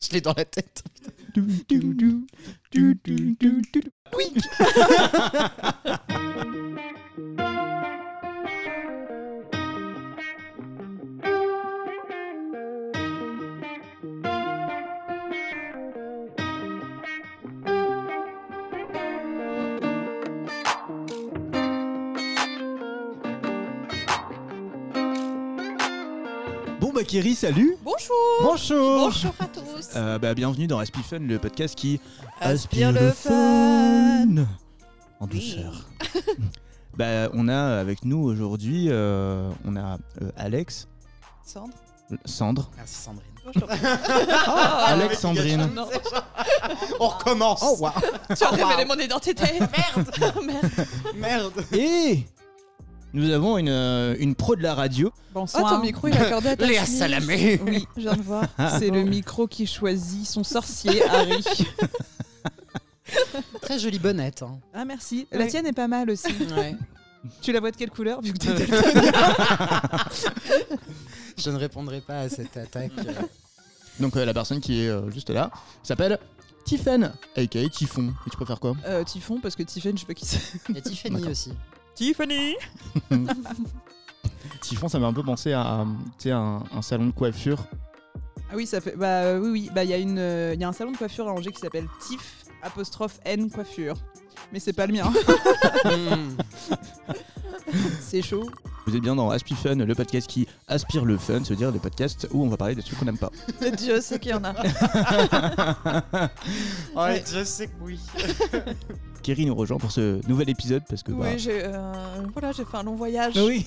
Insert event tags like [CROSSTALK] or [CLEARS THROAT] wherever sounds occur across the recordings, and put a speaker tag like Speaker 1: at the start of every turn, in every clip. Speaker 1: Je l'ai dans la tête. Quick
Speaker 2: Bon bah Kerry, salut
Speaker 3: Bonjour
Speaker 2: Bonjour
Speaker 3: Bonjour à
Speaker 4: [LAUGHS]
Speaker 3: tous
Speaker 2: Euh, bah, Bienvenue dans Aspie Fun, le podcast qui...
Speaker 3: Aspire le fun
Speaker 2: En
Speaker 3: Oui.
Speaker 2: douceur. [LAUGHS] bah, on a avec nous aujourd'hui, euh, on a euh, Alex,
Speaker 3: Sandre
Speaker 2: Sandre.
Speaker 1: Merci Sandrine.
Speaker 3: Bonjour Ah,
Speaker 2: Alexandrine.
Speaker 3: Non,
Speaker 1: On recommence.
Speaker 2: Oh waouh
Speaker 3: tu as révélé mon identité [LAUGHS]
Speaker 4: [LAUGHS] Oh,
Speaker 3: Merde
Speaker 1: Merde.
Speaker 3: Merde
Speaker 2: Et nous avons une, euh, une pro de la radio.
Speaker 4: Bonsoir.
Speaker 3: Oh, ton micro, il est accordé à ta
Speaker 1: Léa
Speaker 3: chemise.
Speaker 1: Salamé.
Speaker 4: Oui, je viens
Speaker 3: [LAUGHS]
Speaker 4: de voir. C'est
Speaker 3: Oh.
Speaker 4: le micro qui choisit son sorcier,
Speaker 3: [LAUGHS]
Speaker 4: Harry.
Speaker 1: Très jolie bonnette. hein.
Speaker 4: Ah, merci.
Speaker 3: Oui.
Speaker 4: La tienne est pas mal aussi.
Speaker 3: Ouais.
Speaker 4: Tu la vois de quelle couleur vu que t'es
Speaker 1: Je ne répondrai pas à cette attaque. [LAUGHS] euh.
Speaker 2: Donc euh, la personne qui est euh, juste là s'appelle Tiffen, aka Typhon. Et tu préfères quoi
Speaker 4: euh, Typhon parce que Tiffany, je sais pas qui c'est.
Speaker 1: Il y a Tiffany
Speaker 2: D'accord.
Speaker 1: aussi.
Speaker 4: Tiffany
Speaker 2: Typhon, ça m'a un peu pensé à, euh, tu sais, un, un salon de coiffure.
Speaker 4: Ah oui, ça fait. Bah euh, oui, oui. Bah il y a une, euh, il y a un salon de coiffure à Angers qui s'appelle Tiff apostrophe N coiffure. Mais c'est pas le mien. hein.
Speaker 3: [LAUGHS]
Speaker 1: Hmm.
Speaker 4: c'est chaud.
Speaker 2: Vous êtes bien dans Aspie Fun, le podcast qui aspire le fun, c'est-à-dire des podcasts où on va parler des trucs qu'on n'aime pas.
Speaker 4: Dieu sait qu'il y en [LAUGHS] a.
Speaker 1: Ouais, je sais que oui.
Speaker 2: Kerry nous rejoint pour ce nouvel épisode parce que bah,
Speaker 3: Oui, j'ai euh, voilà, j'ai fait un long voyage.
Speaker 2: Oui.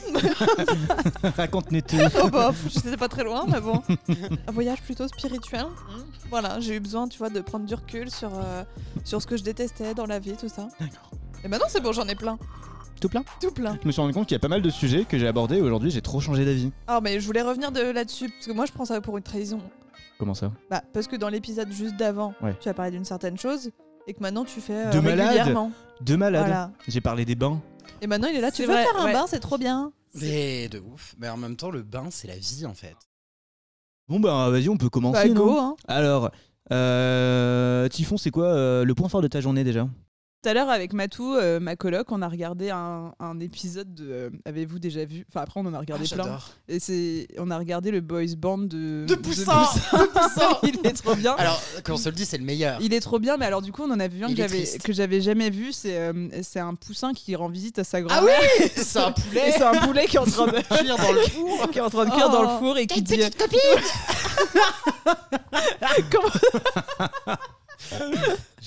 Speaker 2: [LAUGHS] Raconte-nous tout.
Speaker 3: [LAUGHS] Oh bof, j'étais pas très loin, mais bon. Un voyage plutôt spirituel.
Speaker 2: Mm.
Speaker 3: Voilà, j'ai eu besoin, tu vois, de prendre du recul sur, euh, sur ce que je détestais dans la vie, tout ça.
Speaker 2: D'accord.
Speaker 3: Et maintenant, c'est bon, j'en ai plein.
Speaker 2: Tout plein.
Speaker 3: Tout plein.
Speaker 2: Je me suis rendu compte qu'il y a pas mal de sujets que j'ai abordés et aujourd'hui, j'ai trop changé d'avis.
Speaker 3: Ah, mais je voulais revenir de là-dessus, parce que moi, je prends ça pour une trahison.
Speaker 2: Comment ça
Speaker 3: Bah, parce que dans l'épisode juste d'avant,
Speaker 2: Ouais.
Speaker 3: tu as parlé d'une certaine chose et que maintenant tu fais euh,
Speaker 2: De malade.
Speaker 3: régulièrement.
Speaker 2: De malade.
Speaker 3: Voilà.
Speaker 2: J'ai parlé des bains.
Speaker 3: Et maintenant il est là, tu
Speaker 4: C'est
Speaker 3: veux
Speaker 4: vrai,
Speaker 3: faire un
Speaker 4: ouais.
Speaker 3: bain, c'est trop bien.
Speaker 1: Mais de ouf. Mais en même temps, le bain, c'est la vie en fait.
Speaker 2: Bon bah vas-y, on peut commencer.
Speaker 3: Bah,
Speaker 2: non
Speaker 3: go, hein.
Speaker 2: Alors, euh, Typhon, c'est quoi euh, le point fort de ta journée déjà
Speaker 4: Tout à l'heure avec Matou, euh, ma coloc, on a regardé un, un épisode de euh, Avez-vous déjà vu Enfin après on en a regardé
Speaker 1: Ah,
Speaker 4: plein.
Speaker 1: j'adore.
Speaker 4: Et c'est on a regardé le boys band de
Speaker 1: De Poussin De Poussin
Speaker 4: [LAUGHS] Il est trop bien.
Speaker 1: [LAUGHS] Alors, qu'on se le dit, c'est le meilleur.
Speaker 4: Il est trop bien, mais alors du coup on en a vu un
Speaker 1: Il
Speaker 4: que
Speaker 1: est
Speaker 4: j'avais
Speaker 1: triste.
Speaker 4: que j'avais jamais vu. C'est euh, c'est un poussin qui rend visite à sa grand-mère.
Speaker 1: Ah oui C'est un
Speaker 4: Et
Speaker 1: poulet
Speaker 4: c'est un poulet qui est en train de
Speaker 1: [LAUGHS] Cuire dans
Speaker 4: [LAUGHS]
Speaker 1: le four.
Speaker 4: qui est en train de cuire
Speaker 3: Oh.
Speaker 4: dans le four et qui dit
Speaker 1: copine [LAUGHS]
Speaker 4: [LAUGHS] Comment-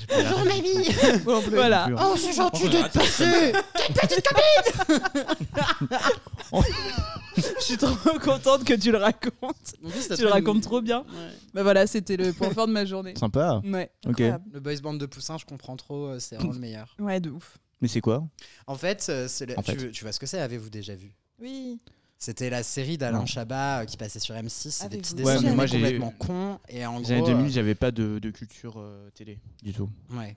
Speaker 1: Bonjour mamie [LAUGHS]
Speaker 4: voilà.
Speaker 2: Plus, hein.
Speaker 1: Oh, c'est gentil de te passer
Speaker 4: Je suis trop contente que tu le racontes. Tu le racontes trop bien. Bah voilà, c'était le point fort de ma journée.
Speaker 2: Sympa.
Speaker 4: Ouais.
Speaker 2: Ok.
Speaker 4: Oh. incroyable.
Speaker 1: Le boys band de Poussin, je comprends trop, euh, c'est [CLEARS THROAT] vraiment le meilleur.
Speaker 4: Ouais, de ouf.
Speaker 2: Mais c'est quoi
Speaker 1: En fait, euh, c'est le-
Speaker 2: En fait.
Speaker 1: Tu, tu vois ce que c'est, avez-vous déjà vu
Speaker 3: Oui.
Speaker 1: C'était la série d'Alain
Speaker 2: Non.
Speaker 1: Chabat euh, qui passait sur M6, c'est des
Speaker 3: Avez-vous
Speaker 1: petits
Speaker 3: déjà
Speaker 1: dessins
Speaker 3: vu Ouais, mais
Speaker 2: moi, j'ai-
Speaker 1: complètement cons. Et en
Speaker 2: Les
Speaker 1: gros,
Speaker 2: années 2000,
Speaker 1: euh,
Speaker 2: j'avais pas de, de culture euh, télé du tout.
Speaker 1: ouais.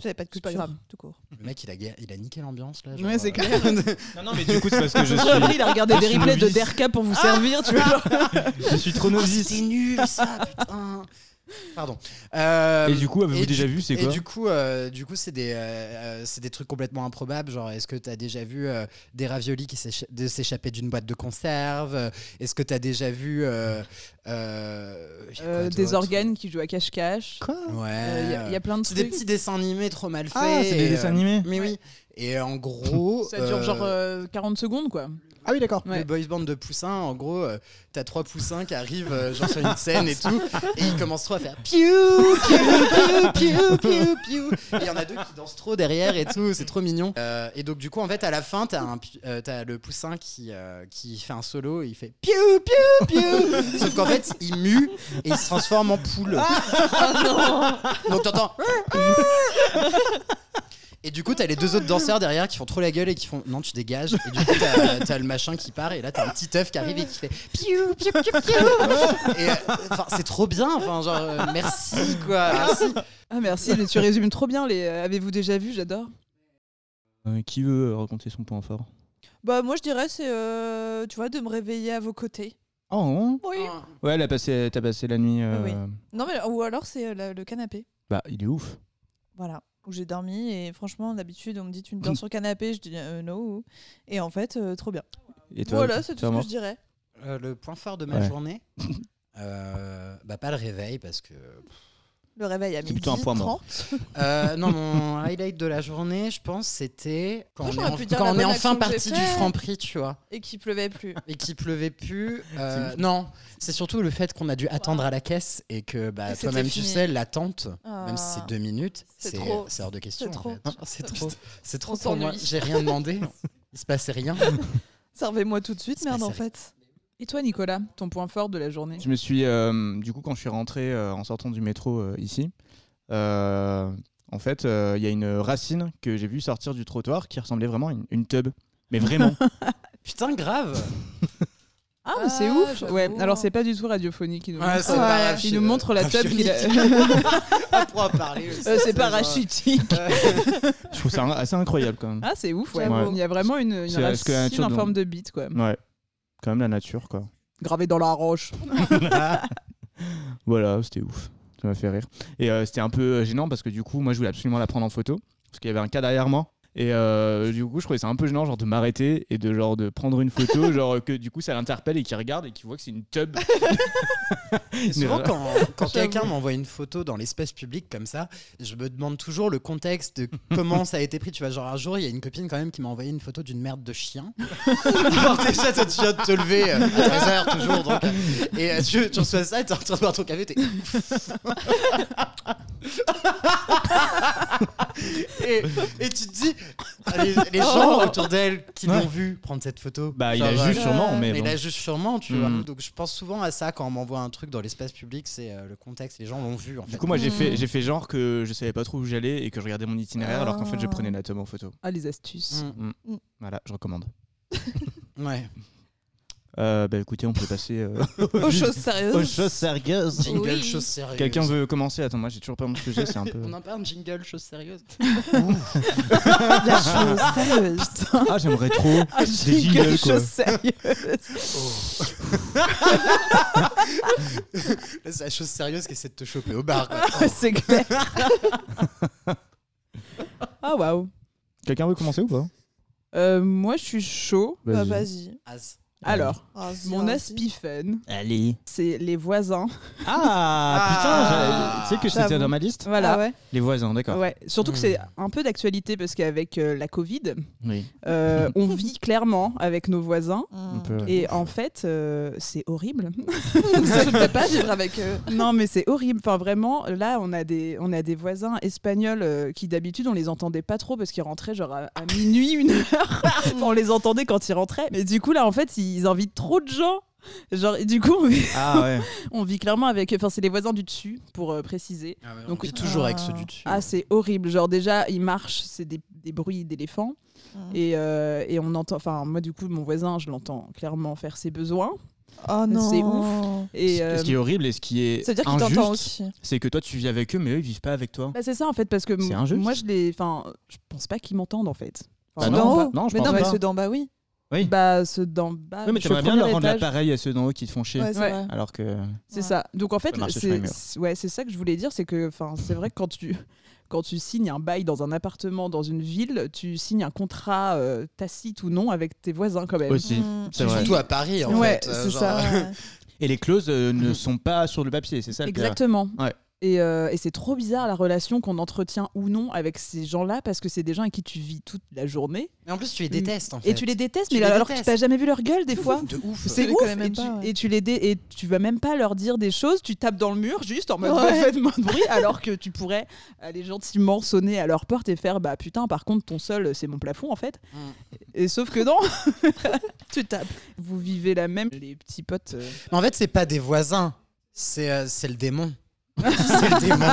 Speaker 3: J'avais pas de
Speaker 4: C'est pas
Speaker 3: culture,
Speaker 4: grave.
Speaker 3: tout court.
Speaker 1: le mec il a, ga- il a niqué l'ambiance là. euh,
Speaker 4: Ouais, c'est clair. [LAUGHS]
Speaker 2: Non, non, mais du coup, c'est parce que je
Speaker 4: Après,
Speaker 2: suis,
Speaker 4: il a regardé
Speaker 2: je
Speaker 4: des
Speaker 2: suis
Speaker 4: replays de
Speaker 2: novice.
Speaker 4: Derka pour vous servir, tu vois. genre.
Speaker 2: je suis trop
Speaker 1: Oh,
Speaker 2: novice.
Speaker 1: c'est nul ça, putain. Pardon. Euh,
Speaker 2: Et du coup, avez-vous
Speaker 1: et
Speaker 2: déjà
Speaker 1: du-
Speaker 2: vu C'est
Speaker 1: Et
Speaker 2: quoi
Speaker 1: du coup, euh, du coup, c'est des, euh, euh, c'est des trucs complètement improbables. Genre, est-ce que t'as déjà vu euh, des raviolis qui s'écha- de- s'échappaient d'une boîte de conserve Euh, Est-ce que t'as déjà vu euh, euh, y a quoi
Speaker 4: Euh,
Speaker 1: d'autre
Speaker 4: des organes qui jouent à cache-cache.
Speaker 2: Quoi
Speaker 1: Ouais.
Speaker 4: Il Euh, y, a plein de
Speaker 1: C'est des
Speaker 4: trucs.
Speaker 1: petits dessins animés trop mal faits.
Speaker 2: Ah, c'est des
Speaker 1: et,
Speaker 2: dessins
Speaker 1: euh,
Speaker 2: animés
Speaker 1: Mais oui. Et en gros,
Speaker 4: Ça dure
Speaker 1: euh,
Speaker 4: genre euh, 40 secondes, quoi.
Speaker 2: Ah oui, d'accord.
Speaker 4: Ouais.
Speaker 1: Le boys band de poussins, en gros, euh, t'as trois poussins qui arrivent euh, genre sur une scène et tout, et ils commencent trop à faire piou, piou, piou, piou, piou, piou. Et il y en a deux qui dansent trop derrière et tout, c'est trop mignon. Euh, et donc, du coup, en fait, à la fin, t'as un pi- euh, t'as le poussin qui, euh, qui fait un solo et il fait piou, piou, piou. Sauf qu'en fait, il mue et il se transforme en poule. Donc, t'entends. Et du coup, t'as les deux autres danseurs derrière qui font trop la gueule et qui font non, tu dégages. Et du coup,
Speaker 3: [LAUGHS]
Speaker 1: t'as t'as le machin qui part et là, t'as un petit teuf qui arrive et qui fait piou, piou, piou,
Speaker 3: [LAUGHS]
Speaker 1: piou. Et euh, enfin, c'est trop bien. Enfin, genre, euh, merci quoi. Merci.
Speaker 4: Ah, merci, mais tu résumes trop bien les euh, Avez-vous déjà vu J'adore.
Speaker 2: Euh, qui veut euh, raconter son point fort
Speaker 3: Bah moi je dirais c'est euh, tu vois de me réveiller à vos côtés.
Speaker 2: Oh,
Speaker 3: Oui.
Speaker 4: Ah.
Speaker 2: ouais, elle a passé, t'as passé la nuit. euh,
Speaker 3: Oui. Non, mais ou alors c'est euh, la- le canapé.
Speaker 2: Bah, il est ouf.
Speaker 3: Voilà, où j'ai dormi. Et franchement, d'habitude, on me dit tu ne
Speaker 4: [CLEARS THROAT]
Speaker 3: dors sur le canapé. Je dis euh, no. Et en fait, euh, trop bien.
Speaker 2: Et toi,
Speaker 3: Voilà, c'est tout ce
Speaker 2: Thomas
Speaker 3: que je dirais.
Speaker 1: Euh, le point fort de ma
Speaker 2: Ouais.
Speaker 1: journée Euh, bah pas le réveil parce que
Speaker 3: Le réveil à
Speaker 2: C'est
Speaker 3: midi
Speaker 2: plutôt un
Speaker 3: 30.
Speaker 2: point mort.
Speaker 1: Euh, non mon highlight de la journée je pense c'était quand
Speaker 3: Moi,
Speaker 1: on est,
Speaker 3: j'aurais
Speaker 1: en-
Speaker 3: pu dire
Speaker 1: quand
Speaker 3: la
Speaker 1: on est
Speaker 3: bonne action
Speaker 1: enfin
Speaker 3: que j'ai
Speaker 1: parti du
Speaker 3: faite.
Speaker 1: Franprix tu vois
Speaker 3: [LAUGHS] Et qu'il
Speaker 2: [LAUGHS]
Speaker 3: pleuvait plus.
Speaker 1: et qu'il pleuvait
Speaker 3: [LAUGHS]
Speaker 1: plus euh, non c'est surtout le fait qu'on a dû attendre à la caisse et que
Speaker 3: Et
Speaker 1: bah
Speaker 3: c'était
Speaker 1: toi-même tu
Speaker 3: fini.
Speaker 1: sais l'attente
Speaker 3: Ah.
Speaker 1: même si c'est deux minutes
Speaker 3: C'est
Speaker 1: c'est
Speaker 3: trop.
Speaker 1: c'est hors de question
Speaker 3: C'est trop.
Speaker 1: en fait. c'est trop c'est trop
Speaker 3: On
Speaker 1: pour moi
Speaker 3: s'ennuie.
Speaker 1: j'ai rien
Speaker 3: [LAUGHS]
Speaker 1: demandé il se passait rien
Speaker 3: Servez-moi tout de suite,
Speaker 1: C'est
Speaker 3: merde,
Speaker 1: pas
Speaker 3: en
Speaker 1: ça.
Speaker 3: fait.
Speaker 4: Et toi, Nicolas, ton point fort de la journée
Speaker 2: Je me suis, euh, du coup, quand je suis rentré euh, en sortant du métro euh, ici, euh, en fait, euh, il y a une racine que j'ai vue sortir du trottoir qui ressemblait vraiment à une, une tub. Mais
Speaker 3: [LAUGHS]
Speaker 2: vraiment.
Speaker 1: putain grave
Speaker 4: Ah,
Speaker 3: mais c'est
Speaker 4: c'est
Speaker 3: Ah, ouf.
Speaker 4: ouf
Speaker 3: j'avoue.
Speaker 4: Ouais, alors c'est pas du tout radiophonique. Il nous, euh,
Speaker 1: Ouais, c'est
Speaker 3: Ouais.
Speaker 1: pas grave,
Speaker 4: il
Speaker 1: je-
Speaker 4: nous montre la tub qu'il a. [LAUGHS]
Speaker 1: On pourra en parler aussi, Euh,
Speaker 4: Euh, c'est pas
Speaker 1: genre-
Speaker 4: rachitique.
Speaker 2: je trouve ça un- assez incroyable quand même.
Speaker 4: Ah, c'est ouf, ouais.
Speaker 3: J'avoue.
Speaker 4: Il y a vraiment une, une
Speaker 2: C'est- est-ce que la
Speaker 4: racine
Speaker 2: nature
Speaker 4: en
Speaker 2: nous-
Speaker 4: forme de bite, quoi.
Speaker 3: Ah.
Speaker 2: Ouais. Quand même la nature, quoi.
Speaker 4: Gravée dans la roche.
Speaker 2: [LAUGHS] Voilà, c'était ouf. Ça m'a fait rire. Et euh, c'était un peu euh, gênant parce que du coup, moi, je voulais absolument la prendre en photo parce qu'il y avait un cas derrière moi. Et euh, du coup, je trouvais ça un peu gênant, genre de m'arrêter et de genre de prendre une
Speaker 3: [LAUGHS]
Speaker 2: photo, genre que du coup, ça l'interpelle et qu'il regarde et qu'il voit que c'est une tub.
Speaker 1: Et Souvent,
Speaker 2: Mais-
Speaker 1: quand, quand
Speaker 3: J'avoue.
Speaker 1: quelqu'un m'envoie une photo dans l'espace public comme ça, je me demande toujours le contexte de comment ça a été pris. Tu vois, genre un jour, il y a une copine quand même qui m'a envoyé une photo d'une merde de chien. genre, déjà, toi, tu viens de te lever euh, à 13h toujours. Donc, euh, et euh, tu, tu reçois ça, et t'es en train de boire ton café, t'es. [LAUGHS] et, et tu te dis, les, les gens autour d'elle qui l'ont vu prendre cette photo.
Speaker 2: Bah, il
Speaker 1: genre,
Speaker 2: a
Speaker 1: euh,
Speaker 2: juste sûrement, mais,
Speaker 1: mais
Speaker 2: bon.
Speaker 1: là, juste sûrement, tu
Speaker 2: Mm.
Speaker 1: vois. Donc, je pense souvent à ça quand on m'envoie un truc dans l'espace public, c'est euh, le contexte. Les gens l'ont vu, en fait.
Speaker 2: Du coup, moi, j'ai
Speaker 3: Hmm.
Speaker 2: fait, j'ai fait genre que je savais pas trop où j'allais et que je regardais mon itinéraire alors qu'en fait, je
Speaker 3: Ah.
Speaker 2: prenais la tub en photo.
Speaker 4: Ah, les astuces.
Speaker 1: Mm.
Speaker 2: Voilà, je recommande.
Speaker 1: Ouais.
Speaker 2: Euh, bah, écoutez, on peut passer euh, [LAUGHS]
Speaker 3: [LAUGHS] Aux choses sérieuses.
Speaker 2: sérieuses.
Speaker 1: Jingle,
Speaker 3: Oui.
Speaker 1: chose sérieuse.
Speaker 2: Quelqu'un veut commencer Attends, moi, j'ai toujours pas mon sujet, c'est un peu.
Speaker 1: On a pas un jingle, chose sérieuse.
Speaker 4: La chose Ah, sérieuse.
Speaker 2: Ah, j'aimerais trop des jingles, quoi.
Speaker 4: chose [LAUGHS] sérieuse.
Speaker 1: Oh. Là, [LAUGHS] c'est la chose sérieuse qui essaie de te choper au bar. quoi.
Speaker 4: c'est clair.
Speaker 2: [LAUGHS]
Speaker 4: ah, waouh.
Speaker 2: Quelqu'un veut commencer ou pas
Speaker 4: Euh, moi, je suis chaud.
Speaker 3: Bah, vas-y.
Speaker 1: As.
Speaker 4: Alors,
Speaker 3: Vas-y,
Speaker 4: mon
Speaker 3: vas-y.
Speaker 4: aspi fun,
Speaker 2: Allez.
Speaker 4: c'est les voisins.
Speaker 2: Ah,
Speaker 1: Ah.
Speaker 2: putain, j'ai- tu sais que c'était
Speaker 4: J'avoue.
Speaker 2: dans ma liste
Speaker 4: Voilà.
Speaker 3: Ah ouais.
Speaker 2: Les voisins, d'accord.
Speaker 4: Ouais, surtout que
Speaker 1: Hmm.
Speaker 4: c'est un peu d'actualité parce qu'avec euh, la Covid,
Speaker 2: Oui.
Speaker 4: euh, on vit clairement avec nos voisins.
Speaker 3: Mmh.
Speaker 4: Et en fait, euh, c'est
Speaker 2: [LAUGHS]
Speaker 4: horrible.
Speaker 3: Ça, je ne peux pas vivre avec eux.
Speaker 4: [LAUGHS] non, mais c'est horrible. Enfin, vraiment, là, on a des, on a des voisins espagnols euh, qui, d'habitude, on les entendait pas trop parce qu'ils rentraient genre à, à minuit, une heure. Enfin, on les entendait quand ils rentraient. Mais du coup, là, en fait, ils invitent trop de gens. Genre, et du coup, on vit,
Speaker 2: Ah ouais.
Speaker 4: on vit clairement avec. Enfin, c'est les voisins du dessus, pour euh, préciser.
Speaker 1: Donc,
Speaker 4: Donc-
Speaker 1: on vit toujours avec
Speaker 3: Ah.
Speaker 1: ceux du dessus.
Speaker 4: Ah, c'est horrible. Genre, déjà, ils marchent, c'est des, des bruits d'éléphants.
Speaker 3: Mm.
Speaker 4: Et, euh, et on entend. Enfin, moi, du coup, mon voisin, je l'entends clairement faire ses besoins. Ah
Speaker 3: Oh non.
Speaker 4: C'est ouf. Et. euh,
Speaker 2: Ce qui est horrible et ce qui est
Speaker 3: Ça veut dire qu'ils t'entendent
Speaker 2: injuste,
Speaker 3: aussi.
Speaker 2: c'est que toi tu vis avec eux, mais eux ils vivent pas avec toi.
Speaker 4: bah, c'est ça en fait parce que
Speaker 2: C'est
Speaker 4: m-
Speaker 2: injuste.
Speaker 4: moi je les enfin je pense pas qu'ils m'entendent en fait Enfin,
Speaker 2: Bah
Speaker 3: D'en
Speaker 2: non,
Speaker 3: haut.
Speaker 2: bah non, je
Speaker 3: mais
Speaker 2: pense
Speaker 3: non, mais
Speaker 2: pas.
Speaker 3: ceux d'en bas, oui.
Speaker 2: oui.
Speaker 4: bah ceux d'en bas
Speaker 2: Ouais, mais
Speaker 4: je suis
Speaker 2: t'aimerais
Speaker 4: au
Speaker 2: bien leur
Speaker 4: premier
Speaker 2: rendre
Speaker 4: étage.
Speaker 2: l'appareil à ceux d'en haut qui te font chier.
Speaker 3: Ouais, c'est
Speaker 4: Ouais.
Speaker 3: vrai.
Speaker 2: Alors que.
Speaker 4: c'est ça donc en fait
Speaker 2: Ça marche sur les
Speaker 4: c'est
Speaker 2: murs.
Speaker 4: c'est- ouais c'est ça que je voulais dire c'est que enfin c'est vrai que quand tu quand tu signes un bail dans un appartement dans une ville tu signes un contrat euh, tacite ou non avec tes voisins quand même
Speaker 2: Aussi.
Speaker 3: Mm.
Speaker 2: C'est vrai.
Speaker 1: Surtout à Paris, en
Speaker 4: Ouais,
Speaker 1: fait. euh,
Speaker 4: c'est
Speaker 1: genre,
Speaker 4: ça.
Speaker 3: [LAUGHS] Ouais.
Speaker 2: Et les clauses euh, ne sont pas sur le papier, c'est ça le pire.
Speaker 4: Exactement.
Speaker 2: Ouais.
Speaker 4: Et, euh, et c'est trop bizarre la relation qu'on entretient ou non avec ces gens-là parce que c'est des gens avec qui tu vis toute la journée
Speaker 1: Mais en plus, tu les détestes, en fait.
Speaker 4: et tu les détestes,
Speaker 1: Tu
Speaker 4: mais
Speaker 1: les
Speaker 4: alors que
Speaker 1: détestes.
Speaker 4: tu n'as jamais vu leur gueule des fois.
Speaker 1: De ouf.
Speaker 4: C'est
Speaker 3: les
Speaker 4: ouf,
Speaker 3: connais
Speaker 4: et,
Speaker 3: même
Speaker 4: tu,
Speaker 3: pas, ouais.
Speaker 4: et tu les dé- et tu vas même pas leur dire des choses, tu tapes dans le mur juste en mode
Speaker 3: Ouais.
Speaker 4: bah, [LAUGHS] faites moins de bruit, alors que tu pourrais aller gentiment sonner à leur porte et faire bah putain, par contre ton sol c'est mon plafond en fait.
Speaker 1: Mm.
Speaker 4: Et sauf que non,
Speaker 3: [LAUGHS] Tu tapes.
Speaker 4: vous vivez la même, les petits potes. euh,
Speaker 1: Mais en fait, c'est pas des voisins, c'est euh, c'est le démon. [LAUGHS] c'est le démon.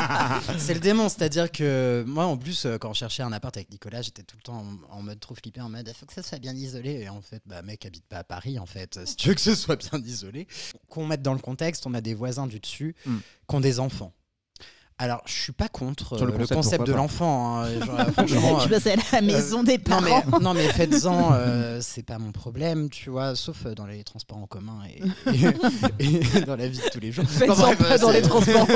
Speaker 1: C'est le démon, c'est-à-dire que moi, en plus, euh, quand on cherchait un appart avec Nicolas, j'étais tout le temps en, en mode trop flippé, en mode faut que ça soit bien isolé. Et en fait, bah, mec, habite pas à Paris, en fait. Si tu veux que ce soit bien isolé, qu'on mette dans le contexte, on a des voisins du dessus
Speaker 2: Mm.
Speaker 1: qui ont des enfants. Alors, je suis pas contre
Speaker 2: Sur
Speaker 1: euh,
Speaker 2: le
Speaker 1: le
Speaker 2: concept,
Speaker 1: concept,
Speaker 2: pourquoi
Speaker 1: de
Speaker 2: pas.
Speaker 1: l'enfant. hein, genre,
Speaker 2: [LAUGHS]
Speaker 1: franchement,
Speaker 4: euh,
Speaker 5: Je bosse à la maison des
Speaker 1: Non
Speaker 5: parents.
Speaker 1: mais, non mais faites-en, euh, c'est pas mon problème, tu vois, sauf euh, dans les transports en commun et, et- et dans la vie de tous les jours.
Speaker 4: Faites-en
Speaker 1: Enfin, bref,
Speaker 4: pas
Speaker 1: euh,
Speaker 4: dans
Speaker 1: c'est-
Speaker 4: les transports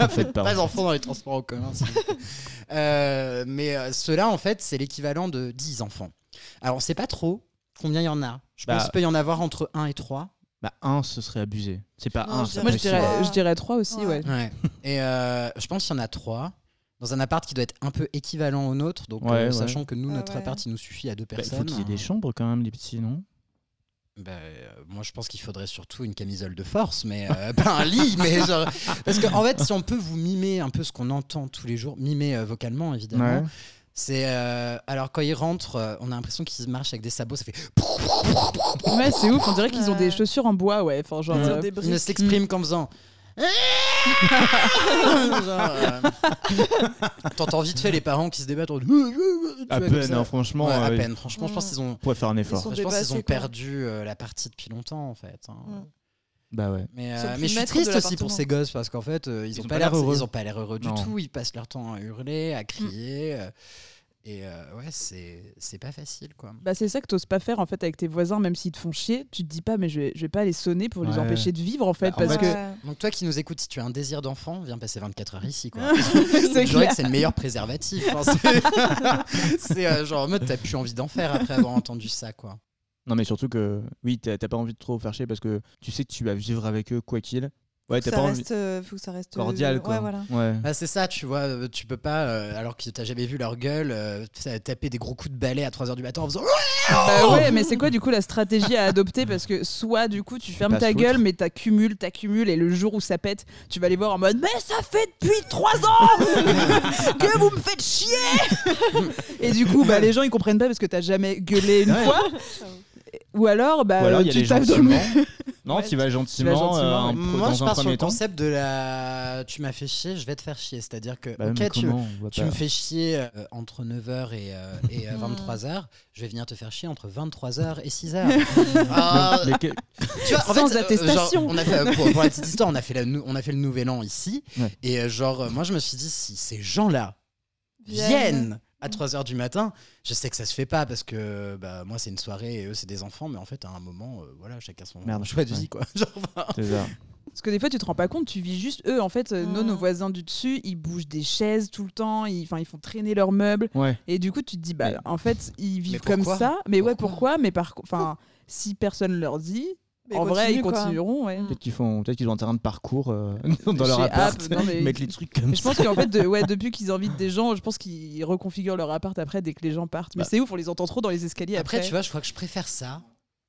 Speaker 4: en
Speaker 2: En fait, pardon.
Speaker 1: Pas d'enfants dans les transports en commun. s'il vous plaît. Euh, mais euh, ceux-là, en fait, c'est l'équivalent de 10 enfants. Alors on sait pas trop combien il y en a. Je
Speaker 2: Bah,
Speaker 1: pense qu'il peut y en avoir entre 1 et 3.
Speaker 2: Bah, un, ce serait abusé. C'est pas
Speaker 3: Non,
Speaker 2: un.
Speaker 3: je
Speaker 2: ça
Speaker 4: Moi, je
Speaker 2: peut être
Speaker 4: dirais,
Speaker 2: six.
Speaker 4: je dirais trois aussi, ouais.
Speaker 3: Ouais.
Speaker 1: Et euh, je pense qu'il y en a 3 dans un appart qui doit être un peu équivalent au nôtre, donc
Speaker 2: Ouais,
Speaker 1: euh,
Speaker 2: ouais.
Speaker 1: sachant que nous,
Speaker 3: Ah
Speaker 1: notre
Speaker 3: ouais.
Speaker 1: appart, il nous suffit à deux
Speaker 2: Bah, il
Speaker 1: personnes.
Speaker 2: faut qu'il y ait des
Speaker 1: hein.
Speaker 2: chambres quand même, les petits, non
Speaker 1: Bah, euh, moi, je pense qu'il faudrait surtout une camisole de force, mais euh, [LAUGHS] pas un lit. Mais genre- Parce qu'en en fait, si on peut vous mimer un peu ce qu'on entend tous les jours, mimer euh, vocalement, évidemment, c'est. euh, alors, quand ils rentrent, euh, on a l'impression qu'ils marchent avec des sabots, ça fait.
Speaker 4: Ouais, c'est ouf, on dirait qu'ils ont
Speaker 3: Ouais.
Speaker 4: des chaussures en bois, ouais. Enfin, genre,
Speaker 2: Ils
Speaker 3: Sur
Speaker 4: euh,
Speaker 3: des
Speaker 1: Ils ne
Speaker 3: briques.
Speaker 1: s'expriment qu'en faisant. [LAUGHS] Genre, euh, T'entends vite fait les parents qui se débattent. en- Tu
Speaker 2: À
Speaker 1: vois, comme
Speaker 2: peine,
Speaker 1: ça.
Speaker 2: hein, franchement.
Speaker 1: Ouais, à
Speaker 2: euh,
Speaker 1: peine. Franchement, je pense qu'ils ont.
Speaker 2: On pourrait faire un
Speaker 3: Ils
Speaker 2: effort.
Speaker 3: sont
Speaker 1: Je pense qu'ils
Speaker 3: dépassés,
Speaker 1: ont
Speaker 3: quoi.
Speaker 1: perdu euh, la partie depuis longtemps, en fait. hein.
Speaker 3: Mm.
Speaker 2: Bah ouais.
Speaker 1: Mais,
Speaker 3: Ils sont
Speaker 1: euh,
Speaker 3: plus
Speaker 1: mais je suis
Speaker 3: maîtres
Speaker 1: triste
Speaker 3: de
Speaker 1: aussi pour
Speaker 3: l'appartement.
Speaker 1: ces gosses parce qu'en fait, euh, ils n'ont
Speaker 2: ont
Speaker 1: pas l'air heureux. Ils ont pas l'air heureux du
Speaker 2: Non.
Speaker 1: tout. Ils passent leur temps à hurler, à crier. euh, et euh, ouais, c'est c'est pas facile quoi.
Speaker 4: bah, c'est ça que t'oses pas faire en fait avec tes voisins, même s'ils te font chier. Tu te dis pas, mais je vais, je vais pas les sonner pour
Speaker 2: Ouais.
Speaker 4: les empêcher de vivre en fait,
Speaker 1: Bah, en fait,
Speaker 4: parce que
Speaker 1: Donc toi qui nous écoutes, si tu as un désir d'enfant, viens passer 24 heures ici quoi.
Speaker 4: [LAUGHS] c'est
Speaker 1: Je dirais
Speaker 4: clair.
Speaker 1: que c'est le meilleur préservatif. hein. C'est- [LAUGHS] c'est euh, genre en mode t'as plus envie d'en faire après avoir entendu ça quoi.
Speaker 2: Non, mais surtout que, oui, t'as t'as pas envie de trop faire chier parce que tu sais que tu vas vivre avec eux quoi qu'il. Ouais, t'as
Speaker 3: ça
Speaker 2: pas envie.
Speaker 3: reste, euh, faut que ça reste euh,
Speaker 2: Cordial, quoi.
Speaker 3: Ouais, voilà.
Speaker 2: Ouais.
Speaker 1: Bah, c'est ça, tu vois, euh, tu peux pas, euh, alors que t'as jamais vu leur gueule, euh, ça- taper des gros coups de balai à 3h du matin en faisant
Speaker 4: Bah ouais, mais c'est quoi du coup la stratégie à adopter Parce que soit du coup tu
Speaker 2: Je
Speaker 4: fermes
Speaker 2: passe
Speaker 4: ta
Speaker 2: outre.
Speaker 4: gueule, mais t'accumules, t'accumules, et le jour où ça pète, tu vas les voir en mode Mais ça fait depuis 3 ans [LAUGHS] que vous me faites chier [LAUGHS] Et du coup, bah, les gens ils comprennent pas parce que t'as jamais gueulé une
Speaker 2: Ouais.
Speaker 4: fois. Ou alors, bah,
Speaker 2: Ou alors, il y a
Speaker 4: tu
Speaker 2: les
Speaker 4: tapes dans le mur.
Speaker 2: gentiment. Non, tu vas gentiment.
Speaker 4: gentiment,
Speaker 2: euh, un pro-
Speaker 1: Moi,
Speaker 2: dans
Speaker 1: je
Speaker 2: un
Speaker 1: pars sur
Speaker 2: premier
Speaker 1: le
Speaker 2: temps.
Speaker 1: concept de la. Tu m'as fait chier, je vais te faire chier. C'est-à-dire que,
Speaker 2: Bah, mais
Speaker 1: ok, tu,
Speaker 2: comment on va
Speaker 1: tu
Speaker 2: pas-
Speaker 1: me fais chier euh, entre 9h et, euh, et, euh, [LAUGHS] 23h, je vais venir te faire chier entre 23h et [LAUGHS] 6h. Ah,
Speaker 2: Mais que-
Speaker 1: tu vois, en
Speaker 4: Sans
Speaker 1: fait, euh,
Speaker 4: attestation.
Speaker 1: genre, on a fait, euh, pour, pour la petite histoire, on a fait, la nou- on a fait le nouvel an ici.
Speaker 2: Ouais.
Speaker 1: Et euh, genre, euh, moi, je me suis dit, si ces gens-là viennent à 3h du matin, je sais que ça se fait pas parce que bah, moi, c'est une soirée et eux, c'est des enfants. Mais en fait, à un moment, euh, voilà, chacun son
Speaker 2: Merde.
Speaker 1: choix de
Speaker 2: Ouais.
Speaker 1: vie, quoi. [LAUGHS] Genre, enfin,
Speaker 2: C'est ça.
Speaker 4: Parce que des fois, tu te rends pas compte, tu vis juste eux. En fait, euh, nous,
Speaker 3: Mm.
Speaker 4: nos voisins du dessus, ils bougent des chaises tout le temps, ils, enfin, ils font traîner leurs meubles.
Speaker 2: Ouais.
Speaker 4: Et du coup, tu te dis, bah,
Speaker 2: Mais-
Speaker 4: en fait, ils vivent
Speaker 1: pourquoi
Speaker 4: comme ça. Mais ouais,
Speaker 1: Pourquoi
Speaker 4: pourquoi Mais par co- enfin, si personne leur dit,
Speaker 3: Mais
Speaker 4: en vrai,
Speaker 3: continue,
Speaker 4: ils
Speaker 3: quoi.
Speaker 4: continueront. Ouais.
Speaker 2: Peut-être qu'ils font... peut ont un terrain de parcours euh, [LAUGHS] dans leur
Speaker 4: Chez
Speaker 2: appart.
Speaker 4: App, non,
Speaker 2: [LAUGHS]
Speaker 4: mais-
Speaker 2: Ils mettent les trucs comme
Speaker 4: Mais je
Speaker 2: ça.
Speaker 4: pense qu'en fait, de- ouais, depuis qu'ils invitent des gens, je pense qu'ils reconfigurent leur appart après dès que les gens partent. Mais
Speaker 2: Bah.
Speaker 4: c'est ouf, on les entend trop dans les escaliers
Speaker 1: Après,
Speaker 4: après.
Speaker 1: tu vois, je crois que je préfère ça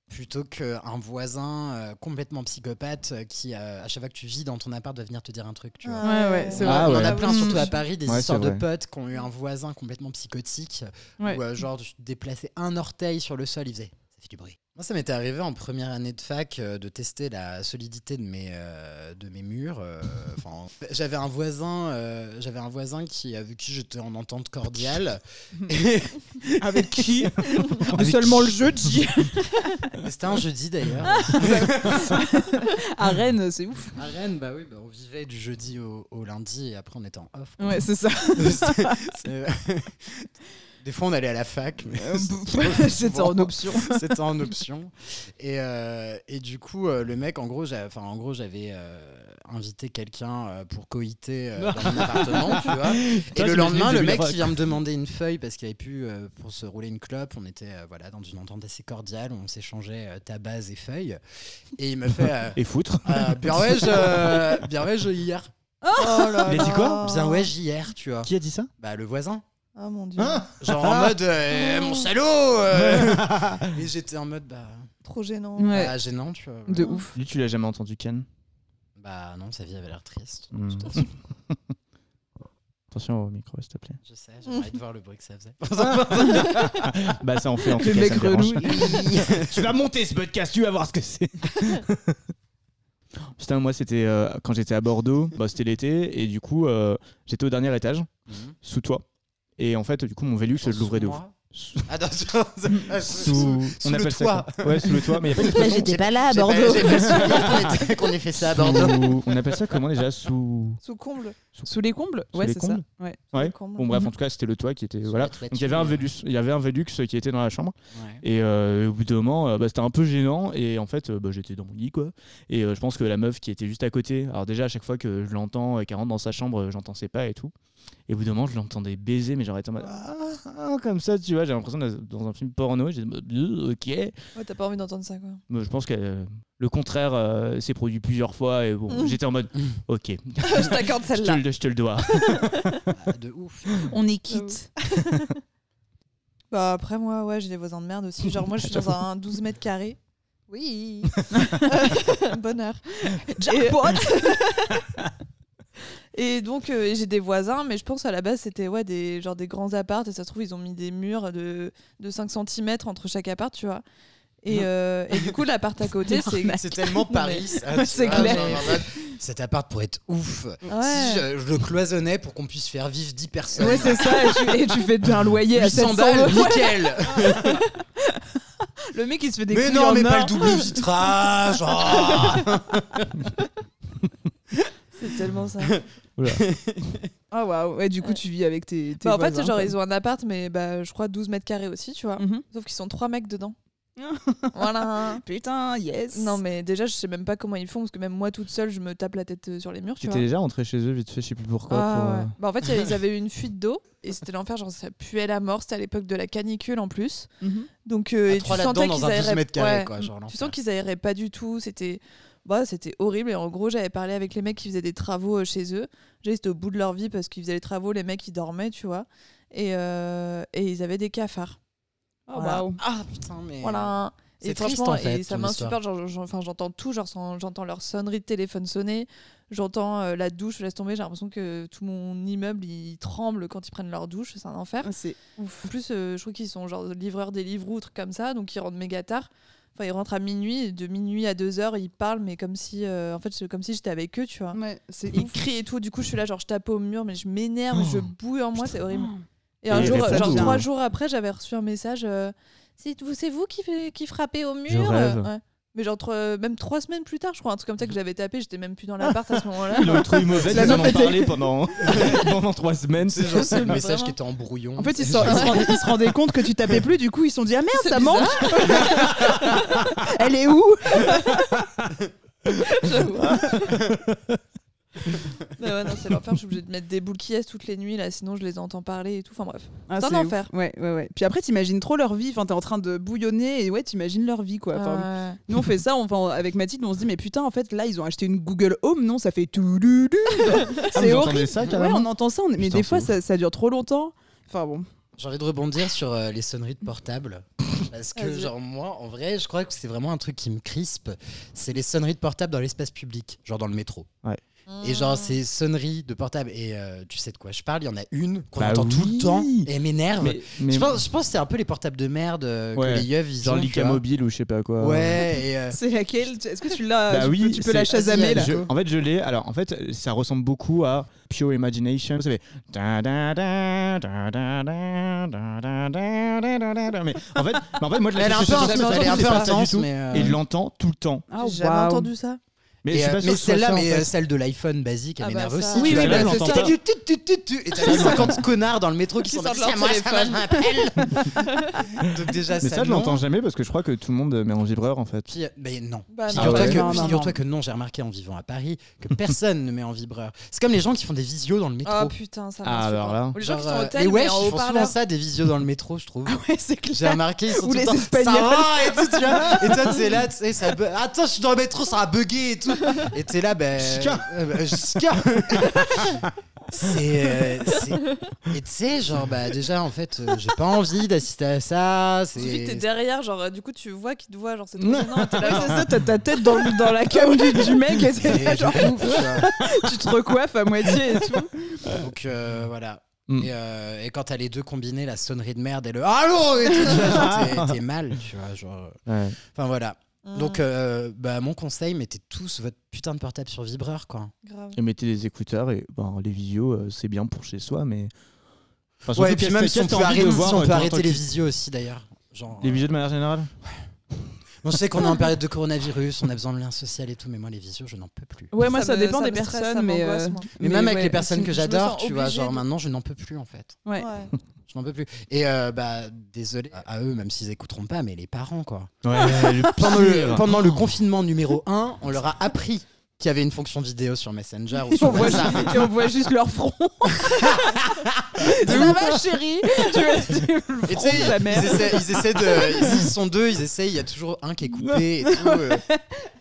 Speaker 1: plutôt qu'un voisin euh, complètement psychopathe euh, qui, euh, à chaque fois que tu vis dans ton appart, va venir te dire un truc. Tu vois.
Speaker 4: Ouais, ouais, c'est
Speaker 1: On
Speaker 4: vrai.
Speaker 2: Ah
Speaker 1: en a
Speaker 2: ouais.
Speaker 1: plein,
Speaker 3: oui.
Speaker 1: surtout à Paris, des
Speaker 2: Ouais, c'est
Speaker 1: histoires de
Speaker 2: vrai.
Speaker 1: potes qui ont eu un voisin complètement psychotique
Speaker 4: Ouais.
Speaker 1: où, euh, genre, tu déplaçais un orteil sur le sol, il faisait ça fait du bruit. Moi, ça m'était arrivé en première année de fac euh, de tester la solidité de mes, euh, de mes murs. euh, enfin, [LAUGHS] j'avais un voisin, euh, j'avais un voisin qui, avec qui j'étais en entente
Speaker 4: [LAUGHS]
Speaker 1: cordiale. Et-
Speaker 4: Avec qui
Speaker 2: Avec
Speaker 4: Seulement
Speaker 2: qui
Speaker 4: le jeudi
Speaker 1: C'était un jeudi d'ailleurs.
Speaker 4: à Rennes, c'est ouf.
Speaker 1: À Rennes, bah oui, bah on vivait du jeudi au, au lundi et après on était en off. quoi.
Speaker 4: Ouais, c'est
Speaker 1: [LAUGHS]
Speaker 4: ça.
Speaker 1: C'est- c'est- euh, Des fois on allait à la fac, mais
Speaker 4: Euh, [LAUGHS] C'était en option.
Speaker 1: [LAUGHS] c'était en option. Et, euh, et du coup, euh, le mec, en gros, j'a- enfin, en gros, j'avais euh, invité quelqu'un euh, pour coïter euh, dans
Speaker 4: [LAUGHS]
Speaker 1: mon appartement, tu vois. Et
Speaker 2: Putain,
Speaker 1: le
Speaker 2: j'imagine,
Speaker 1: lendemain,
Speaker 2: j'ai
Speaker 1: le
Speaker 2: vu la
Speaker 1: mec
Speaker 2: fac.
Speaker 1: qui vient me demander une feuille parce qu'il avait pu euh, pour se rouler une clope, on était euh, voilà dans une entente assez cordiale, on s'échangeait euh, tabac et feuilles. Et il me fait. euh,
Speaker 2: Et foutre. [LAUGHS]
Speaker 1: Euh, bien ouais, je, euh, bien ouais, je hier.
Speaker 3: Oh là
Speaker 2: Il a dit quoi
Speaker 3: là.
Speaker 1: Bien ouais, hier, tu vois.
Speaker 2: Qui a dit ça
Speaker 1: Bah le voisin.
Speaker 3: Ah mon dieu.
Speaker 2: Hein
Speaker 1: Genre en mode euh, mon salaud. euh. Et j'étais en mode bah,
Speaker 3: Trop gênant.
Speaker 4: Ouais.
Speaker 1: bah, gênant, tu vois.
Speaker 4: De ouf.
Speaker 2: [LAUGHS] Lui, tu l'as jamais entendu, Ken
Speaker 1: Bah non, sa vie avait l'air triste.
Speaker 2: Hmm.
Speaker 1: Tout à fait.
Speaker 2: [LAUGHS] Attention au micro, s'il te plaît.
Speaker 1: Je sais, j'ai envie de voir le bruit que [LAUGHS] ça faisait.
Speaker 2: [LAUGHS] Bah, ça en fait en tout
Speaker 4: Le
Speaker 2: cas,
Speaker 4: mec
Speaker 2: ça me dérange.
Speaker 4: relou.
Speaker 2: tu vas monter ce podcast, tu vas voir ce que c'est. Putain, moi, c'était euh, quand j'étais à Bordeaux, bah, c'était l'été, et du coup, euh, j'étais au dernier étage,
Speaker 1: Mhm.
Speaker 2: sous toi. Et en fait, du coup, mon Vélux, je l'ouvrais de ouf.
Speaker 1: Moi,
Speaker 2: Sous,
Speaker 1: Ah, non, je- sous
Speaker 2: on
Speaker 1: le
Speaker 2: appelle
Speaker 1: toit.
Speaker 2: ça. quoi Ouais, sous le toit, mais il y a
Speaker 1: [LAUGHS]
Speaker 2: pas
Speaker 1: Là,
Speaker 2: d'expression.
Speaker 1: j'étais
Speaker 5: pas là
Speaker 1: J'ai pas- j'ai pas souvenir qu'on ait- qu'on ait fait ça à Bordeaux.
Speaker 2: Sous- On appelle ça comment déjà Sous.
Speaker 3: Sous comble.
Speaker 4: Sous les combles
Speaker 2: Sous
Speaker 4: Ouais,
Speaker 2: les
Speaker 4: c'est ça.
Speaker 2: combles
Speaker 4: Ouais.
Speaker 2: Ouais.
Speaker 3: Comble.
Speaker 2: Bon bref, en tout cas, c'était le toit qui était
Speaker 1: Sous
Speaker 2: voilà.
Speaker 1: la toiture.
Speaker 2: Donc il y avait un Velux, il y avait un Velux qui était dans la chambre et euh, au bout d'un moment, euh, bah, c'était un peu gênant et en fait, euh, bah, j'étais dans mon lit quoi. Et euh, je pense que la meuf qui était juste à côté, alors déjà à chaque fois que je l'entends, euh, qu'elle rentre dans sa chambre, euh, j'entends ses pas et tout. Et au bout d'un moment, je l'entendais baiser, mais j'aurais été en mode ah, ah, comme ça, tu vois, j'ai l'impression d'être dans un film porno. J'ai dit, bah, euh, ok.
Speaker 3: Ouais, t'as pas envie d'entendre ça,
Speaker 2: [LAUGHS]
Speaker 3: quoi.
Speaker 2: Mais je pense que euh, le contraire euh, s'est produit plusieurs fois et bon,
Speaker 3: Mm.
Speaker 2: j'étais en mode
Speaker 4: [LAUGHS]
Speaker 2: ok,
Speaker 3: je t'accorde
Speaker 2: je
Speaker 3: celle-là.
Speaker 2: te le- je te le dois.
Speaker 1: Ah, de ouf.
Speaker 5: On est quitte.
Speaker 3: [LAUGHS] Bah, après, moi, ouais, j'ai des voisins de merde aussi. Genre, moi, je suis dans un 12 mètres carrés. Oui. Bonheur. Jackpot. Et donc, euh, j'ai des voisins, mais je pense à la base, c'était ouais, des, genre des grands apparts. Et ça se trouve, ils ont mis des murs de, de 5 cm entre chaque appart, tu vois. Et, euh, et du coup, l'appart à côté, c'est.
Speaker 1: C'est tellement
Speaker 3: mais-
Speaker 1: Paris. ça, tu
Speaker 3: C'est
Speaker 1: vois,
Speaker 3: clair.
Speaker 1: genre, en mode, Cet appart pourrait être ouf. Si
Speaker 3: Ouais.
Speaker 1: je, je le cloisonnais pour qu'on puisse faire vivre 10 personnes.
Speaker 4: Ouais, c'est ça. Et tu, et tu fais un loyer à
Speaker 1: 800
Speaker 4: 700
Speaker 1: balles,
Speaker 4: euros.
Speaker 1: nickel.
Speaker 4: Le mec, il se fait [LAUGHS] des
Speaker 1: Mais
Speaker 4: couilles
Speaker 1: non,
Speaker 4: en
Speaker 1: mais pas
Speaker 4: or.
Speaker 1: le double vitrage.
Speaker 4: [LAUGHS]
Speaker 1: Ah.
Speaker 3: C'est tellement ça.
Speaker 4: Ah, waouh. Ouais, du coup, tu vis avec tes. tes
Speaker 3: Bah, en fait,
Speaker 4: voisins,
Speaker 3: genre,
Speaker 4: quoi.
Speaker 3: ils ont un appart, mais bah, je crois 12 mètres carrés aussi, tu vois.
Speaker 4: Mhm.
Speaker 3: Sauf qu'ils sont trois
Speaker 1: [LAUGHS]
Speaker 3: mecs dedans. voilà.
Speaker 4: Putain, yes.
Speaker 3: Non, mais déjà, je sais même pas comment ils font, parce que même moi toute seule, je me tape la tête euh, sur les murs, tu
Speaker 2: Tu
Speaker 3: vois.
Speaker 2: t'es déjà rentré chez eux vite fait, je sais plus pourquoi.
Speaker 3: Ah,
Speaker 2: pour, euh,
Speaker 3: ouais. Bah, en fait, il y
Speaker 2: [LAUGHS]
Speaker 3: a- ils avaient eu une fuite d'eau, et c'était l'enfer, genre ça puait la mort, c'était à l'époque de la canicule en plus.
Speaker 4: Mhm.
Speaker 3: Donc, euh,
Speaker 1: À
Speaker 3: et tu
Speaker 1: Ah, trois là-dedans,
Speaker 3: sentais
Speaker 1: dans
Speaker 3: qu'ils
Speaker 1: un 12
Speaker 3: aéraient...
Speaker 1: mètres carrés,
Speaker 3: ouais.
Speaker 1: quoi, genre,
Speaker 3: tu
Speaker 1: l'enfer.
Speaker 3: sens qu'ils aéraient pas du tout, c'était... Bah, c'était horrible et en gros j'avais parlé avec les mecs qui faisaient des travaux euh, chez eux. Déjà ils étaient au bout de leur vie parce qu'ils faisaient les travaux, les mecs ils dormaient tu vois. Et, euh, et ils avaient des cafards.
Speaker 4: Ah,
Speaker 3: Voilà.
Speaker 4: waouh.
Speaker 1: Ah putain, mais.
Speaker 3: Voilà.
Speaker 1: euh, C'est
Speaker 3: Et
Speaker 1: triste,
Speaker 3: franchement,
Speaker 1: en fait,
Speaker 3: et ça
Speaker 1: ton
Speaker 3: m'insupporte. genre, j'en- Enfin, j'entends tout, genre, sans- j'entends leur sonnerie de téléphone sonner, j'entends euh, la douche, je laisse tomber. J'ai l'impression que tout mon immeuble il tremble quand ils prennent leur douche, c'est un enfer.
Speaker 4: C'est
Speaker 3: En plus, euh, je trouve qu'ils sont genre livreurs des livres ou trucs comme ça, donc ils rentrent méga tard. Enfin, ils rentrent à minuit, et de minuit à 2 heures, ils parlent, mais comme si, euh, en fait, c'est comme si j'étais avec eux, tu vois.
Speaker 4: Ouais, c'est
Speaker 3: Ils
Speaker 4: ouf.
Speaker 3: crient et tout. Du coup, je suis là, genre, je tape au mur, mais je m'énerve,
Speaker 4: Oh.
Speaker 3: je bouille en moi, c'est horrible. Et un
Speaker 2: Et
Speaker 3: jour,
Speaker 2: les
Speaker 3: euh, genre
Speaker 2: fans,
Speaker 3: trois
Speaker 2: ou-
Speaker 3: jours après, j'avais reçu un message. euh, c'est vous, c'est vous qui, fait- qui frappez au mur
Speaker 2: Je rêve.
Speaker 3: euh, ouais. Mais genre trois- même trois semaines plus tard, je crois, un truc comme ça que j'avais tapé. J'étais même plus dans l'appart à ce moment-là.
Speaker 2: [LAUGHS] Ils l'ont trouvé mauvaise,
Speaker 4: La
Speaker 2: euh, ils en
Speaker 4: meuf
Speaker 2: ont
Speaker 4: était-
Speaker 2: parlé pendant, [LAUGHS] pendant trois semaines.
Speaker 1: C'est genre, c'est le
Speaker 3: Vraiment.
Speaker 1: message qui était en brouillon.
Speaker 4: En fait, ils se, [LAUGHS] ils se rendaient, ils se rendaient compte que tu tapais plus, du coup, ils se sont dit Ah merde,
Speaker 3: C'est
Speaker 4: ça
Speaker 3: bizarre.
Speaker 4: manque Elle
Speaker 3: [LAUGHS]
Speaker 4: est où
Speaker 3: J'avoue. Mais ouais, non, c'est l'enfer. Je suis obligée de mettre des boules qui est toutes les nuits là, sinon je les entends parler et tout. Enfin bref.
Speaker 4: Ah,
Speaker 3: C'est un
Speaker 4: ouf.
Speaker 3: enfer.
Speaker 4: Ouais, ouais, ouais. Puis après, t'imagines trop leur vie. Enfin, t'es en train de bouillonner et ouais, t'imagines leur vie, quoi. Enfin,
Speaker 3: Euh,
Speaker 4: Nous, on fait ça on, enfin, avec Mathilde, on se dit, mais putain, en fait, là, ils ont acheté une Google Home, non Ça fait tout. doux, doux. C'est
Speaker 2: Ah, vous entendez
Speaker 4: horrible.
Speaker 2: ça,
Speaker 4: ouais,
Speaker 2: carrément
Speaker 4: on entend ça, on- mais
Speaker 2: Putain,
Speaker 4: des
Speaker 2: c'est
Speaker 4: fois,
Speaker 2: ouf.
Speaker 4: ça, ça dure trop longtemps. Enfin bon.
Speaker 1: J'ai envie de rebondir sur euh, les sonneries de portable. Parce que,
Speaker 3: Vas-y.
Speaker 1: genre, moi, en vrai, je crois que c'est vraiment un truc qui me crispe. C'est les sonneries de portable dans l'espace public, genre dans le métro. Et
Speaker 3: Ah. Mmh.
Speaker 1: genre, ces sonneries de portable, et euh, tu sais de quoi je parle, il y en a une qu'on
Speaker 2: Bah
Speaker 1: entend tout
Speaker 2: oui.
Speaker 1: le temps et elle m'énerve.
Speaker 2: Mais, mais
Speaker 1: Je pense, je pense que c'est un peu les portables de merde euh,
Speaker 2: Ouais.
Speaker 1: que les yeux ils
Speaker 2: genre
Speaker 1: ont.
Speaker 2: l'ICA
Speaker 1: tu vois.
Speaker 2: mobile ou je sais pas quoi.
Speaker 1: Ouais, et.
Speaker 2: [LAUGHS]
Speaker 1: euh,
Speaker 4: [LAUGHS] C'est laquelle Tu- Est-ce que tu l'as
Speaker 2: Bah
Speaker 4: tu,
Speaker 2: oui,
Speaker 4: peux, tu peux la
Speaker 2: c'est-
Speaker 4: chasamer,
Speaker 1: Vas-y,
Speaker 4: là
Speaker 1: allez.
Speaker 2: Je-
Speaker 1: D'accord.
Speaker 2: en fait, je l'ai. Alors, en fait, ça ressemble beaucoup à Pure Imagination. Vous savez. Da, da, da, da, da, da, da, da, da, da, da, da. Mais en fait, mais en fait, moi, je
Speaker 1: Elle est un
Speaker 2: l'associe-
Speaker 1: peu
Speaker 2: je- je-
Speaker 1: intense,
Speaker 2: je- je-
Speaker 1: elle est un
Speaker 2: je- je-
Speaker 1: peu
Speaker 2: je- je- je- je-
Speaker 1: intense,
Speaker 2: je- je-
Speaker 1: mais. euh,
Speaker 2: Et je l'entends tout le temps.
Speaker 4: Ah,
Speaker 3: J'ai jamais
Speaker 4: waouh.
Speaker 3: entendu ça.
Speaker 1: et,
Speaker 2: Mais je suis
Speaker 1: euh,
Speaker 2: pas sûr
Speaker 1: mais
Speaker 2: que ce soit
Speaker 1: celle-là,
Speaker 2: ça, en
Speaker 1: mais euh,
Speaker 2: fait.
Speaker 1: celle de l'iPhone basique, elle
Speaker 3: Ah bah
Speaker 1: m'énerve
Speaker 3: ça.
Speaker 1: aussi.
Speaker 4: Oui,
Speaker 1: tu
Speaker 4: oui,
Speaker 1: vois,
Speaker 4: bah,
Speaker 1: elle
Speaker 4: c'est
Speaker 1: entend
Speaker 4: ça.
Speaker 1: pas. Tu- tu- tu- tu- tu- Et t'as 50 connards dans le métro qui
Speaker 3: Qui
Speaker 1: sont
Speaker 3: sortent
Speaker 1: là,
Speaker 3: leur
Speaker 1: C'est à moi, c'est à
Speaker 3: téléphone.
Speaker 1: moi, je
Speaker 3: [LAUGHS]
Speaker 1: m'appelle. Donc déjà,
Speaker 2: Mais ça, je
Speaker 1: non.
Speaker 2: l'entends jamais parce que je crois que tout le monde met en vibreur en fait.
Speaker 1: Puis, euh, mais non.
Speaker 3: Bah, non.
Speaker 1: Figure-toi
Speaker 2: Ah ouais.
Speaker 1: que,
Speaker 4: Non, non, non.
Speaker 1: figure-toi que non, j'ai remarqué en vivant à Paris que personne ne met en vibreur. C'est comme les gens qui font des visios dans le métro.
Speaker 3: Oh putain, ça
Speaker 2: Ah,
Speaker 3: m'insupporte.
Speaker 2: alors là.
Speaker 3: Ou Les gens qui
Speaker 1: Genre,
Speaker 3: sont
Speaker 1: euh,
Speaker 3: au
Speaker 1: les
Speaker 3: tel, mais
Speaker 1: Welsh,
Speaker 3: en
Speaker 1: ils font souvent
Speaker 3: haut-parleur.
Speaker 1: ça, des visios dans le métro, je trouve.
Speaker 4: Ouais, c'est
Speaker 1: J'ai
Speaker 4: clair.
Speaker 1: remarqué, ils sont
Speaker 4: Ou
Speaker 1: tout
Speaker 4: les
Speaker 1: le temps,
Speaker 4: Espagnols.
Speaker 1: Ça va et tout, tu vois. Et toi, t'es là, tu sais, ça bu- Attends, je suis dans le métro, ça a bugué et tout. Et t'es là, ben.
Speaker 2: Jusqu'à.
Speaker 1: euh, ben, jusqu'à. c'est, euh, c'est- Et tu sais, genre, bah, déjà, en fait, euh, j'ai pas envie d'assister à ça.
Speaker 3: Il suffit que t'es
Speaker 1: C'est.
Speaker 3: derrière, genre, euh, du coup, tu vois qu'ils te voient, genre, c'est trop gênant. t'es là,
Speaker 4: Ouais,
Speaker 3: genre,
Speaker 4: Ah, c'est ça, t'as ta tête dans, dans la cam du, [LAUGHS] du mec et t'es là,
Speaker 1: Et
Speaker 4: genre,
Speaker 1: je
Speaker 4: [LAUGHS]
Speaker 1: trouve, tu vois.
Speaker 4: tu te recoiffes à moitié [LAUGHS] et tout.
Speaker 1: Donc, euh, voilà.
Speaker 2: Mm.
Speaker 1: Et, euh, et quand t'as les deux combinés, la sonnerie de merde et le Allô et tout, tu vois, genre, t'es- t'es mal, tu vois. Genre... euh.
Speaker 2: Ouais.
Speaker 1: Enfin, voilà.
Speaker 3: Hmm,
Speaker 1: Donc, euh, bah, mon conseil, mettez tous votre putain de portable sur vibreur, quoi.
Speaker 3: grave.
Speaker 4: ben,
Speaker 2: Et mettez des écouteurs et bon, les visios, euh, c'est bien pour chez soi, mais Enfin, surtout
Speaker 1: Ouais, et puis
Speaker 2: qu'elles-
Speaker 1: même
Speaker 2: elles
Speaker 1: si
Speaker 2: sont
Speaker 1: on peut
Speaker 2: plus
Speaker 1: arrêter,
Speaker 2: de
Speaker 1: si
Speaker 2: voir,
Speaker 1: on
Speaker 2: euh,
Speaker 1: peut
Speaker 2: tant
Speaker 1: arrêter les
Speaker 2: qu'ils-
Speaker 1: visios aussi d'ailleurs. Genre,
Speaker 2: Les visios de manière générale
Speaker 1: Bon, je sais qu'on est en période de coronavirus, on a besoin de lien social et tout, mais moi les visios, je n'en peux plus.
Speaker 4: Ouais, moi, ça,
Speaker 3: me-
Speaker 4: dépend
Speaker 3: ça
Speaker 4: des
Speaker 3: me stresse, ça
Speaker 4: personnes, mais.
Speaker 3: m'angoisse,
Speaker 4: euh,
Speaker 3: moi.
Speaker 1: Mais, même avec
Speaker 4: ouais,
Speaker 1: les personnes
Speaker 3: je-
Speaker 1: que
Speaker 3: je me
Speaker 1: j'adore,
Speaker 3: sens
Speaker 1: tu vois,
Speaker 3: obligée
Speaker 1: genre
Speaker 3: de-
Speaker 1: maintenant, je n'en peux plus en fait.
Speaker 4: Ouais.
Speaker 3: Ouais.
Speaker 1: Je n'en peux plus. Et euh, bah, désolé à- à eux, même s'ils écouteront pas, mais les parents, quoi.
Speaker 2: Ouais, le
Speaker 1: Pendant le,
Speaker 2: pire.
Speaker 1: pendant le confinement numéro 1, on leur a appris qu'il y avait une fonction vidéo sur Messenger ou
Speaker 4: Et on,
Speaker 1: sur
Speaker 4: voit
Speaker 1: WhatsApp.
Speaker 4: juste, et on voit juste
Speaker 1: [LAUGHS]
Speaker 4: leur front.
Speaker 3: Ça va, chérie
Speaker 1: [LAUGHS]
Speaker 3: Tu- tu-
Speaker 1: Et tu
Speaker 4: front
Speaker 1: sais,
Speaker 4: de la
Speaker 1: ils,
Speaker 4: mère.
Speaker 1: essaient, ils essaient de. Ils, ils sont deux, ils essayent, il y a toujours un qui est coupé et tout. euh.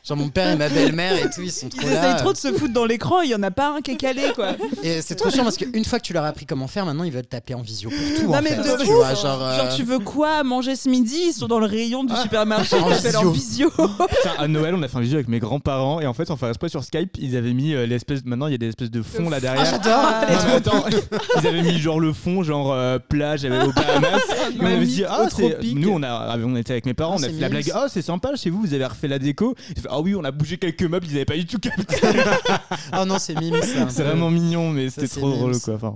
Speaker 1: Genre mon père et ma belle-mère et tout, ils sont trop
Speaker 4: Ils
Speaker 1: là.
Speaker 4: essayent trop de se foutre dans l'écran, il y en a pas un qui est calé, quoi.
Speaker 1: Et c'est trop chiant parce qu'une fois que tu leur as appris comment faire, maintenant ils veulent t'appeler en visio pour tout.
Speaker 4: Non,
Speaker 1: en
Speaker 4: mais
Speaker 1: fait,
Speaker 4: de
Speaker 1: tu
Speaker 4: ouf.
Speaker 1: vois, genre, euh,
Speaker 4: Genre, tu veux quoi manger ce midi Ils sont dans le rayon du
Speaker 1: Ah.
Speaker 4: supermarché,
Speaker 1: En
Speaker 4: ils t'appellent en visio.
Speaker 2: Putain, à Noël, on a fait un visio avec mes grands-parents et en fait, on fait exprès sur Skype. Ils avaient mis euh, l'espèce. Maintenant, il y a des espèces de fonds là
Speaker 1: Ah, [LAUGHS]
Speaker 2: derrière.
Speaker 1: j'adore!
Speaker 4: [LAUGHS]
Speaker 2: Non, mais attends, [LAUGHS] ils avaient mis genre le fond, genre euh, plage avec
Speaker 4: [LAUGHS]
Speaker 2: au Bahamas. Et on avait dit, ah,
Speaker 1: au
Speaker 2: c'est.
Speaker 1: tropique.
Speaker 2: Nous, on, a, on était avec mes parents,
Speaker 1: Ah,
Speaker 2: on a
Speaker 1: c'est
Speaker 2: fait la
Speaker 1: mimes.
Speaker 2: blague. Ah, c'est sympa chez vous, vous avez refait la déco. Ils ont fait, Ah oui, on a bougé quelques meubles, ils avaient pas du tout capté.
Speaker 1: Oh non, c'est mime
Speaker 4: Ah,
Speaker 1: ça!
Speaker 2: C'est vraiment mignon, mais
Speaker 1: Ça,
Speaker 2: c'était
Speaker 1: c'est
Speaker 2: trop
Speaker 1: mimes.
Speaker 2: drôle quoi. Enfin,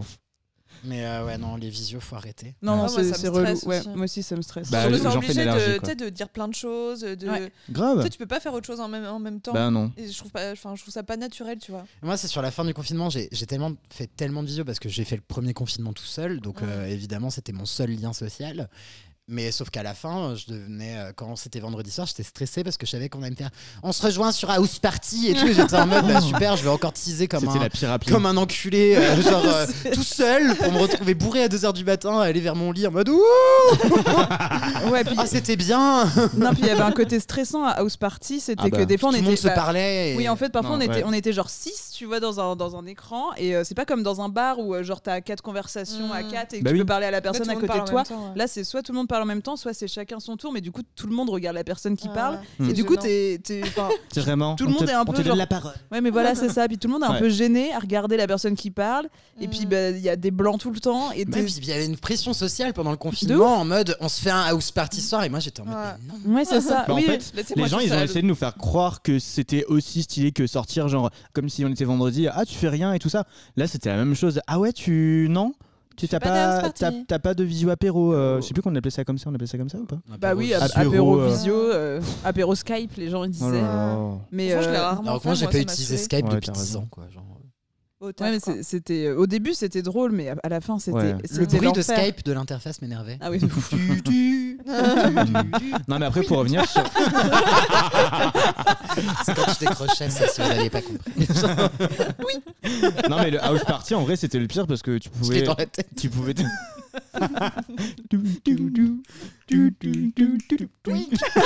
Speaker 1: Mais euh, ouais, non, les visios, faut arrêter.
Speaker 4: Non,
Speaker 3: Ah,
Speaker 4: non,
Speaker 3: moi,
Speaker 4: c'est
Speaker 3: ça me
Speaker 4: c'est relou.
Speaker 3: stresse
Speaker 4: Ouais,
Speaker 3: aussi.
Speaker 4: moi aussi, ça me stresse.
Speaker 2: Bah,
Speaker 3: on
Speaker 2: j'en
Speaker 3: est
Speaker 2: fais de
Speaker 3: obligé de,
Speaker 2: l'énergie,
Speaker 3: tu
Speaker 2: quoi.
Speaker 3: sais, de dire plein de choses. De...
Speaker 4: Ouais.
Speaker 3: Tu
Speaker 2: grave.
Speaker 3: sais, tu peux pas faire autre chose en même, en même temps.
Speaker 2: Bah non.
Speaker 3: Et je trouve, pas, enfin, je trouve ça pas naturel, tu vois.
Speaker 1: Moi, c'est sur la fin du confinement, j'ai j'ai tellement fait tellement de visios parce que j'ai fait le premier confinement tout seul, donc
Speaker 3: Ouais.
Speaker 1: euh, évidemment, c'était mon seul lien social. Mais sauf qu'à la fin, je devenais, euh, quand c'était vendredi soir, j'étais stressé parce que je savais qu'on allait me faire on se rejoint sur House Party et tout. et J'étais en mode [LAUGHS] bah, super, je vais encore teaser comme
Speaker 2: C'était
Speaker 1: un,
Speaker 2: la pire appli.
Speaker 1: comme un enculé, euh,
Speaker 4: [LAUGHS]
Speaker 1: genre euh, tout seul pour me retrouver bourré à 2h du matin, aller vers mon lit en mode ouh,
Speaker 4: Ouais, puis
Speaker 1: ah, c'était bien.
Speaker 4: non, puis il y avait un côté stressant à House Party, c'était
Speaker 2: Ah bah.
Speaker 4: que des fois on
Speaker 1: Tout le
Speaker 4: était.
Speaker 1: monde se
Speaker 4: bah,
Speaker 1: parlait. et-
Speaker 4: Oui, en fait, parfois
Speaker 2: Non,
Speaker 4: on, était,
Speaker 2: ouais.
Speaker 4: on était genre 6, tu vois, dans un, dans un écran. Et euh, c'est pas comme dans un bar où euh, genre t'as quatre conversations à
Speaker 3: Mm.
Speaker 4: quatre et que
Speaker 2: Bah
Speaker 4: tu
Speaker 2: oui.
Speaker 4: peux parler à la personne
Speaker 3: Là,
Speaker 4: à
Speaker 3: tout le monde
Speaker 4: côté de
Speaker 3: parle en
Speaker 4: toi.
Speaker 3: même temps, ouais.
Speaker 4: Là, c'est soit tout le monde parle en même temps, soit c'est chacun son tour, mais du coup, tout le monde regarde la personne qui
Speaker 3: Ah Ouais,
Speaker 4: parle.
Speaker 3: ouais.
Speaker 2: Mm.
Speaker 4: Et
Speaker 3: C'est
Speaker 4: du coup,
Speaker 3: gênant.
Speaker 4: t'es. t'es- enfin,
Speaker 2: C'est vraiment.
Speaker 4: Tout le
Speaker 2: on
Speaker 4: monde
Speaker 2: te-
Speaker 4: est un
Speaker 2: on
Speaker 4: peu
Speaker 2: te donne
Speaker 4: genre-
Speaker 2: la parole.
Speaker 4: Ouais, mais voilà, c'est ça. Puis tout le monde est un
Speaker 2: Ouais.
Speaker 4: peu gêné à regarder la personne qui parle. Et
Speaker 3: Mm.
Speaker 4: puis, bah, il y a des blancs tout le temps. Et
Speaker 2: Bah
Speaker 1: Ouais,
Speaker 4: t'es-
Speaker 1: puis il y avait une pression sociale pendant le confinement en mode on se fait un house party soir et moi j'étais en mode
Speaker 3: Ouais.
Speaker 1: mais non.
Speaker 4: Ouais, c'est ça.
Speaker 2: Bah, en
Speaker 4: Ah, oui,
Speaker 2: fait,
Speaker 3: Laissez-moi
Speaker 2: Les gens,
Speaker 3: tout
Speaker 2: ils ont
Speaker 3: seul.
Speaker 2: essayé de nous faire croire que c'était aussi stylé que sortir, genre comme si on était vendredi, ah tu fais rien et tout ça. Là, c'était la même chose. Ah ouais, tu non, tu t'as
Speaker 3: fais pas de
Speaker 2: pas,
Speaker 3: house party.
Speaker 2: t'as- t'as pas de visio apéro. euh, je sais plus qu'on appelait ça comme ça. On appelait ça comme ça ou pas
Speaker 4: Bah oui,
Speaker 2: apéro,
Speaker 1: Ah,
Speaker 4: apéro,
Speaker 2: euh,
Speaker 4: visio, euh, apéro Skype, les gens ils disaient.
Speaker 2: Oh là là.
Speaker 4: mais
Speaker 3: Franchement, je
Speaker 4: euh,
Speaker 3: l'ai
Speaker 1: Alors
Speaker 3: rarement
Speaker 1: que moi
Speaker 3: fait,
Speaker 1: j'ai
Speaker 3: moi,
Speaker 1: pas
Speaker 3: ça m'a
Speaker 1: utilisé
Speaker 3: saoulé.
Speaker 1: Skype
Speaker 2: Ouais,
Speaker 1: depuis
Speaker 2: t'as
Speaker 1: 10
Speaker 2: raison.
Speaker 1: ans quoi. Genre.
Speaker 3: Au taf,
Speaker 4: ouais, mais
Speaker 3: quoi.
Speaker 4: c'est- c'était euh, au début c'était drôle, mais à à la fin c'était
Speaker 2: Ouais.
Speaker 1: Le
Speaker 4: c'était
Speaker 1: bruit de
Speaker 4: l'enfer.
Speaker 1: Skype de l'interface
Speaker 4: [LAUGHS]
Speaker 1: m'énervait.
Speaker 4: Ah
Speaker 2: [LAUGHS]
Speaker 4: oui, de fou.
Speaker 1: Tu, tu, tu, tu.
Speaker 2: Non, mais après pour
Speaker 3: [LAUGHS]
Speaker 2: revenir, sur-
Speaker 1: C'est quand je décrochais ça si vous n'aviez pas compris.
Speaker 2: non mais le house party en vrai c'était le pire parce que tu
Speaker 1: Je
Speaker 2: pouvais,
Speaker 1: l'ai dans la tête.
Speaker 2: tu pouvais. [LAUGHS]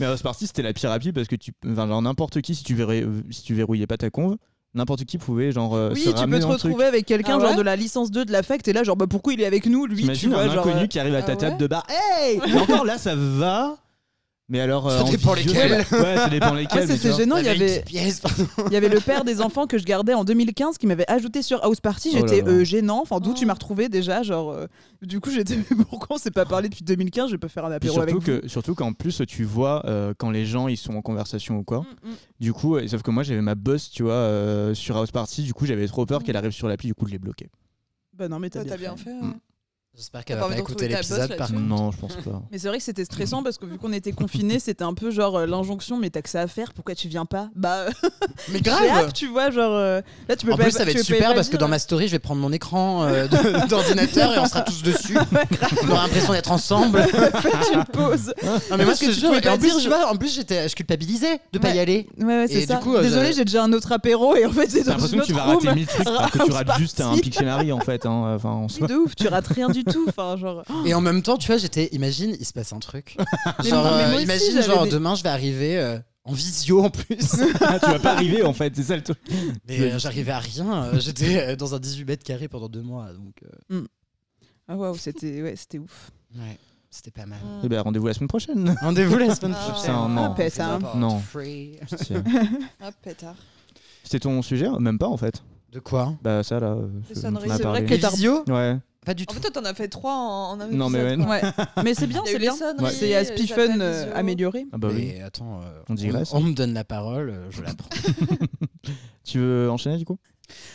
Speaker 2: Mais House Party, c'était la pire appli parce que tu, enfin, genre n'importe qui, si tu, verrais, si tu verrouillais pas ta conve, n'importe qui pouvait genre. euh, se
Speaker 4: Oui, tu
Speaker 2: ramener
Speaker 4: peux te
Speaker 2: dans le truc.
Speaker 4: retrouver avec quelqu'un
Speaker 3: Ah ouais
Speaker 4: genre de la licence 2 de la fac, t'es là genre bah pourquoi il est avec nous lui, tu
Speaker 2: T'imagines
Speaker 4: vois
Speaker 2: un
Speaker 4: genre
Speaker 2: inconnu
Speaker 4: euh,
Speaker 2: qui arrive à ta
Speaker 3: ah
Speaker 2: table
Speaker 3: ouais
Speaker 2: de bar.
Speaker 4: [LAUGHS]
Speaker 2: Hey Et Encore là, ça va. Mais alors. euh,
Speaker 1: Ça
Speaker 2: en
Speaker 1: dépend
Speaker 2: visio,
Speaker 1: lesquels.
Speaker 2: ça va- Ouais, ça dépend
Speaker 4: [LAUGHS] ouais,
Speaker 2: lesquels. mais tu
Speaker 4: ah, c'était
Speaker 2: vois.
Speaker 4: gênant,
Speaker 1: On
Speaker 4: il y
Speaker 1: avait une
Speaker 4: avait
Speaker 1: petite pièce, [LAUGHS] pardon.
Speaker 4: il y avait le père des enfants que je gardais en 2015 qui m'avait ajouté sur House Party,
Speaker 2: Oh là
Speaker 4: j'étais
Speaker 2: là.
Speaker 4: euh, gênant, enfin d'où tu
Speaker 3: Oh.
Speaker 4: m'as retrouvé déjà genre euh, du coup j'étais [LAUGHS] mais pourquoi on s'est pas parlé depuis 2015, je vais pas faire un
Speaker 2: Puis
Speaker 4: apéro avec
Speaker 2: surtout
Speaker 4: vous.
Speaker 2: que surtout qu'en plus tu vois euh, quand les gens ils sont en conversation ou quoi.
Speaker 4: Mm, mm.
Speaker 2: Du coup, euh, sauf que moi j'avais ma boss, tu vois, euh, sur House Party, du coup j'avais trop peur qu'elle arrive sur l'appli, du coup je l'ai bloquée.
Speaker 4: Bah non mais
Speaker 3: Toi,
Speaker 4: t'as bien fait.
Speaker 3: fait. ouais.
Speaker 2: Mm.
Speaker 1: J'espère qu'elle
Speaker 3: T'as
Speaker 1: va
Speaker 3: pas
Speaker 1: pas
Speaker 3: envie de
Speaker 1: écouter
Speaker 3: retrouver ta bosse
Speaker 1: l'épisode par
Speaker 3: là-dessus.
Speaker 1: contre.
Speaker 2: Non, je pense pas.
Speaker 4: Mais c'est vrai que c'était stressant parce que vu qu'on était confinés, c'était un peu genre euh, l'injonction, mais t'as que ça à faire, pourquoi tu viens pas Bah, euh,
Speaker 1: Mais
Speaker 4: [LAUGHS] j'ai hâte,
Speaker 1: grave
Speaker 4: tu vois, genre euh, là tu peux
Speaker 1: En
Speaker 4: pas.
Speaker 1: plus, ça va
Speaker 4: tu
Speaker 1: être
Speaker 4: peux pas
Speaker 1: super parce que
Speaker 4: évadir.
Speaker 1: dans ma story, je vais prendre mon écran euh, de- [LAUGHS] d'ordinateur et on sera tous dessus.
Speaker 4: [LAUGHS]
Speaker 1: On aura l'impression d'être ensemble.
Speaker 4: Faites une pause.
Speaker 1: Non, mais moi, ce
Speaker 4: Parce que
Speaker 1: que
Speaker 4: tu
Speaker 1: je
Speaker 4: pouvais
Speaker 1: et
Speaker 4: pas
Speaker 1: en plus,
Speaker 4: dire,
Speaker 1: tu vois, en plus, j'étais, je culpabilisais de pas
Speaker 4: Ouais.
Speaker 1: y aller.
Speaker 4: Ouais, ouais, c'est
Speaker 1: du
Speaker 4: ça.
Speaker 1: coup, euh,
Speaker 4: Désolé,
Speaker 1: je-
Speaker 4: j'ai déjà un autre apéro et en fait c'est
Speaker 2: T'as
Speaker 4: dans
Speaker 2: l'impression
Speaker 4: une
Speaker 2: que tu vas
Speaker 4: autre
Speaker 2: rater
Speaker 4: room.
Speaker 2: mille trucs alors que tu
Speaker 4: House
Speaker 2: rates juste un
Speaker 4: Party.
Speaker 2: Pictionary en fait. hein. Enfin, on se
Speaker 4: [LAUGHS] Oui, de ouf, tu rates rien du tout.
Speaker 1: [GASPS]
Speaker 4: Enfin, genre.
Speaker 1: Et en même temps, tu vois, j'étais, imagine, il se passe un truc.
Speaker 4: [LAUGHS] Mais
Speaker 1: Genre,
Speaker 4: moi- mais
Speaker 1: euh,
Speaker 4: moi aussi,
Speaker 1: imagine,
Speaker 4: j'avais
Speaker 1: genre,
Speaker 4: des-
Speaker 1: demain, je vais arriver euh, en visio en
Speaker 4: [LAUGHS]
Speaker 1: plus.
Speaker 2: Ah, tu vas pas arriver en fait, c'est ça le truc.
Speaker 1: Mais euh, j'arrivais à rien. euh, J'étais euh, dans un 18 mètres carrés pendant deux mois, donc euh,
Speaker 4: Ah waouh, c'était ouais,
Speaker 1: [LAUGHS]
Speaker 4: c'était ouf.
Speaker 1: ouais, c'était pas mal.
Speaker 2: Et ben rendez-vous la
Speaker 1: [LAUGHS]
Speaker 2: semaine prochaine.
Speaker 1: Rendez-vous la semaine
Speaker 3: Ah.
Speaker 1: prochaine.
Speaker 2: Putain, non. Ah,
Speaker 4: pétard.
Speaker 2: Non.
Speaker 1: Free.
Speaker 2: Tiens.
Speaker 3: Ah, pétard.
Speaker 2: C'était ton sujet Même pas en fait.
Speaker 1: De quoi
Speaker 2: Bah ça là. euh,
Speaker 3: Les
Speaker 2: ce dont
Speaker 3: sonneries,
Speaker 2: on a
Speaker 3: c'est vrai
Speaker 2: parlé.
Speaker 1: Les
Speaker 4: que t'as-
Speaker 1: visio
Speaker 2: Ouais.
Speaker 1: Pas du
Speaker 3: En
Speaker 1: tout.
Speaker 3: fait, toi, t'en as fait trois en, en un
Speaker 2: Non, mais
Speaker 3: épisode,
Speaker 2: ouais.
Speaker 3: quoi.
Speaker 4: Ouais. Mais c'est bien,
Speaker 3: Il y a eu les
Speaker 4: c'est bien.
Speaker 3: sonneries,
Speaker 4: C'est à
Speaker 3: les
Speaker 4: Spiffen
Speaker 3: appels
Speaker 4: euh,
Speaker 3: visio.
Speaker 4: amélioré.
Speaker 2: Ah bah oui.
Speaker 1: Mais attends, euh,
Speaker 2: On digresse. [LAUGHS]
Speaker 1: on me donne la parole, euh, je la prends.
Speaker 2: Tu veux enchaîner du coup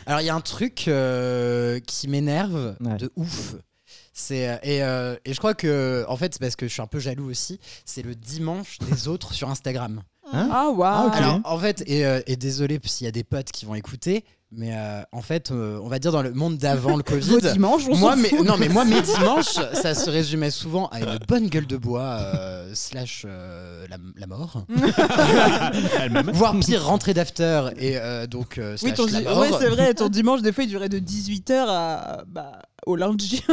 Speaker 1: Alors, il y a un truc euh, qui m'énerve
Speaker 2: Ouais.
Speaker 1: de ouf. C'est, euh, et, euh, et je crois que, en fait, c'est parce que je suis un peu jaloux aussi, c'est le dimanche
Speaker 2: [LAUGHS]
Speaker 1: des autres sur Instagram.
Speaker 4: Ah, waouh
Speaker 2: ok.
Speaker 1: Alors, en fait, et, euh, et désolé s'il y a des potes qui vont écouter, mais euh, en fait, euh, on va dire dans le monde d'avant
Speaker 2: [LAUGHS]
Speaker 1: le
Speaker 4: Vos
Speaker 1: Covid.
Speaker 4: dimanches, on
Speaker 1: Moi,
Speaker 4: s'en
Speaker 1: mais,
Speaker 4: fout.
Speaker 1: non, mais moi, mes dimanches, ça se résumait souvent à une bonne gueule de bois, euh, slash euh, la, la mort. [LAUGHS] Voire pire, rentrée d'after. Et euh, donc, euh,
Speaker 4: Oui,
Speaker 1: slash
Speaker 4: ton
Speaker 1: la
Speaker 4: di-
Speaker 1: mort.
Speaker 4: ouais, c'est
Speaker 1: [LAUGHS]
Speaker 4: vrai, ton dimanche, des fois, il durait de 18h à, bah, au lundi.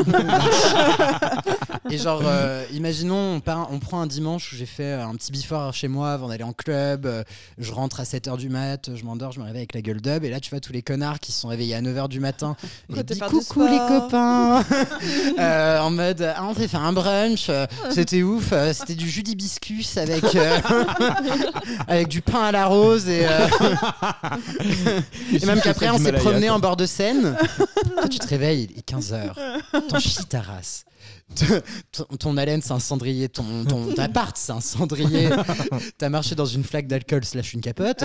Speaker 1: Et genre, euh, imaginons, on, part- on prend un dimanche où j'ai fait euh, un petit before chez moi avant d'aller en club. euh, je rentre à 7h du mat, je m'endors, je me réveille avec la gueule d'ub. Et là, tu vois tous les connards qui se sont réveillés à 9h du
Speaker 3: [LAUGHS]
Speaker 1: matin. Et
Speaker 3: Côté
Speaker 1: dis
Speaker 3: faire du
Speaker 1: coucou les
Speaker 3: sport. [LAUGHS]
Speaker 1: copains [LAUGHS] Euh, En mode, ah, on s'est fait un brunch, euh, c'était ouf. euh, c'était du jus d'hibiscus avec, euh, [LAUGHS] avec du pain à la rose. Et, euh, et même qu'après, on s'est promené en bord de Seine. Toi, tu te réveilles, il est 15h. T'en chies ta race. Te- Ton, ton haleine, c'est un cendrier. Ton, ton ta appart, c'est un [LAUGHS] cendrier. T'as marché dans une flaque d'alcool slash une [LAUGHS] capote.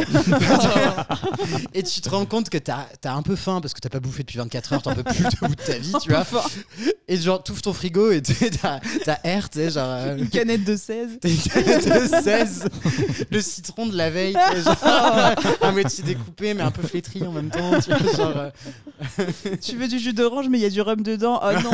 Speaker 1: Et tu te rends compte que t'as as un peu faim parce que t'as pas bouffé depuis 24 heures, t'en peux plus de bout de ta vie, tu vois. Et genre, t'ouvres ton frigo et t'es- t'as t'as air, tu sais, genre. euh,
Speaker 4: Une canette
Speaker 1: [LAUGHS]
Speaker 4: de 16.
Speaker 1: T'as une canette de 16 le citron de la veille tu sais, [LAUGHS] genre, à moitié découpé mais un peu flétri en même temps tu vois, genre, euh,
Speaker 4: tu veux du jus d'orange, mais il y a du rhum dedans. Oh
Speaker 1: [LAUGHS]
Speaker 4: non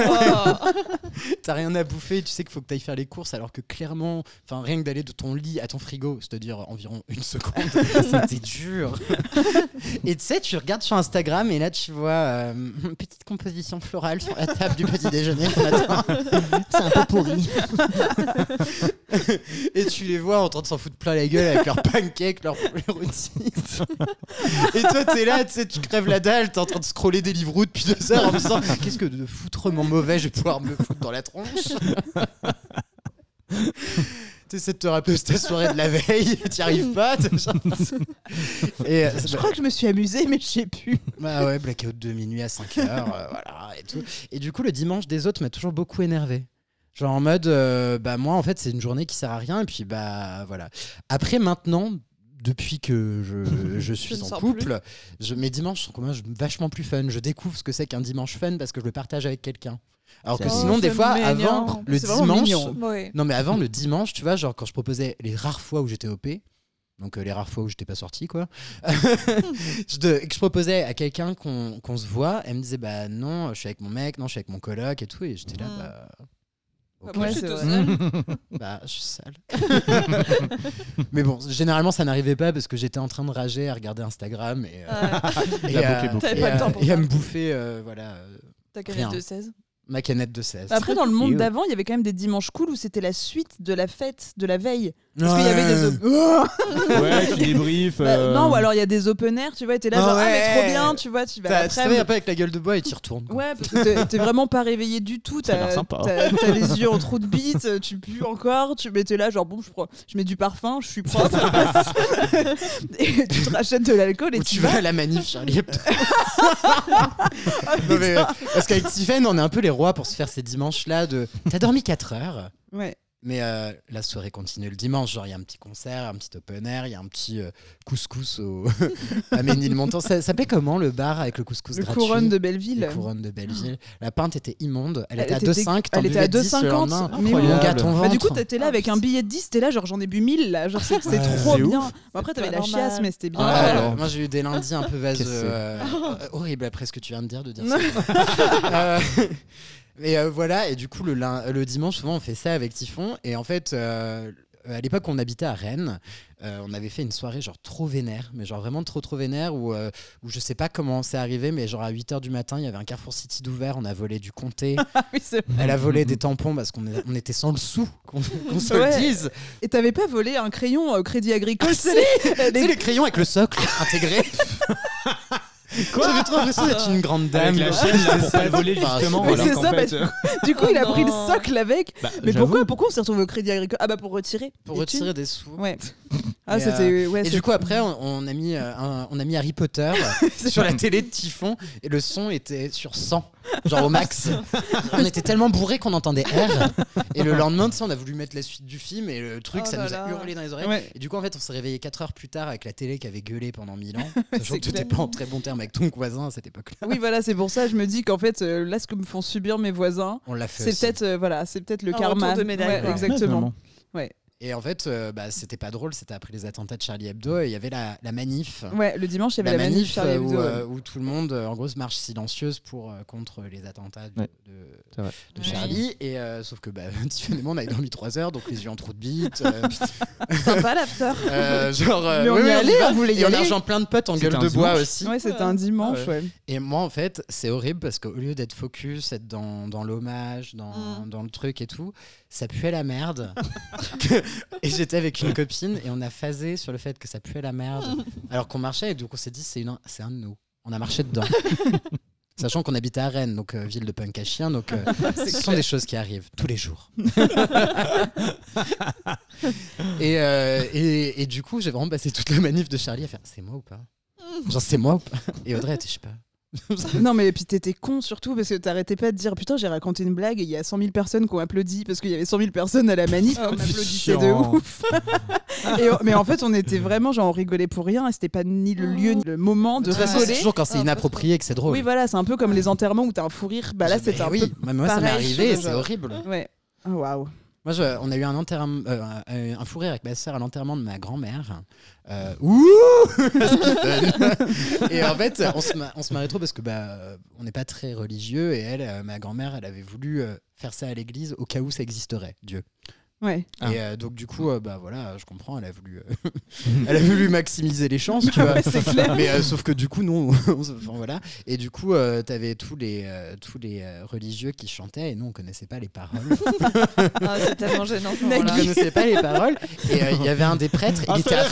Speaker 1: t'as rien à bouffer tu sais qu'il faut que t'ailles faire les courses alors que clairement enfin rien que d'aller de ton lit à ton frigo c'est-à-dire environ une seconde c'était dur [LAUGHS] et tu sais tu regardes sur Instagram et là tu vois euh, [LAUGHS] une petite composition florale sur la table du petit déjeuner ce matin
Speaker 2: C'est un peu pourri.
Speaker 1: [LAUGHS] et tu les vois en train de s'en foutre plein la gueule avec leurs pancakes leurs [LAUGHS] rôtis [LAUGHS] et toi t'es là tu sais tu crèves la dalle t'es en train de scroller des livres depuis deux heures en me disant qu'est-ce que de foutrement mauvais je vais pouvoir me foutre dans la tronche T'essaies de te rappeler de ta soirée de la veille, t'y arrives pas. t'es genre- Et, euh,
Speaker 4: Je crois que je me suis amusée, mais je sais plus.
Speaker 1: [LAUGHS] bah ouais, blackout de minuit à 5 heures, euh, voilà, et tout. Et du coup, le dimanche des autres m'a toujours beaucoup énervé. Genre en mode, euh, bah moi, en fait, c'est une journée qui sert à rien, et puis bah voilà. Après, maintenant, depuis que
Speaker 4: [LAUGHS]
Speaker 1: je, je suis
Speaker 3: ne
Speaker 1: en
Speaker 3: sors
Speaker 1: couple, je, mes dimanches sont quand même vachement plus fun. Je découvre ce que c'est qu'un dimanche fun parce que je le partage avec quelqu'un. Alors que
Speaker 2: Oh,
Speaker 1: sinon, des
Speaker 4: c'est
Speaker 1: fois,
Speaker 4: mignon.
Speaker 1: avant le
Speaker 4: C'est vraiment
Speaker 1: dimanche,
Speaker 4: mignon.
Speaker 3: Ouais.
Speaker 1: non mais avant le dimanche, tu vois, genre quand je proposais les rares fois où j'étais OP, donc euh, les rares fois où j'étais pas sorti quoi, [LAUGHS] je, de- et que je proposais à quelqu'un qu'on qu'on se voit, elle me disait bah non, je suis avec mon mec, non, je suis avec mon coloc et tout, et j'étais là
Speaker 3: Mm.
Speaker 1: bah. ok,
Speaker 4: Ouais,
Speaker 3: Moi, je suis
Speaker 4: c'est
Speaker 3: tout
Speaker 4: vrai.
Speaker 3: seul.
Speaker 1: bah, je suis sale. [LAUGHS] mais bon, généralement ça n'arrivait pas parce que j'étais en train de rager à regarder Instagram et,
Speaker 4: Ah.
Speaker 1: euh,
Speaker 3: Ouais.
Speaker 1: et
Speaker 2: La
Speaker 1: à-
Speaker 2: boucle est bouclée.
Speaker 1: et
Speaker 3: T'avais pas
Speaker 1: à-
Speaker 3: le temps pour
Speaker 1: et à
Speaker 3: ça.
Speaker 1: me bouffer euh, voilà euh,
Speaker 3: T'as
Speaker 1: Rien.
Speaker 3: canette de 16.
Speaker 1: ma canette de 16.
Speaker 4: Bah, Après, dans le monde
Speaker 2: Ew.
Speaker 4: d'avant, il y avait quand même des dimanches cool où c'était la suite de la fête de la veille. Parce qu'il y avait des.
Speaker 1: Ouais.
Speaker 4: op- [LAUGHS]
Speaker 2: [LAUGHS]
Speaker 4: Oh
Speaker 2: Ouais, tu débriefes.
Speaker 4: Bah,
Speaker 2: euh,
Speaker 4: Non, ou alors il y a des open air, tu vois, et t'es là,
Speaker 1: Ah
Speaker 4: genre, ah,
Speaker 1: ouais.
Speaker 4: mais trop bien, tu vois, tu vas
Speaker 1: T'as- Tu te réveilles
Speaker 4: Bah, après.
Speaker 1: un peu avec la gueule de bois et t'y retournes. quoi.
Speaker 4: Ouais, parce
Speaker 1: [LAUGHS]
Speaker 4: que t'es- t'es vraiment pas réveillé du tout.
Speaker 2: Ça a l'air
Speaker 4: T'as
Speaker 2: sympa.
Speaker 4: t'as- t'as les
Speaker 1: [LAUGHS]
Speaker 4: yeux en trou de bite, tu pues encore, tu mais t'es là, genre, bon, je, prends, je mets du parfum, je
Speaker 1: [LAUGHS]
Speaker 4: suis propre. [LAUGHS] et tu te rachètes de l'alcool et
Speaker 1: Ou tu vas à la manif, Charlie [LAUGHS] Oh, Hebdo. Non, mais, euh, parce qu'avec Tiffen, on est un peu les rois pour se faire ces dimanches-là de. T'as dormi 4 heures,
Speaker 4: Ouais.
Speaker 1: mais euh, la soirée continue le dimanche. Genre, il y a un petit concert, un petit open air, il y a un petit euh, couscous au... [LAUGHS] à Ménilmontant. Ça s'appelait comment le bar avec le couscous
Speaker 4: Le
Speaker 1: gratuit
Speaker 4: couronne de Belleville.
Speaker 1: La couronne de Belleville. La pinte était immonde. Elle,
Speaker 4: Elle
Speaker 1: était à
Speaker 4: était
Speaker 1: 2,5. t'en
Speaker 4: elle était à
Speaker 1: buvais 10 le
Speaker 4: 2,50.
Speaker 1: lendemain.
Speaker 4: Mais oui.
Speaker 1: Mon gars, ton
Speaker 2: Bah,
Speaker 1: ventre.
Speaker 4: Bah, du coup, t'étais là
Speaker 3: Ah,
Speaker 4: avec un billet de 10, t'es là, genre j'en ai bu 1000, là, genre c'est c'est
Speaker 1: Ouais.
Speaker 4: trop
Speaker 2: C'est
Speaker 4: bien. Bon, après,
Speaker 3: C'est
Speaker 4: t'avais
Speaker 3: pas
Speaker 4: la
Speaker 3: normal.
Speaker 4: chiasse, mais c'était bien.
Speaker 1: Ah,
Speaker 2: Ah,
Speaker 1: ouais,
Speaker 2: alors.
Speaker 1: Moi j'ai eu des lundis un peu vaseux.
Speaker 2: Qu'est-ce que c'est
Speaker 1: euh, euh, horrible après ce que tu viens de dire, de dire ça. Euh, et euh, voilà, et du coup le, lin- le dimanche souvent on fait ça avec Typhon. Et en fait, euh, à l'époque on habitait à Rennes, euh, on avait fait une soirée genre trop vénère, mais genre vraiment trop trop vénère où, euh, où je sais pas comment c'est arrivé, mais genre à 8h du matin il y avait un Carrefour City d'ouvert, on a volé du
Speaker 2: [LAUGHS]
Speaker 1: comté,
Speaker 4: [LAUGHS] Oui, c'est-
Speaker 1: elle a volé des tampons parce qu'on est- on était sans le sou, qu'on qu'on se le
Speaker 4: Ouais.
Speaker 1: dise.
Speaker 4: Et t'avais pas volé un crayon au crédit agricole
Speaker 1: Ah,
Speaker 4: c'est les-
Speaker 1: Tu sais,
Speaker 4: les-
Speaker 1: les crayons avec le socle intégré. [LAUGHS] Quoi J'avais trop l'impression d'être une grande dame.
Speaker 2: Avec la chaîne là pour pas le voler justement.
Speaker 4: Oui,
Speaker 2: alors
Speaker 4: c'est
Speaker 2: qu'en
Speaker 4: ça,
Speaker 2: fait,
Speaker 4: bah,
Speaker 2: euh,
Speaker 4: Du coup, il a
Speaker 3: Oh
Speaker 4: pris le
Speaker 3: non.
Speaker 4: socle avec.
Speaker 2: bah,
Speaker 4: Mais
Speaker 2: j'avoue,
Speaker 4: pourquoi, pourquoi on s'est retrouvé au crédit agricole Ah bah pour retirer.
Speaker 1: Pour
Speaker 4: des
Speaker 1: retirer des sous.
Speaker 4: thunes. Ouais. Ah,
Speaker 1: Et, euh,
Speaker 4: c'était. ouais,
Speaker 1: Et
Speaker 4: c'est-
Speaker 1: du coup, après, on, on [LAUGHS] a mis, euh, un- on a mis Harry Potter sur la télé de Typhon et le son était sur 100. genre au max. on était tellement bourrés qu'on entendait R. Et le lendemain, de ça, on a voulu mettre la suite du film et le truc,
Speaker 3: Oh
Speaker 1: ça
Speaker 3: là
Speaker 1: nous a
Speaker 3: là.
Speaker 1: hurlé dans les oreilles.
Speaker 2: Ouais.
Speaker 1: Et du coup, en fait, on s'est réveillé 4 heures plus tard avec la télé qui avait gueulé pendant 1000 ans. Sachant que
Speaker 4: C'est
Speaker 1: t'étais
Speaker 4: clair.
Speaker 1: pas en très bon terme avec ton voisin à cette époque-là.
Speaker 4: Oui, voilà, c'est pour ça je me dis qu'en fait, euh, là, ce que me font subir mes voisins,
Speaker 1: On l'a fait.
Speaker 4: c'est
Speaker 1: aussi.
Speaker 4: peut-être euh, voilà, c'est peut-être le
Speaker 3: Un
Speaker 4: karma.
Speaker 3: retour de médaille,
Speaker 4: Ouais,
Speaker 3: quoi.
Speaker 4: exactement.
Speaker 1: Et en fait, euh, bah, c'était pas drôle, c'était après les attentats de Charlie Hebdo et il y avait la, la manif.
Speaker 4: Ouais, le dimanche, il y avait la, manif, Charlie
Speaker 1: euh, où,
Speaker 4: Hebdo, ouais.
Speaker 1: euh, où tout le monde, euh, en gros, se marche silencieuse pour, euh, contre les attentats de,
Speaker 2: Ouais.
Speaker 1: de-
Speaker 2: C'est vrai.
Speaker 1: de
Speaker 3: Ouais.
Speaker 1: Charlie. Et euh, sauf que, bah, [LAUGHS] Tiffany et moi, on avait dormi 3 heures, donc les yeux en trou de bite.
Speaker 4: [LAUGHS]
Speaker 1: euh,
Speaker 3: Sympa l'after.
Speaker 1: euh, genre, euh,
Speaker 4: Mais on
Speaker 1: ouais,
Speaker 4: y
Speaker 1: ouais,
Speaker 4: allait,
Speaker 1: va.
Speaker 4: on voulait y
Speaker 1: Et on
Speaker 4: aller.
Speaker 1: a rejoint plein de potes en
Speaker 2: C'était
Speaker 1: gueule
Speaker 2: un
Speaker 1: de bois
Speaker 2: dimanche.
Speaker 1: aussi.
Speaker 4: Ouais, c'était
Speaker 3: Ah
Speaker 4: un dimanche, ouais.
Speaker 1: Et moi, en fait, c'est horrible parce qu'au lieu d'être focus, être dans, dans l'hommage, dans,
Speaker 3: Mm.
Speaker 1: dans le truc et tout, ça puait la merde. [LAUGHS] Que- et j'étais avec une copine et on a phasé sur le fait que ça puait la merde alors qu'on marchait et donc on s'est dit c'est, une, c'est un de nous. On a marché dedans. Sachant qu'on habite à Rennes, donc euh, ville de punk à chien, donc euh, ce sont des choses qui arrivent tous les jours. et, euh, et, et du coup, j'ai vraiment passé toute la manif de Charlie à faire c'est moi ou pas Genre c'est moi ou pas Et Audrey, elle était, je sais pas.
Speaker 4: Non, mais puis t'étais con surtout parce que t'arrêtais pas de dire putain, j'ai raconté une blague et il y a 100 000 personnes qui ont applaudi parce qu'il y avait 100 000 personnes à la manif.
Speaker 1: Ah,
Speaker 2: [LAUGHS]
Speaker 4: on applaudissait de
Speaker 2: chiant.
Speaker 4: ouf. Et on- mais en fait, on était vraiment genre on rigolait pour rien et c'était pas ni le lieu ni le moment de
Speaker 1: De toute façon, c'est
Speaker 4: rigoler.
Speaker 1: toujours quand c'est
Speaker 3: Ah,
Speaker 1: inapproprié que c'est drôle. Ah,
Speaker 4: Oui, voilà, c'est un peu comme les enterrements où t'as un fou rire. Bah là,
Speaker 1: Mais
Speaker 4: c'était un
Speaker 1: oui,
Speaker 4: peu.
Speaker 1: mais moi ça m'est
Speaker 4: pareil,
Speaker 1: arrivé,
Speaker 4: je
Speaker 1: et
Speaker 4: trouve,
Speaker 1: c'est
Speaker 4: genre.
Speaker 1: horrible.
Speaker 4: Ouais. Ah, Waouh.
Speaker 1: Moi, je- on a eu un enterrement, euh, un, un fou rire avec ma sœur à l'enterrement de ma grand-mère. Euh, ouh [LAUGHS] Stephen. Et en fait, on se, ma- on se marrait trop parce que bah, euh, on n'est pas très religieux et elle, euh, ma grand-mère, elle avait voulu euh, faire ça à l'église au cas où ça existerait, Dieu.
Speaker 4: Ouais.
Speaker 2: Ah.
Speaker 1: Et euh, donc du coup, euh, bah voilà, je comprends, elle a voulu,
Speaker 4: [LAUGHS]
Speaker 1: euh, elle a voulu maximiser les chances, tu vois. Mais euh, sauf que du coup, non, [LAUGHS] on se- enfin, voilà. Et du coup, euh, t'avais tous les euh, tous les euh, religieux qui chantaient et nous on connaissait pas les paroles.
Speaker 4: [LAUGHS]
Speaker 3: Ah, c'est tellement gênant. ce moment-là.
Speaker 1: On connaissait pas les paroles. Et euh, il y avait un des prêtres,
Speaker 4: Ah,
Speaker 1: il était à [LAUGHS]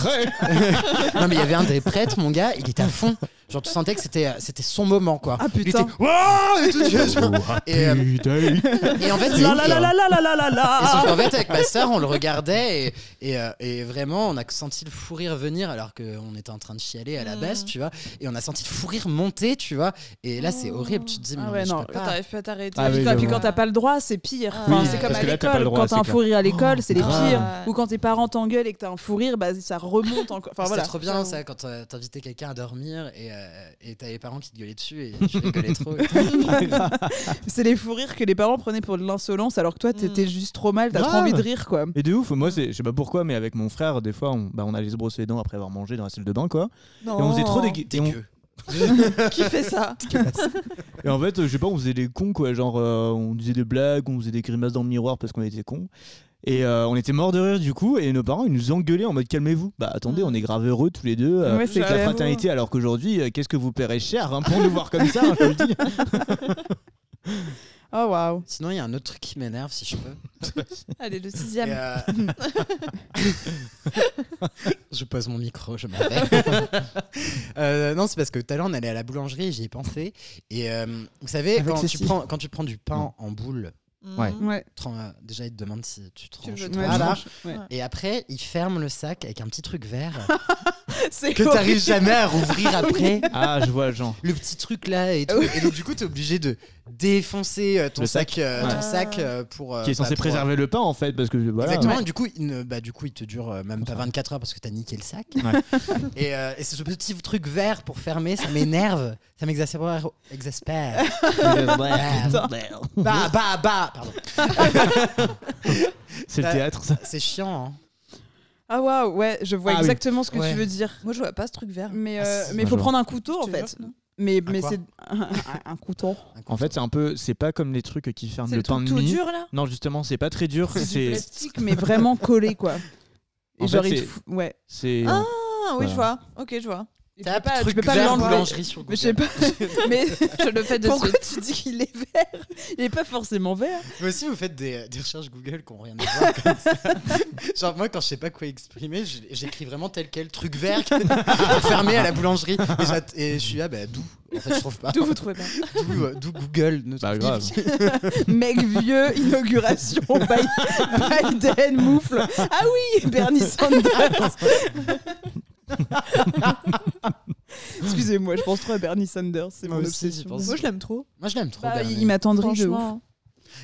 Speaker 1: non mais il y avait un des prêtres, mon gars, il était à fond. Genre tu sentais que c'était euh, c'était son moment quoi.
Speaker 4: Ah
Speaker 1: Il
Speaker 4: putain.
Speaker 1: était, Wouah et tout, tu vois, genre. Et, euh, et en fait, [LAUGHS] c'est
Speaker 4: La
Speaker 1: ouf,
Speaker 4: la la
Speaker 1: hein.
Speaker 4: la la la la la.
Speaker 1: Et
Speaker 4: [LAUGHS]
Speaker 1: sauf qu'en fait, avec ma sœur, on le regardait et, et, euh, et vraiment, on a senti le fou rire venir alors qu'on était en train de chialer à la
Speaker 3: Mm.
Speaker 1: baisse, tu vois. Et on a senti le fou rire monter, tu vois. Et là, c'est
Speaker 3: Oh.
Speaker 1: horrible. Tu te dis, mais,
Speaker 4: Ah
Speaker 1: non,
Speaker 4: ouais,
Speaker 1: mais je
Speaker 4: non,
Speaker 1: peux
Speaker 3: Quand
Speaker 1: pas.
Speaker 3: T'arrêves plus à t'arrêter.
Speaker 2: Ah, mais
Speaker 4: Putain, puis
Speaker 2: ouais.
Speaker 4: quand t'as pas le droit, c'est pire.
Speaker 3: Ah.
Speaker 4: Enfin,
Speaker 3: Oui,
Speaker 4: c'est comme
Speaker 3: parce
Speaker 4: à
Speaker 3: que
Speaker 2: là, t'as pas le
Speaker 4: l'école.
Speaker 2: droit,
Speaker 4: Quand
Speaker 2: c'est
Speaker 4: t'as un
Speaker 2: clair.
Speaker 4: fou rire à l'école,
Speaker 1: Oh,
Speaker 4: c'est les
Speaker 1: grave.
Speaker 4: pires.
Speaker 3: Ouais.
Speaker 4: Ou quand tes parents t'engueulent et que t'as un fou rire, bah, ça remonte encore. Enfin voilà.
Speaker 1: C'était trop bien ça quand euh, t'invitais quelqu'un à dormir et euh, et t'as les parents qui te gueulaient dessus et tu rigolais trop. et tout.
Speaker 4: C'est les fous rires que les parents prenaient pour de l'insolence alors que
Speaker 3: Mm.
Speaker 4: toi t'étais juste trop mal, t'as trop
Speaker 2: Grave.
Speaker 4: envie de rire quoi.
Speaker 2: Et de ouf, moi, c'est- je sais pas pourquoi, mais avec mon frère, des fois, on, bah, on allait se brosser les dents après avoir mangé dans la salle de bain, quoi. Et on faisait trop des.
Speaker 1: T'es
Speaker 2: et on-
Speaker 1: que.
Speaker 3: Qui fait ça
Speaker 2: Et en fait, euh, je sais pas, on faisait des cons, quoi. Genre, euh, on disait des blagues, on faisait des grimaces dans le miroir parce qu'on était cons. Et euh, on était morts de rire, du coup, et nos parents, ils nous engueulaient en mode calmez-vous. Bah attendez, on est grave heureux tous les deux. euh,
Speaker 4: Ouais, c'est
Speaker 2: de la
Speaker 4: clair.
Speaker 2: fraternité, alors qu'aujourd'hui, euh, qu'est-ce que vous paierez cher hein, pour nous voir comme ça, hein, je vous le dis.
Speaker 4: Oh waouh.
Speaker 1: Sinon, il y a un autre truc qui m'énerve si je peux.
Speaker 3: Allez, le
Speaker 1: Et,
Speaker 3: sixième.
Speaker 1: euh, [LAUGHS] je pose mon micro, je m'en vais. [LAUGHS] Euh, non, c'est parce que tout à l'heure, on allait à la boulangerie, j'y ai pensé. Et euh, vous savez,
Speaker 2: Avec
Speaker 1: quand tu,
Speaker 2: Cécile.
Speaker 1: prends, quand tu prends du pain en boule,
Speaker 2: Ouais.
Speaker 3: Mhm.
Speaker 4: Ouais.
Speaker 1: tran- euh, déjà, il te demande si tu
Speaker 3: Tu le
Speaker 1: tranches.
Speaker 3: veux
Speaker 1: ou
Speaker 3: toi,
Speaker 1: pas.
Speaker 3: tu
Speaker 1: Voilà.
Speaker 3: tranches. [LAUGHS]
Speaker 1: Et après, il ferme le sac avec un petit truc vert
Speaker 4: C'est
Speaker 1: que
Speaker 4: horrible.
Speaker 1: t'arrives jamais à rouvrir après.
Speaker 2: [LAUGHS] Ah, je vois le genre.
Speaker 1: Le petit truc là et tout. Et donc, du coup, t'es obligé de défoncer euh, ton
Speaker 2: Le
Speaker 1: sac,
Speaker 2: sac.
Speaker 1: euh, ton
Speaker 3: Ouais.
Speaker 1: sac euh, pour. euh,
Speaker 2: Qui est censé
Speaker 1: bah, pour, euh,
Speaker 2: préserver le pain en fait, parce que voilà.
Speaker 1: Exactement,
Speaker 2: [LAUGHS]
Speaker 1: et du coup, il ne, bah, du coup, il te dure euh, même pas 24 heures parce que t'as niqué le sac. [LAUGHS] et euh, et c'est ce petit truc vert pour fermer, ça m'énerve, ça m'exaspère.
Speaker 4: [LAUGHS]
Speaker 1: Exaspère.
Speaker 2: [LAUGHS]
Speaker 1: bah, bah, bah, pardon.
Speaker 2: C'est le
Speaker 1: Bah,
Speaker 2: théâtre, ça.
Speaker 1: C'est chiant. hein.
Speaker 4: Ah waouh, ouais, je vois
Speaker 2: Ah oui.
Speaker 4: exactement ce que
Speaker 1: Ouais.
Speaker 4: tu veux dire.
Speaker 3: Moi, je Mm. vois pas ce truc vert.
Speaker 4: Mais
Speaker 1: Ah,
Speaker 4: euh,
Speaker 1: si.
Speaker 4: mais
Speaker 2: Un
Speaker 4: faut
Speaker 2: jour.
Speaker 4: prendre un couteau en
Speaker 3: Tu
Speaker 4: fait.
Speaker 3: vois, non
Speaker 4: Mais mais
Speaker 1: quoi
Speaker 4: c'est un, un- un couteau.
Speaker 2: En fait, c'est un peu, c'est pas comme les trucs qui ferment
Speaker 3: C'est
Speaker 2: le,
Speaker 3: le
Speaker 2: pain
Speaker 3: truc
Speaker 2: de
Speaker 3: tout
Speaker 2: mie.
Speaker 3: dur là
Speaker 2: Non, justement, c'est pas très dur. [LAUGHS] C'est,
Speaker 4: Plastique mais vraiment collé quoi. Et
Speaker 2: En
Speaker 4: genre
Speaker 2: fait,
Speaker 4: il te
Speaker 2: c'est-
Speaker 4: fou- ouais.
Speaker 2: c'est.
Speaker 3: Ah, Ah oui,
Speaker 2: Voilà.
Speaker 3: je vois. Ok, je vois.
Speaker 4: Et
Speaker 1: Tape
Speaker 4: tu
Speaker 1: truc
Speaker 4: peux pas
Speaker 1: vert
Speaker 4: l'enlever.
Speaker 1: boulangerie sur
Speaker 4: Mais je sais
Speaker 1: Google.
Speaker 4: pas. Mais
Speaker 3: [LAUGHS] Je le fais de
Speaker 4: pourquoi
Speaker 3: suite.
Speaker 4: [LAUGHS] tu dis qu'il est vert Il est pas forcément vert.
Speaker 1: Vous aussi, vous faites des, des recherches Google qui n'ont rien à voir comme
Speaker 4: [LAUGHS]
Speaker 1: ça. Genre, moi, quand je sais pas quoi exprimer, je- j'écris vraiment tel quel truc vert [LAUGHS] fermé à la boulangerie. Et, j'att- et je suis là, bah, d'où En fait, je trouve pas.
Speaker 4: D'où vous trouvez pas
Speaker 1: D'où, euh, d'où Google ne
Speaker 2: Bah,
Speaker 1: trouve-
Speaker 2: grave.
Speaker 4: Mec vieux, inauguration, Bi- Biden, moufle. Ah oui, Bernie Sanders. Excusez-moi, je pense trop à Bernie Sanders, c'est
Speaker 1: Moi
Speaker 4: mon
Speaker 1: aussi, j'y
Speaker 4: obsession.
Speaker 1: pense.
Speaker 3: Moi, je l'aime trop.
Speaker 1: [LAUGHS] Moi, je l'aime trop.
Speaker 4: Bah,
Speaker 1: Bernie.
Speaker 4: il m'attendrit de ouf.
Speaker 3: Franchement.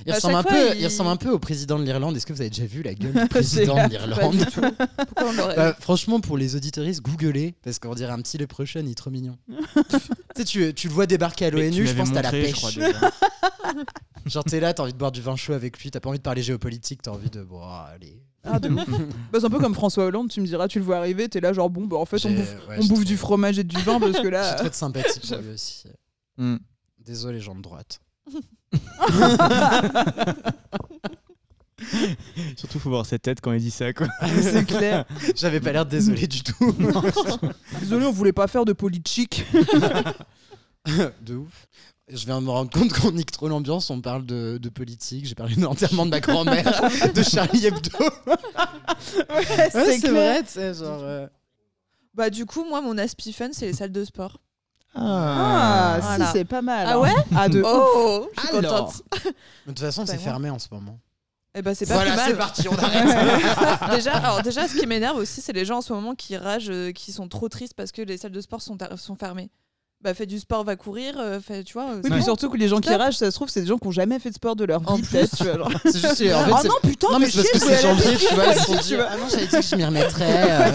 Speaker 1: Il
Speaker 3: À
Speaker 1: ressemble, un
Speaker 3: chaque
Speaker 1: peu,
Speaker 3: fois,
Speaker 1: il...
Speaker 3: il-
Speaker 1: ressemble un peu au président de l'Irlande. Est-ce que vous avez déjà vu la gueule du président de
Speaker 3: Pas
Speaker 1: l'Irlande
Speaker 3: du tout. Pourquoi on
Speaker 1: [LAUGHS]
Speaker 3: l'aurait
Speaker 1: Bah, Franchement, pour les auditoristes, googlez, parce qu'on dirait un petit Leprechaun, il est trop mignon. tu sais, tu, tu le vois débarquer à
Speaker 2: Mais tu
Speaker 1: l'ONU, je
Speaker 2: m'avais
Speaker 1: pense que t'as la
Speaker 2: montré, je
Speaker 1: pêche.
Speaker 2: crois, déjà.
Speaker 1: Genre, t'es là, t'as envie de boire du vin chaud avec lui, t'as pas envie de parler géopolitique, t'as envie de. Bon, allez.
Speaker 4: Ah, de ouf. Bah, c'est un peu comme François Hollande, tu me diras, tu le vois arriver, t'es là genre bon, bah en fait on
Speaker 1: J'ai-
Speaker 4: bouffe,
Speaker 1: ouais,
Speaker 4: on
Speaker 1: j'ai
Speaker 4: bouffe
Speaker 1: trop-
Speaker 4: du fromage et du vin parce
Speaker 1: [LAUGHS]
Speaker 4: que
Speaker 1: J'ai
Speaker 4: là.
Speaker 1: trop de sympathie pour lui aussi.
Speaker 2: Hmm.
Speaker 1: Désolé, gens de droite.
Speaker 2: Surtout, faut voir cette tête quand il dit ça, quoi.
Speaker 4: c'est clair.
Speaker 1: [LAUGHS] J'avais pas l'air désolé du tout.
Speaker 4: Désolé, on voulait pas faire de politique.
Speaker 1: [LAUGHS] de ouf. Je viens de me rendre compte qu'on nique trop l'ambiance, on parle de, de politique, j'ai parlé de l'enterrement de ma grand-mère, de Charlie Hebdo. c'est genre.
Speaker 3: Bah du coup, moi, mon aspi fun, c'est les salles de sport.
Speaker 4: Ah,
Speaker 3: Voilà.
Speaker 4: si, c'est pas mal.
Speaker 3: Ah
Speaker 4: hein.
Speaker 3: ouais
Speaker 4: Ah, de ouf.
Speaker 3: Oh, je suis
Speaker 2: Alors.
Speaker 3: contente.
Speaker 1: De toute façon,
Speaker 3: Bah,
Speaker 1: c'est
Speaker 3: moi.
Speaker 1: fermé en ce moment.
Speaker 3: Eh ben c'est pas plus
Speaker 1: Voilà,
Speaker 3: mal.
Speaker 1: c'est parti, on arrête.
Speaker 3: [LAUGHS] déjà, alors déjà, ce qui m'énerve aussi, c'est les gens en ce moment qui ragent, euh, qui sont trop tristes parce que les salles de sport sont, tar- sont fermées. Bah, fais du sport, va courir, euh, fais, tu vois. euh,
Speaker 4: Oui,
Speaker 3: c'est
Speaker 4: puis
Speaker 3: bon.
Speaker 4: surtout que les gens qui
Speaker 3: Stop.
Speaker 4: ragent, ça se trouve, c'est des gens qui ont jamais fait de sport de leur vie.
Speaker 3: En
Speaker 4: peut-être, tu vois, genre.
Speaker 1: c'est juste, en fait,
Speaker 4: Ah
Speaker 1: c'est-
Speaker 4: non, putain,
Speaker 1: Non, mais c'est parce que c'est janvier, tu vois, ils se sont
Speaker 4: tu
Speaker 1: dit,
Speaker 4: vois.
Speaker 1: ah non, j'avais dit que je m'y remettrais. euh,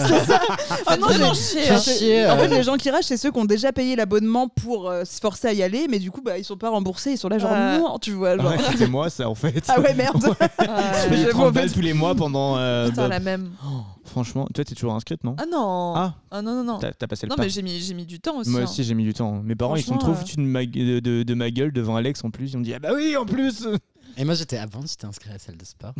Speaker 3: Ah non,
Speaker 1: Faites
Speaker 3: non,
Speaker 1: chier,
Speaker 3: chier,
Speaker 1: faites
Speaker 3: hein.
Speaker 1: chier,
Speaker 4: En fait,
Speaker 1: euh,
Speaker 4: les gens qui ragent, c'est ceux qui ont déjà payé l'abonnement pour euh, se forcer à y aller, mais du coup, bah, ils sont pas remboursés, ils sont là, genre,
Speaker 3: Ouais.
Speaker 4: non, tu vois. Genre.
Speaker 2: Ouais, c'est moi, ça, en fait. [LAUGHS]
Speaker 4: Ah ouais, merde. [LAUGHS]
Speaker 2: Je paye
Speaker 4: j'avoue, en
Speaker 2: 30
Speaker 4: fait-
Speaker 2: balles tous les mois pendant. euh,
Speaker 3: [LAUGHS] Putain,
Speaker 2: bah,
Speaker 3: Ah, la même.
Speaker 2: oh, franchement, toi, t'es toujours inscrite, non
Speaker 3: Ah non.
Speaker 2: Ah,
Speaker 3: Ah non, non, non.
Speaker 2: t'as t'as passé le
Speaker 3: Non,
Speaker 2: pas.
Speaker 3: mais j'ai mis, j'ai mis du temps aussi.
Speaker 2: Moi
Speaker 3: hein.
Speaker 2: aussi, j'ai mis du temps. Mes parents, ils sont trop
Speaker 3: Franchement,
Speaker 2: foutus de ma, de, de- de ma gueule devant Alex en plus. Ils me disent Ah bah oui, en plus
Speaker 1: Et moi, j'étais avant, j'étais inscrit à la salle de sport.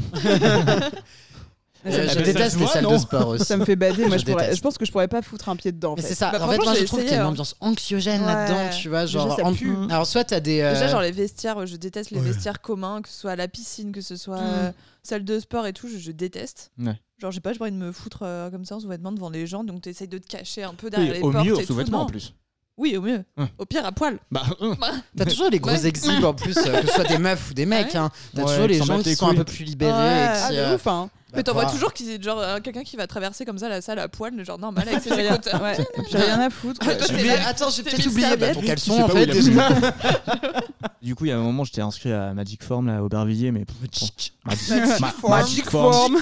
Speaker 4: Ça me-
Speaker 2: bah,
Speaker 1: je
Speaker 2: ça se
Speaker 1: déteste les
Speaker 2: voit,
Speaker 1: salles de
Speaker 2: non
Speaker 1: sport aussi.
Speaker 4: Ça me fait bader,
Speaker 1: [LAUGHS]
Speaker 4: moi
Speaker 1: Je
Speaker 4: je, pourrais-
Speaker 1: déteste.
Speaker 4: je pense que je pourrais pas foutre un pied dedans. en
Speaker 1: Mais
Speaker 4: fait.
Speaker 1: c'est ça.
Speaker 3: Bah,
Speaker 1: en fait, moi,
Speaker 3: franchement,
Speaker 1: je
Speaker 3: j'ai
Speaker 1: trouve qu'il y
Speaker 3: essayé,
Speaker 1: a une
Speaker 3: hein.
Speaker 1: ambiance anxiogène
Speaker 3: Ouais.
Speaker 1: là-dedans, tu vois.
Speaker 4: Déjà,
Speaker 1: Genre,
Speaker 4: ça
Speaker 1: en-
Speaker 4: pue.
Speaker 1: alors soit t'as des. euh,
Speaker 3: Déjà, genre les vestiaires, je déteste les vestiaires communs, que ce soit à la piscine, que ce soit euh, salle de sport et tout, je, je déteste.
Speaker 2: Mm. Ouais.
Speaker 3: Genre, j'ai pas j'ai pas envie de me foutre euh, comme ça en sous-vêtements devant les gens, donc t'essayes de te cacher un peu
Speaker 2: Oui,
Speaker 3: derrière les
Speaker 2: Au
Speaker 3: portes.
Speaker 2: mieux,
Speaker 3: et
Speaker 2: en
Speaker 3: tout,
Speaker 2: sous-vêtements en
Speaker 3: non.
Speaker 2: plus.
Speaker 3: Oui, au mieux.
Speaker 2: Ouais.
Speaker 3: Au pire, à poil.
Speaker 2: Bah, euh,
Speaker 1: T'as toujours les gros
Speaker 3: Ouais.
Speaker 1: exhibes en plus, euh, que ce soit des meufs ou des mecs.
Speaker 3: Ouais.
Speaker 1: hein. T'as
Speaker 2: Ouais,
Speaker 1: toujours
Speaker 2: qui
Speaker 1: les
Speaker 2: s'en
Speaker 1: gens
Speaker 2: battent
Speaker 1: qui
Speaker 2: les
Speaker 1: sont un
Speaker 2: couilles.
Speaker 1: peu plus libérés.
Speaker 3: Ouais.
Speaker 1: et
Speaker 4: Ah,
Speaker 1: qui,
Speaker 4: de
Speaker 1: euh, [LAUGHS]
Speaker 4: ouf, hein.
Speaker 3: Mais t'en vois
Speaker 1: bah,
Speaker 3: toujours qui, genre, euh, quelqu'un qui va traverser comme ça la salle à poil, genre normal avec ses
Speaker 4: [LAUGHS] Rien,
Speaker 3: écouteurs.
Speaker 4: ouais. J'ai rien à foutre. quoi.
Speaker 3: Mais toi,
Speaker 1: J'ai
Speaker 3: t'es
Speaker 1: oublié-
Speaker 3: là,
Speaker 1: Attends, j'ai
Speaker 3: t'es
Speaker 1: peut-être
Speaker 3: mis
Speaker 1: oublié bah, ton
Speaker 3: serviette.
Speaker 1: caleçon
Speaker 2: Je
Speaker 1: en
Speaker 2: sais
Speaker 1: fait.
Speaker 2: pas où il a
Speaker 1: déjà.
Speaker 2: Du coup, il y a un moment, j'étais inscrit à Magic Form, là, au Bervilliers, mais. pff,
Speaker 1: [LAUGHS]
Speaker 2: bon, Magic, Ma-
Speaker 4: Form.
Speaker 2: Magic Form.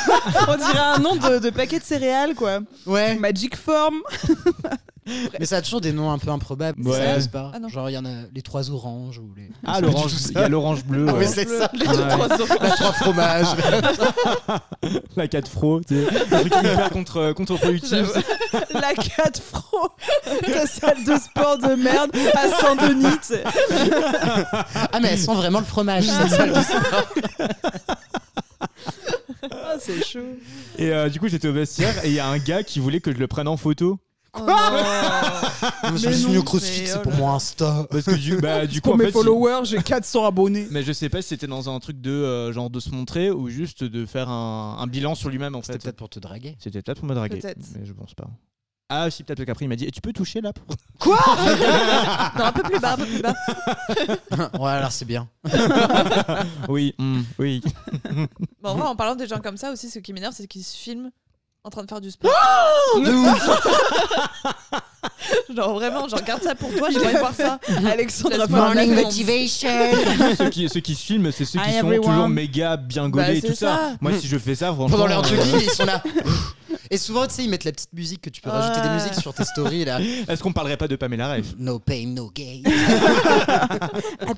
Speaker 4: [LAUGHS] On dirait un nom de, de paquet de céréales, quoi.
Speaker 1: Ouais,
Speaker 4: Magic Form.
Speaker 1: mais ça a toujours des noms un peu improbables.
Speaker 2: Ouais.
Speaker 1: Ça passe pas.
Speaker 3: Ah, non.
Speaker 1: Genre, il y en a les trois oranges ou les.
Speaker 2: Ah, l'orange, il y a l'orange bleu.
Speaker 1: Ah, mais
Speaker 2: ouais.
Speaker 1: c'est ça, les
Speaker 2: Ouais.
Speaker 1: les trois fromages.
Speaker 2: La 4 Pro, tu sais. Un truc [LAUGHS] hyper contre- contre-productif.
Speaker 3: J'avoue.
Speaker 4: [LAUGHS] La 4 francs. [LAUGHS] Ta salle de sport de merde à Saint-Denis. tu sais.
Speaker 1: Ah, mais elles sont vraiment le fromage, c'est ça.
Speaker 4: Ah, c'est chaud.
Speaker 2: et euh, du coup, j'étais au vestiaire et il y a un gars qui voulait que je le prenne en photo.
Speaker 3: Oh
Speaker 1: [LAUGHS]
Speaker 3: non.
Speaker 1: Je me
Speaker 3: Mais
Speaker 1: suis mis
Speaker 3: non,
Speaker 1: au crucifix,
Speaker 3: mais
Speaker 1: c'est
Speaker 3: oh
Speaker 1: pour
Speaker 3: là
Speaker 1: moi Insta.
Speaker 2: Parce que du, bah, du coup,
Speaker 4: Pour
Speaker 2: en
Speaker 4: mes
Speaker 2: fait, il-
Speaker 4: followers, j'ai
Speaker 1: [LAUGHS]
Speaker 4: 400 abonnés.
Speaker 2: Mais je sais pas si c'était dans un truc de euh, genre de se montrer ou juste de faire un, un bilan sur lui-même en fait.
Speaker 1: C'était peut-être pour te
Speaker 2: [LAUGHS]
Speaker 1: draguer.
Speaker 2: C'était peut-être pour me draguer.
Speaker 3: Peut-être.
Speaker 2: Mais je pense pas. Ah si peut-être qu'après il m'a dit Eh, tu peux toucher là pour...
Speaker 3: [LAUGHS] non, un peu plus bas, un peu plus bas.
Speaker 1: Ouais, alors c'est bien.
Speaker 2: [LAUGHS] Oui, hmm, oui.
Speaker 3: Mais en vrai, en parlant des gens comme ça aussi, ce qui m'énerve, c'est qu'ils se filment en train de faire du sport.
Speaker 1: De ouf.
Speaker 3: [LAUGHS] genre vraiment, genre garde ça pour toi, j'aimerais voir ça.
Speaker 4: [LAUGHS] Alexandre a
Speaker 3: Let's
Speaker 4: fait un
Speaker 3: morning
Speaker 4: acte-
Speaker 1: motivation.
Speaker 2: ceux, qui, ceux qui se filment, c'est ceux qui
Speaker 4: Hi,
Speaker 2: sont
Speaker 4: everyone.
Speaker 2: toujours méga bien gaulés
Speaker 3: Bah,
Speaker 2: et tout
Speaker 3: c'est
Speaker 2: ça.
Speaker 3: ça.
Speaker 2: Moi si je fais [LAUGHS] ça franchement...
Speaker 1: Pendant leur
Speaker 2: euh,
Speaker 1: jogging, ils sont là. [LAUGHS] Et souvent, tu sais, ils mettent la petite musique que tu peux rajouter des
Speaker 3: Ouais.
Speaker 1: musiques sur tes stories là.
Speaker 2: [LAUGHS] Est-ce qu'on parlerait pas de Pamela Reif
Speaker 1: No pain, no gain.
Speaker 4: I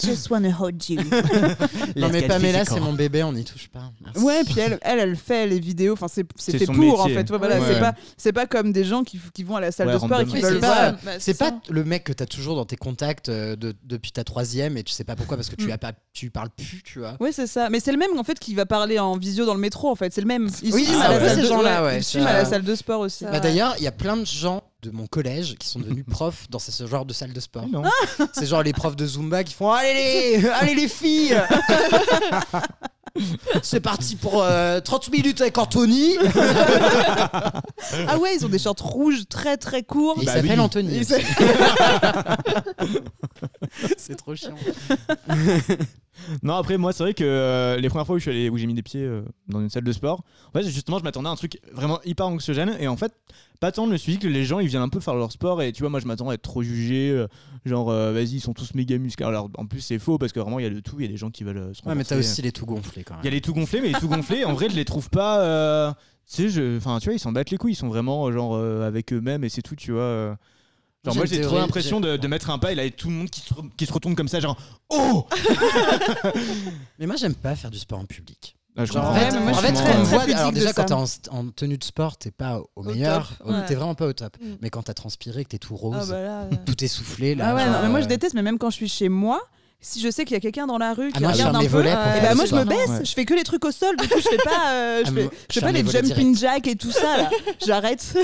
Speaker 4: just wanna hold you.
Speaker 1: Non, mais
Speaker 2: Let's get
Speaker 1: Pamela,
Speaker 2: physical.
Speaker 1: c'est mon bébé, on n'y touche pas. Merci.
Speaker 4: Ouais, puis elle, elle, elle fait les vidéos. Enfin, c'est c'est
Speaker 2: C'est
Speaker 4: fait
Speaker 2: son
Speaker 4: pour en
Speaker 2: métier.
Speaker 4: fait. Ouais, voilà,
Speaker 3: Ouais.
Speaker 4: C'est pas, c'est pas comme des gens qui, qui vont à la salle
Speaker 2: Ouais,
Speaker 4: de sport et
Speaker 2: random.
Speaker 4: qui
Speaker 1: Oui,
Speaker 4: veulent
Speaker 1: c'est
Speaker 4: pas.
Speaker 1: ça.
Speaker 3: Bah,
Speaker 1: C'est pas le mec que t'as toujours dans tes contacts euh, de- depuis ta troisième et tu sais pas pourquoi parce que tu,
Speaker 4: Mm.
Speaker 1: as pas, tu parles plus, tu vois.
Speaker 4: Ouais, c'est ça. Mais c'est le même en fait qui va parler en visio dans le métro en fait. C'est le même. Ils
Speaker 1: Oui,
Speaker 4: se filment
Speaker 2: ah
Speaker 4: à la
Speaker 2: ouais.
Speaker 4: salle
Speaker 1: ces
Speaker 4: de-
Speaker 1: gens-là, ouais,
Speaker 4: Ils
Speaker 1: ça-
Speaker 4: se filment à la salle de sport aussi.
Speaker 3: Ça-
Speaker 1: Bah, D'ailleurs, il y a plein de gens de mon collège qui sont [LAUGHS] devenus profs dans ce ce genre de salle de sport.
Speaker 2: Ah, non.
Speaker 1: C'est genre les profs de Zumba qui font [LAUGHS] Allez les, allez les filles C'est parti pour euh, 30 minutes avec Anthony.
Speaker 4: Ah ouais, ils ont des shorts rouges très très courts.
Speaker 1: Et il
Speaker 2: Bah
Speaker 1: s'appelle
Speaker 2: oui.
Speaker 1: Anthony.
Speaker 4: Il
Speaker 1: aussi. C'est trop chiant.
Speaker 2: Non, après, moi, c'est vrai que euh, les premières fois où je suis allé, où j'ai mis des pieds euh, dans une salle de sport, en fait, justement, je m'attendais à un truc vraiment hyper anxiogène. Et en fait, pas tant, je me suis dit que les gens ils viennent un peu faire leur sport et tu vois, moi je m'attends à être trop jugé, euh, genre euh, vas-y, ils sont tous méga musclés. Alors en plus, c'est faux parce que vraiment il y a de tout, il y a des gens qui veulent euh, se
Speaker 1: Ouais, mais t'as
Speaker 2: renforcer.
Speaker 1: aussi les tout gonflés quand
Speaker 2: Il y a
Speaker 1: même.
Speaker 2: les tout gonflés, mais les tout gonflés, en vrai, je les trouve pas. euh, tu sais, je- enfin, tu vois, ils s'en battent les couilles, ils sont vraiment euh, genre euh, avec eux-mêmes et c'est tout, tu vois. euh. Genre,
Speaker 1: J'ai
Speaker 2: moi,
Speaker 1: une
Speaker 2: j'ai trop
Speaker 1: théorie,
Speaker 2: l'impression de, de mettre un pas et là, il y a tout le monde qui se, re- qui se retourne comme ça, genre Oh
Speaker 1: Mais moi, j'aime pas faire du sport en public.
Speaker 2: Ah, je
Speaker 1: Genre, en
Speaker 2: comprends.
Speaker 1: fait,
Speaker 4: Ouais, mais moi,
Speaker 1: en
Speaker 4: je
Speaker 1: fait,
Speaker 4: suis
Speaker 1: quand on
Speaker 4: très-
Speaker 1: me
Speaker 4: très
Speaker 1: voit-
Speaker 4: pudique
Speaker 1: alors
Speaker 4: de
Speaker 1: déjà,
Speaker 4: ça.
Speaker 1: quand t'es en, en tenue de sport, t'es pas au, meilleur,
Speaker 3: top,
Speaker 1: au-
Speaker 3: ouais.
Speaker 1: t'es vraiment pas au top.
Speaker 3: Mm.
Speaker 1: Mais quand t'as transpiré, que t'es tout
Speaker 3: Ah
Speaker 1: rose,
Speaker 3: bah là, euh,
Speaker 1: tout essoufflé, là.
Speaker 4: Ah ouais,
Speaker 1: genre,
Speaker 4: non, mais moi je
Speaker 1: euh,
Speaker 4: déteste, mais même quand je suis chez moi, si je sais qu'il y a quelqu'un dans la rue qui
Speaker 1: Ah, moi, je
Speaker 4: regarde
Speaker 1: ferme
Speaker 4: un
Speaker 1: les
Speaker 4: peu,
Speaker 1: volets pour
Speaker 3: euh,
Speaker 1: faire
Speaker 4: et
Speaker 1: du
Speaker 4: bah moi je
Speaker 1: sport.
Speaker 4: me baisse,
Speaker 2: Ouais.
Speaker 4: je fais que les trucs au sol, du coup je fais
Speaker 1: [LAUGHS]
Speaker 4: pas, euh,
Speaker 1: Ah,
Speaker 4: je fais,
Speaker 1: moi,
Speaker 4: je fais
Speaker 1: je
Speaker 4: pas
Speaker 1: ferme les
Speaker 4: les
Speaker 1: volets
Speaker 4: jumping jacks et tout
Speaker 3: [LAUGHS]
Speaker 4: ça là, j'arrête.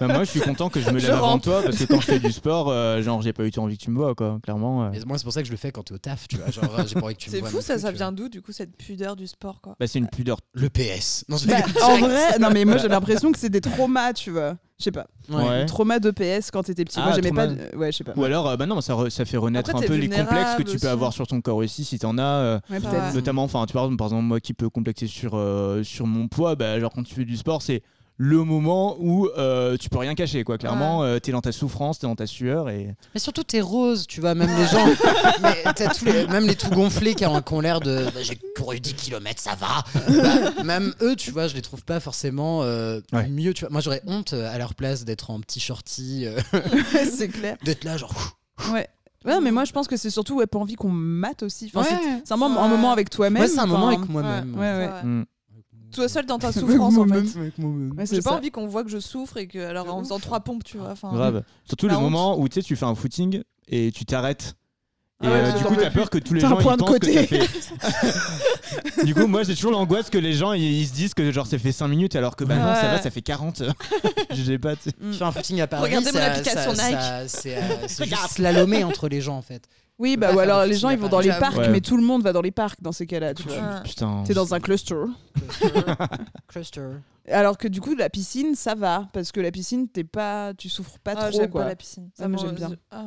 Speaker 2: Bah, moi, je suis content que je me
Speaker 4: Je
Speaker 2: lève avant
Speaker 4: rentre.
Speaker 2: toi parce que quand je fais du sport, euh, genre, j'ai pas eu envie que tu me vois, quoi, clairement. euh.
Speaker 1: Mais moi, c'est pour ça que je le fais quand t'es au taf, tu vois. Genre, euh, j'ai pas envie que tu me
Speaker 3: c'est
Speaker 1: vois
Speaker 3: fou,
Speaker 1: non
Speaker 3: ça,
Speaker 1: plus,
Speaker 3: ça
Speaker 1: tu vois.
Speaker 3: vient d'où, du coup, cette pudeur du sport, quoi
Speaker 2: Bah, c'est une pudeur.
Speaker 1: Le PS. Non, je
Speaker 4: Bah,
Speaker 1: rigole.
Speaker 4: en vrai, non [LAUGHS] mais moi j'ai l'impression que c'est des traumas, tu vois. Je sais pas,
Speaker 1: Ouais.
Speaker 2: Ouais.
Speaker 4: trauma de PS quand t'étais petit.
Speaker 2: Ah,
Speaker 4: moi j'aimais pas,
Speaker 2: trauma.
Speaker 4: euh, ouais, je sais pas.
Speaker 2: Ou alors, euh, bah non, ça, re- ça fait renaître
Speaker 3: Après,
Speaker 2: un
Speaker 3: t'es
Speaker 2: peu les
Speaker 3: vulnérable
Speaker 2: complexes que tu
Speaker 3: aussi.
Speaker 2: peux avoir sur ton corps aussi, si t'en as. euh,
Speaker 4: Ouais, peut-être.
Speaker 3: Ouais.
Speaker 2: notamment enfin tu vois par exemple moi qui peux complexer sur euh, sur mon poids bah, genre quand tu fais du sport c'est le moment où euh, tu peux rien cacher quoi clairement euh, t'es dans ta souffrance t'es dans ta sueur et
Speaker 1: Mais surtout, t'es rose, tu vois, même les
Speaker 3: [LAUGHS]
Speaker 1: gens, mais t'as tous les- même les tout gonflés qui ont, qui ont l'air de bah, j'ai couru 10 km, ça va. Bah, même eux, tu vois, je les trouve pas forcément euh,
Speaker 2: Ouais.
Speaker 1: mieux. Tu vois. Moi, j'aurais honte euh, à leur place d'être en petit shorty, euh, [LAUGHS]
Speaker 4: c'est clair.
Speaker 1: d'être là, genre.
Speaker 4: Ouais. Ouais, mais moi je pense que c'est surtout ouais, pas envie qu'on me mate aussi. Enfin, c'est-
Speaker 1: Ouais.
Speaker 4: C'est un, moment- un
Speaker 3: Ouais.
Speaker 4: moment avec toi-même.
Speaker 1: Moi, c'est un moment
Speaker 4: enfin,
Speaker 1: avec moi-même.
Speaker 4: Ouais, ouais.
Speaker 3: Ouais.
Speaker 2: Mm.
Speaker 3: Toi seul dans ta souffrance, en fait.
Speaker 4: Ouais, c'est
Speaker 3: J'ai pas
Speaker 4: ça.
Speaker 3: envie qu'on voit que je souffre et que, alors,
Speaker 4: De
Speaker 3: en
Speaker 4: ouf.
Speaker 3: faisant trois pompes, tu vois. enfin,
Speaker 2: grave surtout
Speaker 3: La
Speaker 2: le
Speaker 3: honte.
Speaker 2: moment où tu sais tu fais un footing et tu t'arrêtes et
Speaker 3: Ah ouais,
Speaker 2: euh,
Speaker 3: ouais,
Speaker 2: du
Speaker 3: j'en
Speaker 2: coup
Speaker 3: peux
Speaker 2: t'as peur que tous les
Speaker 4: T'as un
Speaker 2: gens
Speaker 4: point
Speaker 2: ils
Speaker 4: de
Speaker 2: pensent que
Speaker 4: côté.
Speaker 2: t'as fait [LAUGHS] du coup moi j'ai toujours l'angoisse que les gens ils, ils se disent que genre c'est fait 5 minutes alors que bah non ça
Speaker 3: Ouais.
Speaker 2: va ça fait [LAUGHS] 40 j'ai pas tu sais.
Speaker 1: Je fais un footing à Paris.
Speaker 3: Regardez mon
Speaker 1: ça-
Speaker 3: application
Speaker 1: ça-
Speaker 3: Nike.
Speaker 1: ça- C'est euh, c'est juste
Speaker 2: Regarde.
Speaker 1: slalomé entre les gens, en fait.
Speaker 4: Oui,
Speaker 1: peut
Speaker 4: bah
Speaker 1: pas
Speaker 4: ou
Speaker 1: faire
Speaker 4: alors
Speaker 1: de
Speaker 4: les gens
Speaker 1: footing
Speaker 4: ils vont
Speaker 1: à
Speaker 4: dans les
Speaker 3: Paris.
Speaker 4: parcs,
Speaker 2: Ouais.
Speaker 4: mais tout le monde va dans les parcs dans ces cas-là, tu vois.
Speaker 3: Ouais.
Speaker 2: Ah. putain
Speaker 4: T'es dans un cluster.
Speaker 1: Cluster.
Speaker 4: Alors que du coup la piscine ça va parce que la piscine t'es pas, tu souffres pas
Speaker 3: Ah,
Speaker 4: trop
Speaker 3: j'aime
Speaker 4: quoi.
Speaker 3: pas la piscine.
Speaker 4: Ah, moi,
Speaker 3: me-
Speaker 4: j'aime bien.
Speaker 3: Ah.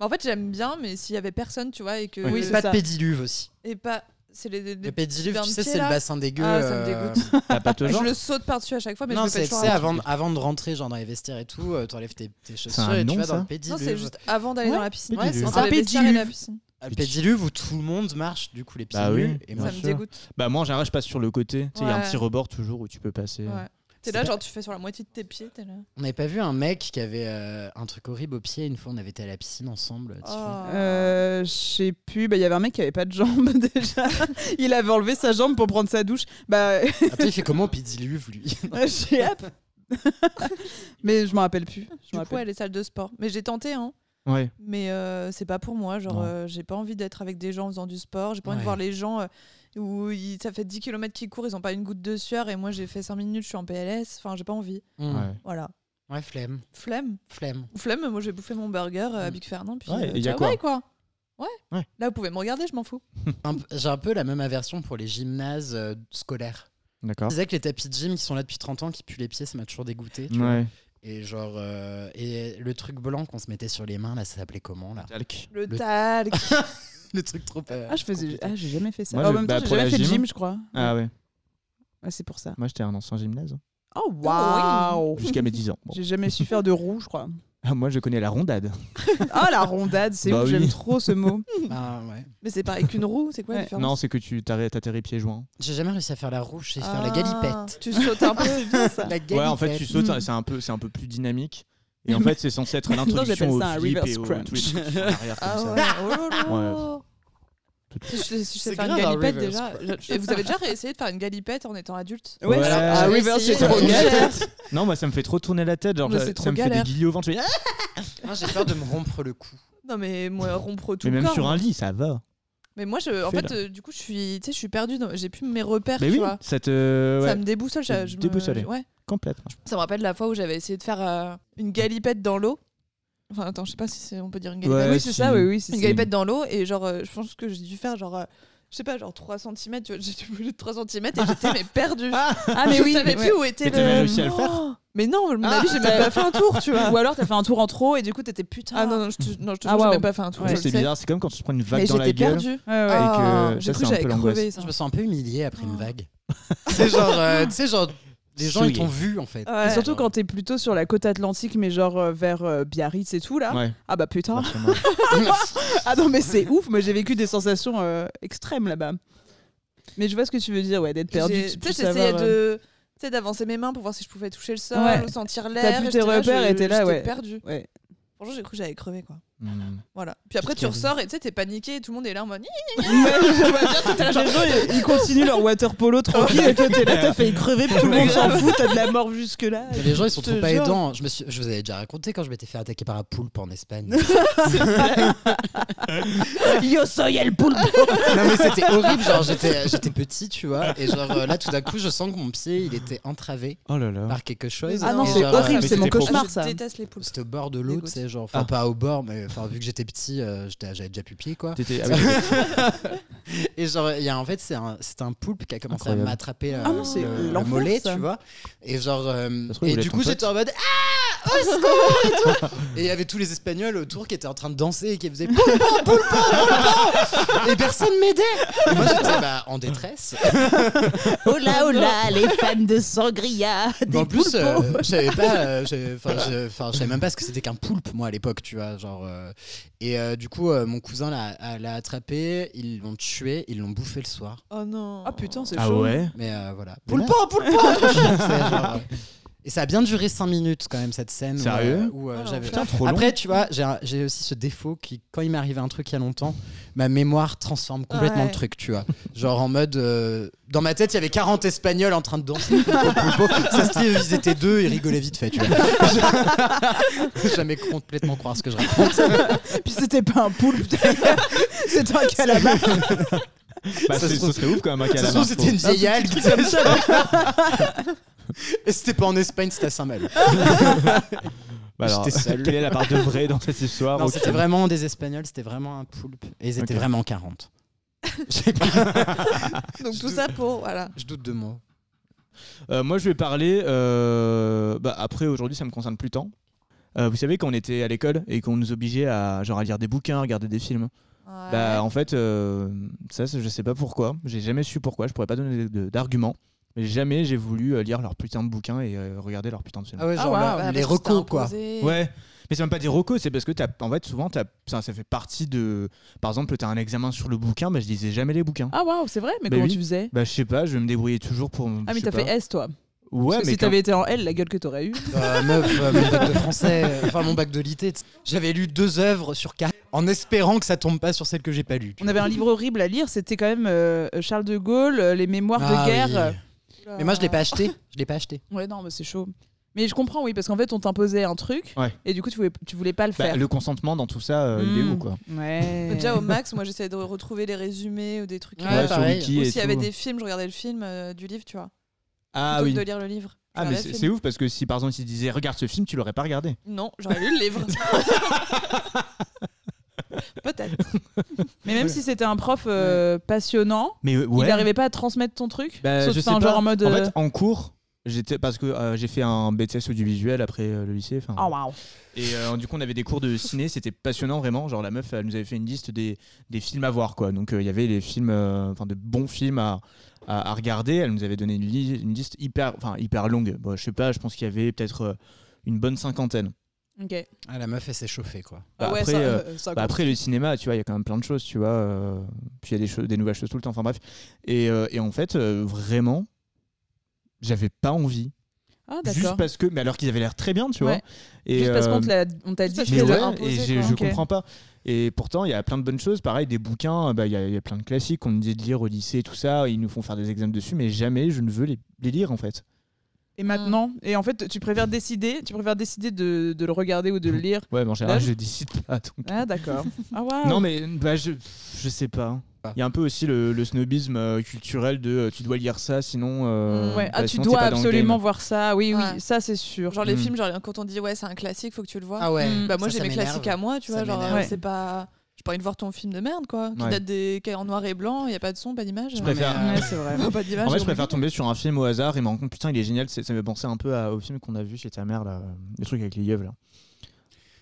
Speaker 3: Bah, en fait, j'aime bien, mais s'il y avait personne, tu vois, et que.
Speaker 2: Oui,
Speaker 4: Oui,
Speaker 3: et
Speaker 4: c'est
Speaker 1: Pas
Speaker 4: ça.
Speaker 1: de pédiluve aussi.
Speaker 3: Et pas. C'est les. les- les-
Speaker 1: Le pédiluve,
Speaker 3: d'un
Speaker 1: tu sais,
Speaker 3: pied,
Speaker 1: c'est le
Speaker 3: là.
Speaker 1: bassin dégueu.
Speaker 3: Ah, ça me
Speaker 1: euh,
Speaker 3: dégoûte.
Speaker 2: t'as pas de
Speaker 3: Je
Speaker 4: [LAUGHS]
Speaker 2: genre
Speaker 3: le saute par-dessus à chaque fois, mais
Speaker 1: non,
Speaker 3: je me
Speaker 1: c'est
Speaker 3: fais
Speaker 1: tu
Speaker 3: toujours
Speaker 1: sais,
Speaker 3: la-
Speaker 1: avant, de- avant de rentrer genre dans les vestiaires et tout, euh, t'enlèves tes, tes chaussures
Speaker 2: un
Speaker 1: et
Speaker 2: nom,
Speaker 1: tu vas
Speaker 2: ça
Speaker 1: dans le
Speaker 3: Non,
Speaker 1: pédiluve.
Speaker 3: c'est juste avant d'aller
Speaker 4: Ouais,
Speaker 3: dans la piscine.
Speaker 2: pédiluve.
Speaker 3: c'est
Speaker 1: Ouais,
Speaker 3: entre
Speaker 4: c'est
Speaker 3: les
Speaker 4: un
Speaker 3: vestiaires et la
Speaker 4: pédiluve.
Speaker 3: piscine.
Speaker 1: Euh, Le pédiluve où tout le monde marche, du coup, les pieds
Speaker 2: Bah oui.
Speaker 1: nus. Et moi,
Speaker 3: Ça
Speaker 2: Bien
Speaker 3: me
Speaker 2: sûr.
Speaker 3: dégoûte.
Speaker 2: bah moi en général je passe sur le côté tu sais il y a un
Speaker 3: Ouais.
Speaker 2: petit rebord toujours où tu peux passer euh.
Speaker 3: Ouais. T'es là, genre, tu fais sur la moitié de tes pieds, t'es là.
Speaker 1: on n'avait pas vu un mec qui avait euh, un truc horrible au pied. Une fois, on avait été à la piscine ensemble. tu vois.
Speaker 3: Oh.
Speaker 4: Euh, je sais plus, bah il y avait un mec qui avait pas de jambe [LAUGHS] déjà. Il avait enlevé sa jambe pour prendre sa douche. [LAUGHS] Bah
Speaker 1: Après, il fait comment au pédiluve, lui
Speaker 4: j'ai hâte. [LAUGHS] Mais je m'en rappelle plus. Je
Speaker 3: Du
Speaker 4: m'en
Speaker 3: coup, ouais,
Speaker 4: rappelle.
Speaker 3: les salles de sport. Mais j'ai tenté, hein.
Speaker 2: ouais
Speaker 3: Mais euh, c'est pas pour moi. Genre,
Speaker 2: Non.
Speaker 3: euh, j'ai pas envie d'être avec des gens en faisant du sport. J'ai pas envie
Speaker 1: Ouais.
Speaker 3: de voir les gens euh, où ils- ça fait 10 km qu'ils courent, ils ont pas une goutte de sueur. Et moi, j'ai fait 5 minutes, je suis en PLS. Enfin, j'ai pas envie.
Speaker 1: Hmm. ouais.
Speaker 2: Ouais.
Speaker 3: Voilà.
Speaker 1: flemme.
Speaker 3: Flemme.
Speaker 1: Flemme.
Speaker 3: Flemme, moi, j'ai bouffé mon burger euh, à Big Fernand. Puis,
Speaker 2: Ouais,
Speaker 3: euh,
Speaker 2: et y a
Speaker 3: ciao,
Speaker 2: quoi
Speaker 3: bye, quoi. Ouais.
Speaker 2: Ouais.
Speaker 3: Là, vous pouvez me regarder, je m'en fous.
Speaker 1: Un p- J'ai un peu la même aversion pour les gymnases euh, scolaires. Je
Speaker 2: D'accord.
Speaker 1: disais que les tapis de gym qui sont là depuis 30 ans, qui puent les pieds, ça m'a toujours dégoûté. tu vois.
Speaker 2: Ouais.
Speaker 1: Et genre, euh, et le truc blanc qu'on se mettait sur les mains, là, ça s'appelait comment là
Speaker 3: Le,
Speaker 1: Le-
Speaker 3: talc.
Speaker 1: Le truc trop. euh,
Speaker 4: Ah je faisais,
Speaker 1: compliqué.
Speaker 4: ah j'ai jamais fait ça.
Speaker 2: Moi,
Speaker 4: en
Speaker 2: je-
Speaker 4: même
Speaker 2: bah,
Speaker 4: temps j'ai
Speaker 2: pour la
Speaker 4: jamais fait de
Speaker 2: gym.
Speaker 4: gym je crois.
Speaker 2: Ah ouais.
Speaker 4: Ouais, c'est pour ça.
Speaker 2: Moi j'étais un ancien gymnase. hein.
Speaker 4: Oh
Speaker 3: waouh.
Speaker 4: waouh.
Speaker 2: Jusqu'à mes 10 ans. Bon.
Speaker 4: J'ai jamais su faire de roux je crois.
Speaker 2: Ah, Moi je connais la rondade.
Speaker 4: Ah la rondade, c'est
Speaker 2: Bah
Speaker 4: ouf,
Speaker 2: oui.
Speaker 4: j'aime trop
Speaker 2: [LAUGHS]
Speaker 4: ce mot.
Speaker 1: Ah, ouais.
Speaker 3: Mais c'est pareil qu'une roue, c'est quoi la
Speaker 4: Ouais.
Speaker 3: différence
Speaker 2: Non, c'est que tu t'arrêtes- t'atterris pieds joints.
Speaker 1: J'ai jamais réussi à faire la rouge, j'ai faire la
Speaker 3: Ah,
Speaker 1: galipette.
Speaker 3: Tu sautes un peu.
Speaker 2: [LAUGHS]
Speaker 1: La galipette.
Speaker 2: Ouais, en fait tu sautes,
Speaker 4: Mm.
Speaker 2: c'est un peu, c'est un peu plus dynamique.
Speaker 4: [LAUGHS]
Speaker 2: Et en fait c'est censé être l'introduction
Speaker 4: j'appelle
Speaker 2: au
Speaker 4: ça un
Speaker 2: flip
Speaker 4: reverse
Speaker 2: et au,
Speaker 4: crunch.
Speaker 2: tous les trucs qui sont en arrière comme
Speaker 3: Ah
Speaker 2: ça.
Speaker 3: ouais. Oh là là.
Speaker 2: Tout de
Speaker 3: Si je, sais- si je sais
Speaker 1: C'est
Speaker 3: faire une
Speaker 1: grave un
Speaker 3: galipette
Speaker 1: reverse,
Speaker 3: déjà. hein, je- et vous avez déjà essayé de faire une galipette en étant adulte
Speaker 2: Ouais.
Speaker 4: alors-
Speaker 2: Ah
Speaker 4: ah
Speaker 1: oui,
Speaker 4: oui,
Speaker 1: bah,
Speaker 4: c'est
Speaker 1: c'est
Speaker 4: trop
Speaker 1: trop
Speaker 4: galère.
Speaker 2: Non, moi ça me fait trop tourner la tête, genre
Speaker 3: Mais
Speaker 2: ça,
Speaker 3: c'est
Speaker 2: ça
Speaker 3: trop
Speaker 2: me fait des
Speaker 3: galère.
Speaker 2: guillis au ventre. je fais, Ah
Speaker 1: Moi, j'ai peur de me rompre le cou.
Speaker 3: Non mais
Speaker 2: [LAUGHS]
Speaker 3: moi rompre tout
Speaker 2: mais
Speaker 3: le
Speaker 2: même
Speaker 3: corps.
Speaker 2: sur un lit, ça va.
Speaker 3: Mais moi je, en
Speaker 2: Fais
Speaker 3: fait euh, du coup je suis, tu sais, je suis perdue. dans- J'ai plus mes repères,
Speaker 2: Mais
Speaker 3: tu
Speaker 2: oui,
Speaker 3: vois.
Speaker 2: ça te
Speaker 3: Ça
Speaker 2: ouais,
Speaker 3: me déboussole.
Speaker 2: T'es
Speaker 3: Je, je me-
Speaker 2: déboussolée.
Speaker 3: ouais.
Speaker 2: complète.
Speaker 3: Ça me rappelle la fois où j'avais essayé de faire euh, une galipette dans l'eau. Enfin attends, je sais pas si c'est- on peut dire une galipette.
Speaker 2: Ouais,
Speaker 4: oui, c'est
Speaker 2: si.
Speaker 4: ça, oui, oui, c'est
Speaker 3: une
Speaker 4: ça.
Speaker 3: galipette dans l'eau et genre euh, je pense que j'ai dû faire genre euh, je sais pas genre 3 cm, tu vois, [LAUGHS] j'ai dû bouger de 3 cm et j'étais mais perdue.
Speaker 4: Ah, mais
Speaker 3: je
Speaker 4: oui,
Speaker 3: savais
Speaker 4: mais Ah,
Speaker 3: plus où était
Speaker 2: Mais
Speaker 3: le
Speaker 2: t'avais réussi à le faire
Speaker 3: Oh Mais non, à mon avis, j'ai même
Speaker 4: t'as-
Speaker 3: pas fait un tour, tu vois.
Speaker 4: Ou alors t'as fait un tour en trop et du coup t'étais putain.
Speaker 3: Ah non, non, je te, non, je te
Speaker 4: Ah,
Speaker 3: jure,
Speaker 4: waouh.
Speaker 3: j'ai même pas fait un tour.
Speaker 4: Ouais,
Speaker 3: je
Speaker 2: c'est
Speaker 3: le sais.
Speaker 2: bizarre, c'est comme quand tu te prends une vague
Speaker 3: Mais
Speaker 2: dans la
Speaker 3: j'étais
Speaker 2: gueule.
Speaker 3: perdue.
Speaker 4: Ouais, ouais.
Speaker 3: Ah,
Speaker 2: que-
Speaker 3: j'ai
Speaker 2: ça,
Speaker 3: cru
Speaker 2: c'est un
Speaker 3: que j'avais
Speaker 2: peu l'angoisse.
Speaker 3: crevé. ça.
Speaker 4: Ah.
Speaker 1: Je me sens un peu humilié après une
Speaker 3: Oh.
Speaker 1: vague. C'est genre, euh, tu sais, genre, Les gens, ils
Speaker 2: Souillé.
Speaker 1: t'ont vu en fait.
Speaker 4: Et surtout
Speaker 2: Ouais.
Speaker 4: quand t'es plutôt sur la côte atlantique, mais genre euh, vers euh, Biarritz et tout là.
Speaker 2: Ouais.
Speaker 4: Ah bah putain.
Speaker 2: forcément.
Speaker 4: Ah non mais c'est ouf. Moi j'ai vécu des sensations euh, extrêmes là-bas. Mais je vois ce que tu veux dire, ouais, d'être perdu.
Speaker 3: J'ai-
Speaker 4: tu
Speaker 3: Tu
Speaker 4: peux
Speaker 3: sais, j'essayais
Speaker 4: savoir, euh,
Speaker 3: de tu sais, d'avancer mes mains pour voir si je pouvais toucher le sol
Speaker 4: Ouais.
Speaker 3: ou sentir l'air. et
Speaker 4: plus tes
Speaker 3: j'étais là,
Speaker 4: repères
Speaker 3: je-
Speaker 4: et t'es là,
Speaker 3: j'étais
Speaker 4: ouais.
Speaker 3: perdue.
Speaker 4: Ouais.
Speaker 3: Franchement, j'ai cru que j'allais crever quoi.
Speaker 2: Mm.
Speaker 3: Voilà. Puis après, tu
Speaker 1: Putain.
Speaker 3: ressors et tu sais, t'es paniqué et tout le monde est là en mode. Ah,
Speaker 4: Les gens, ils, ils continuent leur water polo tranquille et toi, t'es là, t'as failli crever, tout le monde s'en fout, t'as de la mort jusque-là.
Speaker 1: Mais Les gens, ils sont
Speaker 4: Je
Speaker 1: trop
Speaker 4: te
Speaker 1: pas
Speaker 4: jure.
Speaker 1: aidants. Je, me suis- je vous avais déjà raconté quand je m'étais fait attaquer par un poulpe en
Speaker 4: [LAUGHS]
Speaker 1: Espagne.
Speaker 4: Yo soy el pulpo.
Speaker 1: non, mais c'était horrible. Genre, j'étais j'étais petit, tu vois. Et genre, euh, là, tout d'un coup, je sens que mon pied, il était entravé
Speaker 2: Oh là là.
Speaker 1: par quelque chose.
Speaker 4: Ah non,
Speaker 1: Et
Speaker 4: c'est
Speaker 1: genre, euh,
Speaker 4: horrible,
Speaker 2: mais
Speaker 4: c'est mon
Speaker 2: c'était
Speaker 3: Ah,
Speaker 4: cauchemar
Speaker 3: je
Speaker 4: ça.
Speaker 3: déteste les poules.
Speaker 1: C'était au bord de l'eau,
Speaker 3: Dégoûte.
Speaker 1: tu sais, genre, enfin
Speaker 2: Ah.
Speaker 1: pas au bord, mais enfin vu que j'étais petit, euh, j'étais- j'avais déjà pupié quoi.
Speaker 2: T'étais- ah oui,
Speaker 1: [LAUGHS] Et genre, il y a, en fait, c'est un, c'est un poulpe qui a commencé
Speaker 2: Incroyable.
Speaker 1: à m'attraper euh,
Speaker 4: Ah non, c'est
Speaker 1: le, le
Speaker 4: l'enfer,
Speaker 1: mollet,
Speaker 4: ça.
Speaker 1: tu vois. Et genre, euh,
Speaker 2: se trouve,
Speaker 1: et
Speaker 2: il voulait
Speaker 1: du
Speaker 2: être
Speaker 1: coup,
Speaker 2: ton
Speaker 1: j'étais en mode Ah, au secours et tout. Et il y avait tous les Espagnols autour qui étaient en train de danser et qui faisaient Poulpo, Poulpo, Poulpo Et personne m'aidait. Et moi, j'étais bah, en détresse. hein.
Speaker 4: [LAUGHS] Hola, hola, les fans de sangria.
Speaker 1: Mais en plus, euh, je savais pas, euh, je- enfin, je enfin, je savais même pas ce que c'était qu'un poulpe, moi, à l'époque, tu vois, genre. euh, et euh, du coup, euh, mon cousin l'a a- l'a attrapé, ils l'ont tué, ils l'ont bouffé le soir.
Speaker 3: Oh non.
Speaker 4: Ah putain, c'est
Speaker 2: Ah
Speaker 4: chaud.
Speaker 2: ouais
Speaker 1: Mais euh, voilà.
Speaker 2: Mais là-
Speaker 1: Poulpe, poulpe. [LAUGHS] C'est genre, euh, Et ça a bien duré 5 minutes quand même cette scène. où,
Speaker 2: Sérieux
Speaker 1: euh, où, euh,
Speaker 3: Oh,
Speaker 1: j'avais-
Speaker 2: Putain, trop long.
Speaker 1: Après, tu vois, j'ai un- j'ai aussi ce défaut qui, quand il m'est arrivé un truc il y a longtemps, ma mémoire transforme complètement
Speaker 3: Ouais.
Speaker 1: le truc, tu vois. Genre en mode. euh, dans ma tête, il y avait 40 Espagnols en train de danser. [LAUGHS] ça se dit, ils étaient deux, ils rigolaient vite fait, tu vois. Je- [LAUGHS] Jamais complètement croire ce que je raconte.
Speaker 4: [LAUGHS] Puis c'était pas un poulpe, c'était un calamar.
Speaker 2: Bah,
Speaker 1: ça
Speaker 2: c'est-
Speaker 1: se trouve-
Speaker 2: ce serait ouf quand même un
Speaker 1: De toute façon,
Speaker 2: calamar.
Speaker 1: c'était une vieille algue.
Speaker 4: comme
Speaker 1: [LAUGHS] Et c'était pas en Espagne, c'était à Saint-Malo.
Speaker 2: Bah alors,
Speaker 1: J'étais seul.
Speaker 2: Quelle est la part de vrai dans cette histoire
Speaker 1: Non,
Speaker 2: ok.
Speaker 1: c'était vraiment des Espagnols, c'était vraiment un poulpe. Et ils étaient
Speaker 2: Ok.
Speaker 1: vraiment 40. Je sais pas,
Speaker 3: Donc tout ça pour. Voilà.
Speaker 1: je doute de moi.
Speaker 2: Euh, moi, je vais parler. euh, bah, après, aujourd'hui, ça me concerne plus tant. Euh, vous savez, quand on était à l'école et qu'on nous obligeait à, genre, à lire des bouquins, à regarder des films,
Speaker 3: Ah Ouais.
Speaker 2: bah, en fait, euh, ça, c'est- je sais pas pourquoi. J'ai jamais su pourquoi. Je pourrais pas donner de- de- d'arguments. Mais jamais j'ai voulu euh, lire leur putain de bouquins et euh, regarder leur putain de films.
Speaker 1: Ah ouais, genre
Speaker 4: ouais,
Speaker 1: là,
Speaker 3: Ouais,
Speaker 1: les
Speaker 3: bah, parce que c'était
Speaker 1: recos, quoi.
Speaker 3: imposé.
Speaker 2: Ouais, mais c'est même pas des recos, c'est parce que t'as, en fait, souvent, t'as, ça, ça fait partie de. Par exemple, t'as un examen sur le bouquin, bah, je lisais jamais les bouquins.
Speaker 4: Ah waouh, c'est vrai, mais
Speaker 2: Bah
Speaker 4: comment
Speaker 2: oui.
Speaker 4: tu faisais
Speaker 2: Bah, je sais pas, je vais me débrouiller toujours pour.
Speaker 4: Ah, mais
Speaker 2: je sais
Speaker 4: t'as fait
Speaker 2: pas.
Speaker 4: S toi.
Speaker 2: Ouais,
Speaker 4: Parce que
Speaker 2: mais
Speaker 4: si t'avais été en L, la gueule que t'aurais eu.
Speaker 1: Euh, meuf, euh, mon bac de français, euh, enfin mon bac de lité, t's- j'avais lu deux œuvres sur quatre en espérant que ça tombe pas sur celle que j'ai pas lue. tu
Speaker 4: On avait un livre horrible à lire, c'était quand même euh, Charles de Gaulle, euh, les mémoires
Speaker 1: Ah
Speaker 4: de guerre.
Speaker 1: oui. Mais moi je l'ai pas acheté, je l'ai pas acheté.
Speaker 4: Ouais, non, mais c'est chaud. Mais je comprends, oui, parce qu'en fait, on t'imposait un truc
Speaker 2: Ouais.
Speaker 4: et du coup, tu voulais, tu voulais pas le
Speaker 2: Bah,
Speaker 4: faire.
Speaker 2: le consentement dans tout ça, euh, il est
Speaker 4: Mm.
Speaker 2: où quoi
Speaker 4: Ouais.
Speaker 3: Bah, Déjà au max, moi j'essayais de retrouver les résumés ou des trucs.
Speaker 1: Ouais,
Speaker 3: comme ça.
Speaker 1: sur pareil.
Speaker 3: Ou
Speaker 2: et
Speaker 3: s'il y avait
Speaker 2: tout.
Speaker 3: des films, je regardais le film euh, du livre, tu vois.
Speaker 2: Ah
Speaker 3: plutôt
Speaker 2: oui.
Speaker 3: que de lire le livre. Je
Speaker 2: Ah mais
Speaker 3: regardais
Speaker 2: c'est
Speaker 3: le film.
Speaker 2: c'est ouf parce que si par exemple ils disaient regarde ce film, tu l'aurais pas regardé.
Speaker 3: Non, j'aurais lu le livre. Peut-être.
Speaker 4: Mais même si c'était un prof euh, passionnant,
Speaker 2: Mais euh, ouais.
Speaker 4: il n'arrivait pas à transmettre ton truc.
Speaker 2: Bah,
Speaker 4: Sauf
Speaker 2: je
Speaker 4: que
Speaker 2: sais
Speaker 4: c'est un
Speaker 2: pas.
Speaker 4: genre en mode.
Speaker 2: En
Speaker 4: euh,
Speaker 2: fait, en cours, j'étais parce que euh, j'ai fait un BTS audiovisuel après euh, le lycée. enfin,
Speaker 4: Ah, waouh.
Speaker 2: Et euh, du coup, on avait des cours de ciné, c'était passionnant vraiment. Genre, la meuf, elle nous avait fait une liste des, des films à voir, quoi. Donc, euh, il y avait les films, euh, enfin, de bons films à, à, à regarder. Elle nous avait donné une, li- une liste hyper, enfin, hyper longue. Bon, je sais pas, je pense qu'il y avait peut-être euh, une bonne cinquantaine.
Speaker 4: Ok.
Speaker 1: Ah la meuf elle s'est chauffée quoi.
Speaker 2: Bah,
Speaker 4: Ah ouais,
Speaker 2: après,
Speaker 4: ça,
Speaker 2: euh,
Speaker 4: euh, ça
Speaker 2: Bah,
Speaker 4: compte.
Speaker 2: après le cinéma, tu vois, il y a quand même plein de choses, tu vois. euh, puis il y a des, choses, des nouvelles choses tout le temps. Enfin bref. Et, euh, et en fait, euh, vraiment, j'avais pas envie.
Speaker 4: Ah,
Speaker 2: Juste
Speaker 4: d'accord.
Speaker 2: parce que, mais alors qu'ils avaient l'air très bien, tu
Speaker 4: Ouais.
Speaker 2: vois. Et,
Speaker 4: Juste parce
Speaker 2: euh,
Speaker 4: qu'on te l'a- on t'a dit
Speaker 3: parce
Speaker 4: que
Speaker 2: mais
Speaker 3: qu'on te
Speaker 4: c'était
Speaker 3: l'a
Speaker 2: ouais,
Speaker 4: imposé,
Speaker 2: et
Speaker 3: imposé,
Speaker 2: j'ai-
Speaker 3: quoi.
Speaker 2: je
Speaker 4: Ok.
Speaker 2: comprends pas. Et pourtant, il y a plein de bonnes choses. Pareil, des bouquins, bah, il y, a- il y a plein de classiques qu'on nous dit de lire au lycée, tout ça. Ils nous font faire des examens dessus, mais jamais je ne veux les, les lire en fait.
Speaker 4: Et maintenant Et en fait, tu préfères décider, tu préfères décider de, de le regarder ou de
Speaker 2: [LAUGHS]
Speaker 4: le lire
Speaker 2: Ouais, mais en général,
Speaker 4: Là,
Speaker 2: je décide pas. donc.
Speaker 4: Ah, d'accord. Ah, waouh.
Speaker 2: Non, mais bah, je, je sais pas. hein.
Speaker 1: Ah.
Speaker 2: Il y a un peu aussi le, le snobisme euh, culturel de euh, tu dois lire ça, sinon. euh,
Speaker 4: Ouais, ah,
Speaker 2: bah,
Speaker 4: tu
Speaker 2: sinon, t'es
Speaker 4: dois
Speaker 2: pas dans le game.
Speaker 4: absolument voir ça. Oui, oui,
Speaker 3: Ouais.
Speaker 4: ça c'est sûr.
Speaker 3: Genre les
Speaker 2: Mm.
Speaker 3: films, genre quand on dit ouais, c'est un classique, faut que tu le vois.
Speaker 1: Ah ouais.
Speaker 4: Mm.
Speaker 3: Bah moi
Speaker 1: ça,
Speaker 3: j'ai
Speaker 1: ça
Speaker 3: mes
Speaker 1: m'énerve.
Speaker 3: classiques à moi, tu
Speaker 1: Ça
Speaker 3: vois, genre
Speaker 1: m'énerve.
Speaker 3: euh, c'est pas j'ai pas envie de voir ton film de merde quoi, qui
Speaker 2: Ouais.
Speaker 3: date des qui est en noir et blanc, il y a pas de son, pas d'image.
Speaker 2: Je
Speaker 1: mais,
Speaker 2: préfère-
Speaker 1: euh,
Speaker 4: Ouais, c'est vrai.
Speaker 3: Enfin, pas
Speaker 2: En
Speaker 3: d'image.
Speaker 2: vrai, je
Speaker 3: horrible.
Speaker 2: préfère tomber sur un film au hasard et me rendre compte, putain, il est génial. c'est- Ça me fait penser un peu à- au film qu'on a vu chez ta mère, là, euh, le truc avec les yeux, là.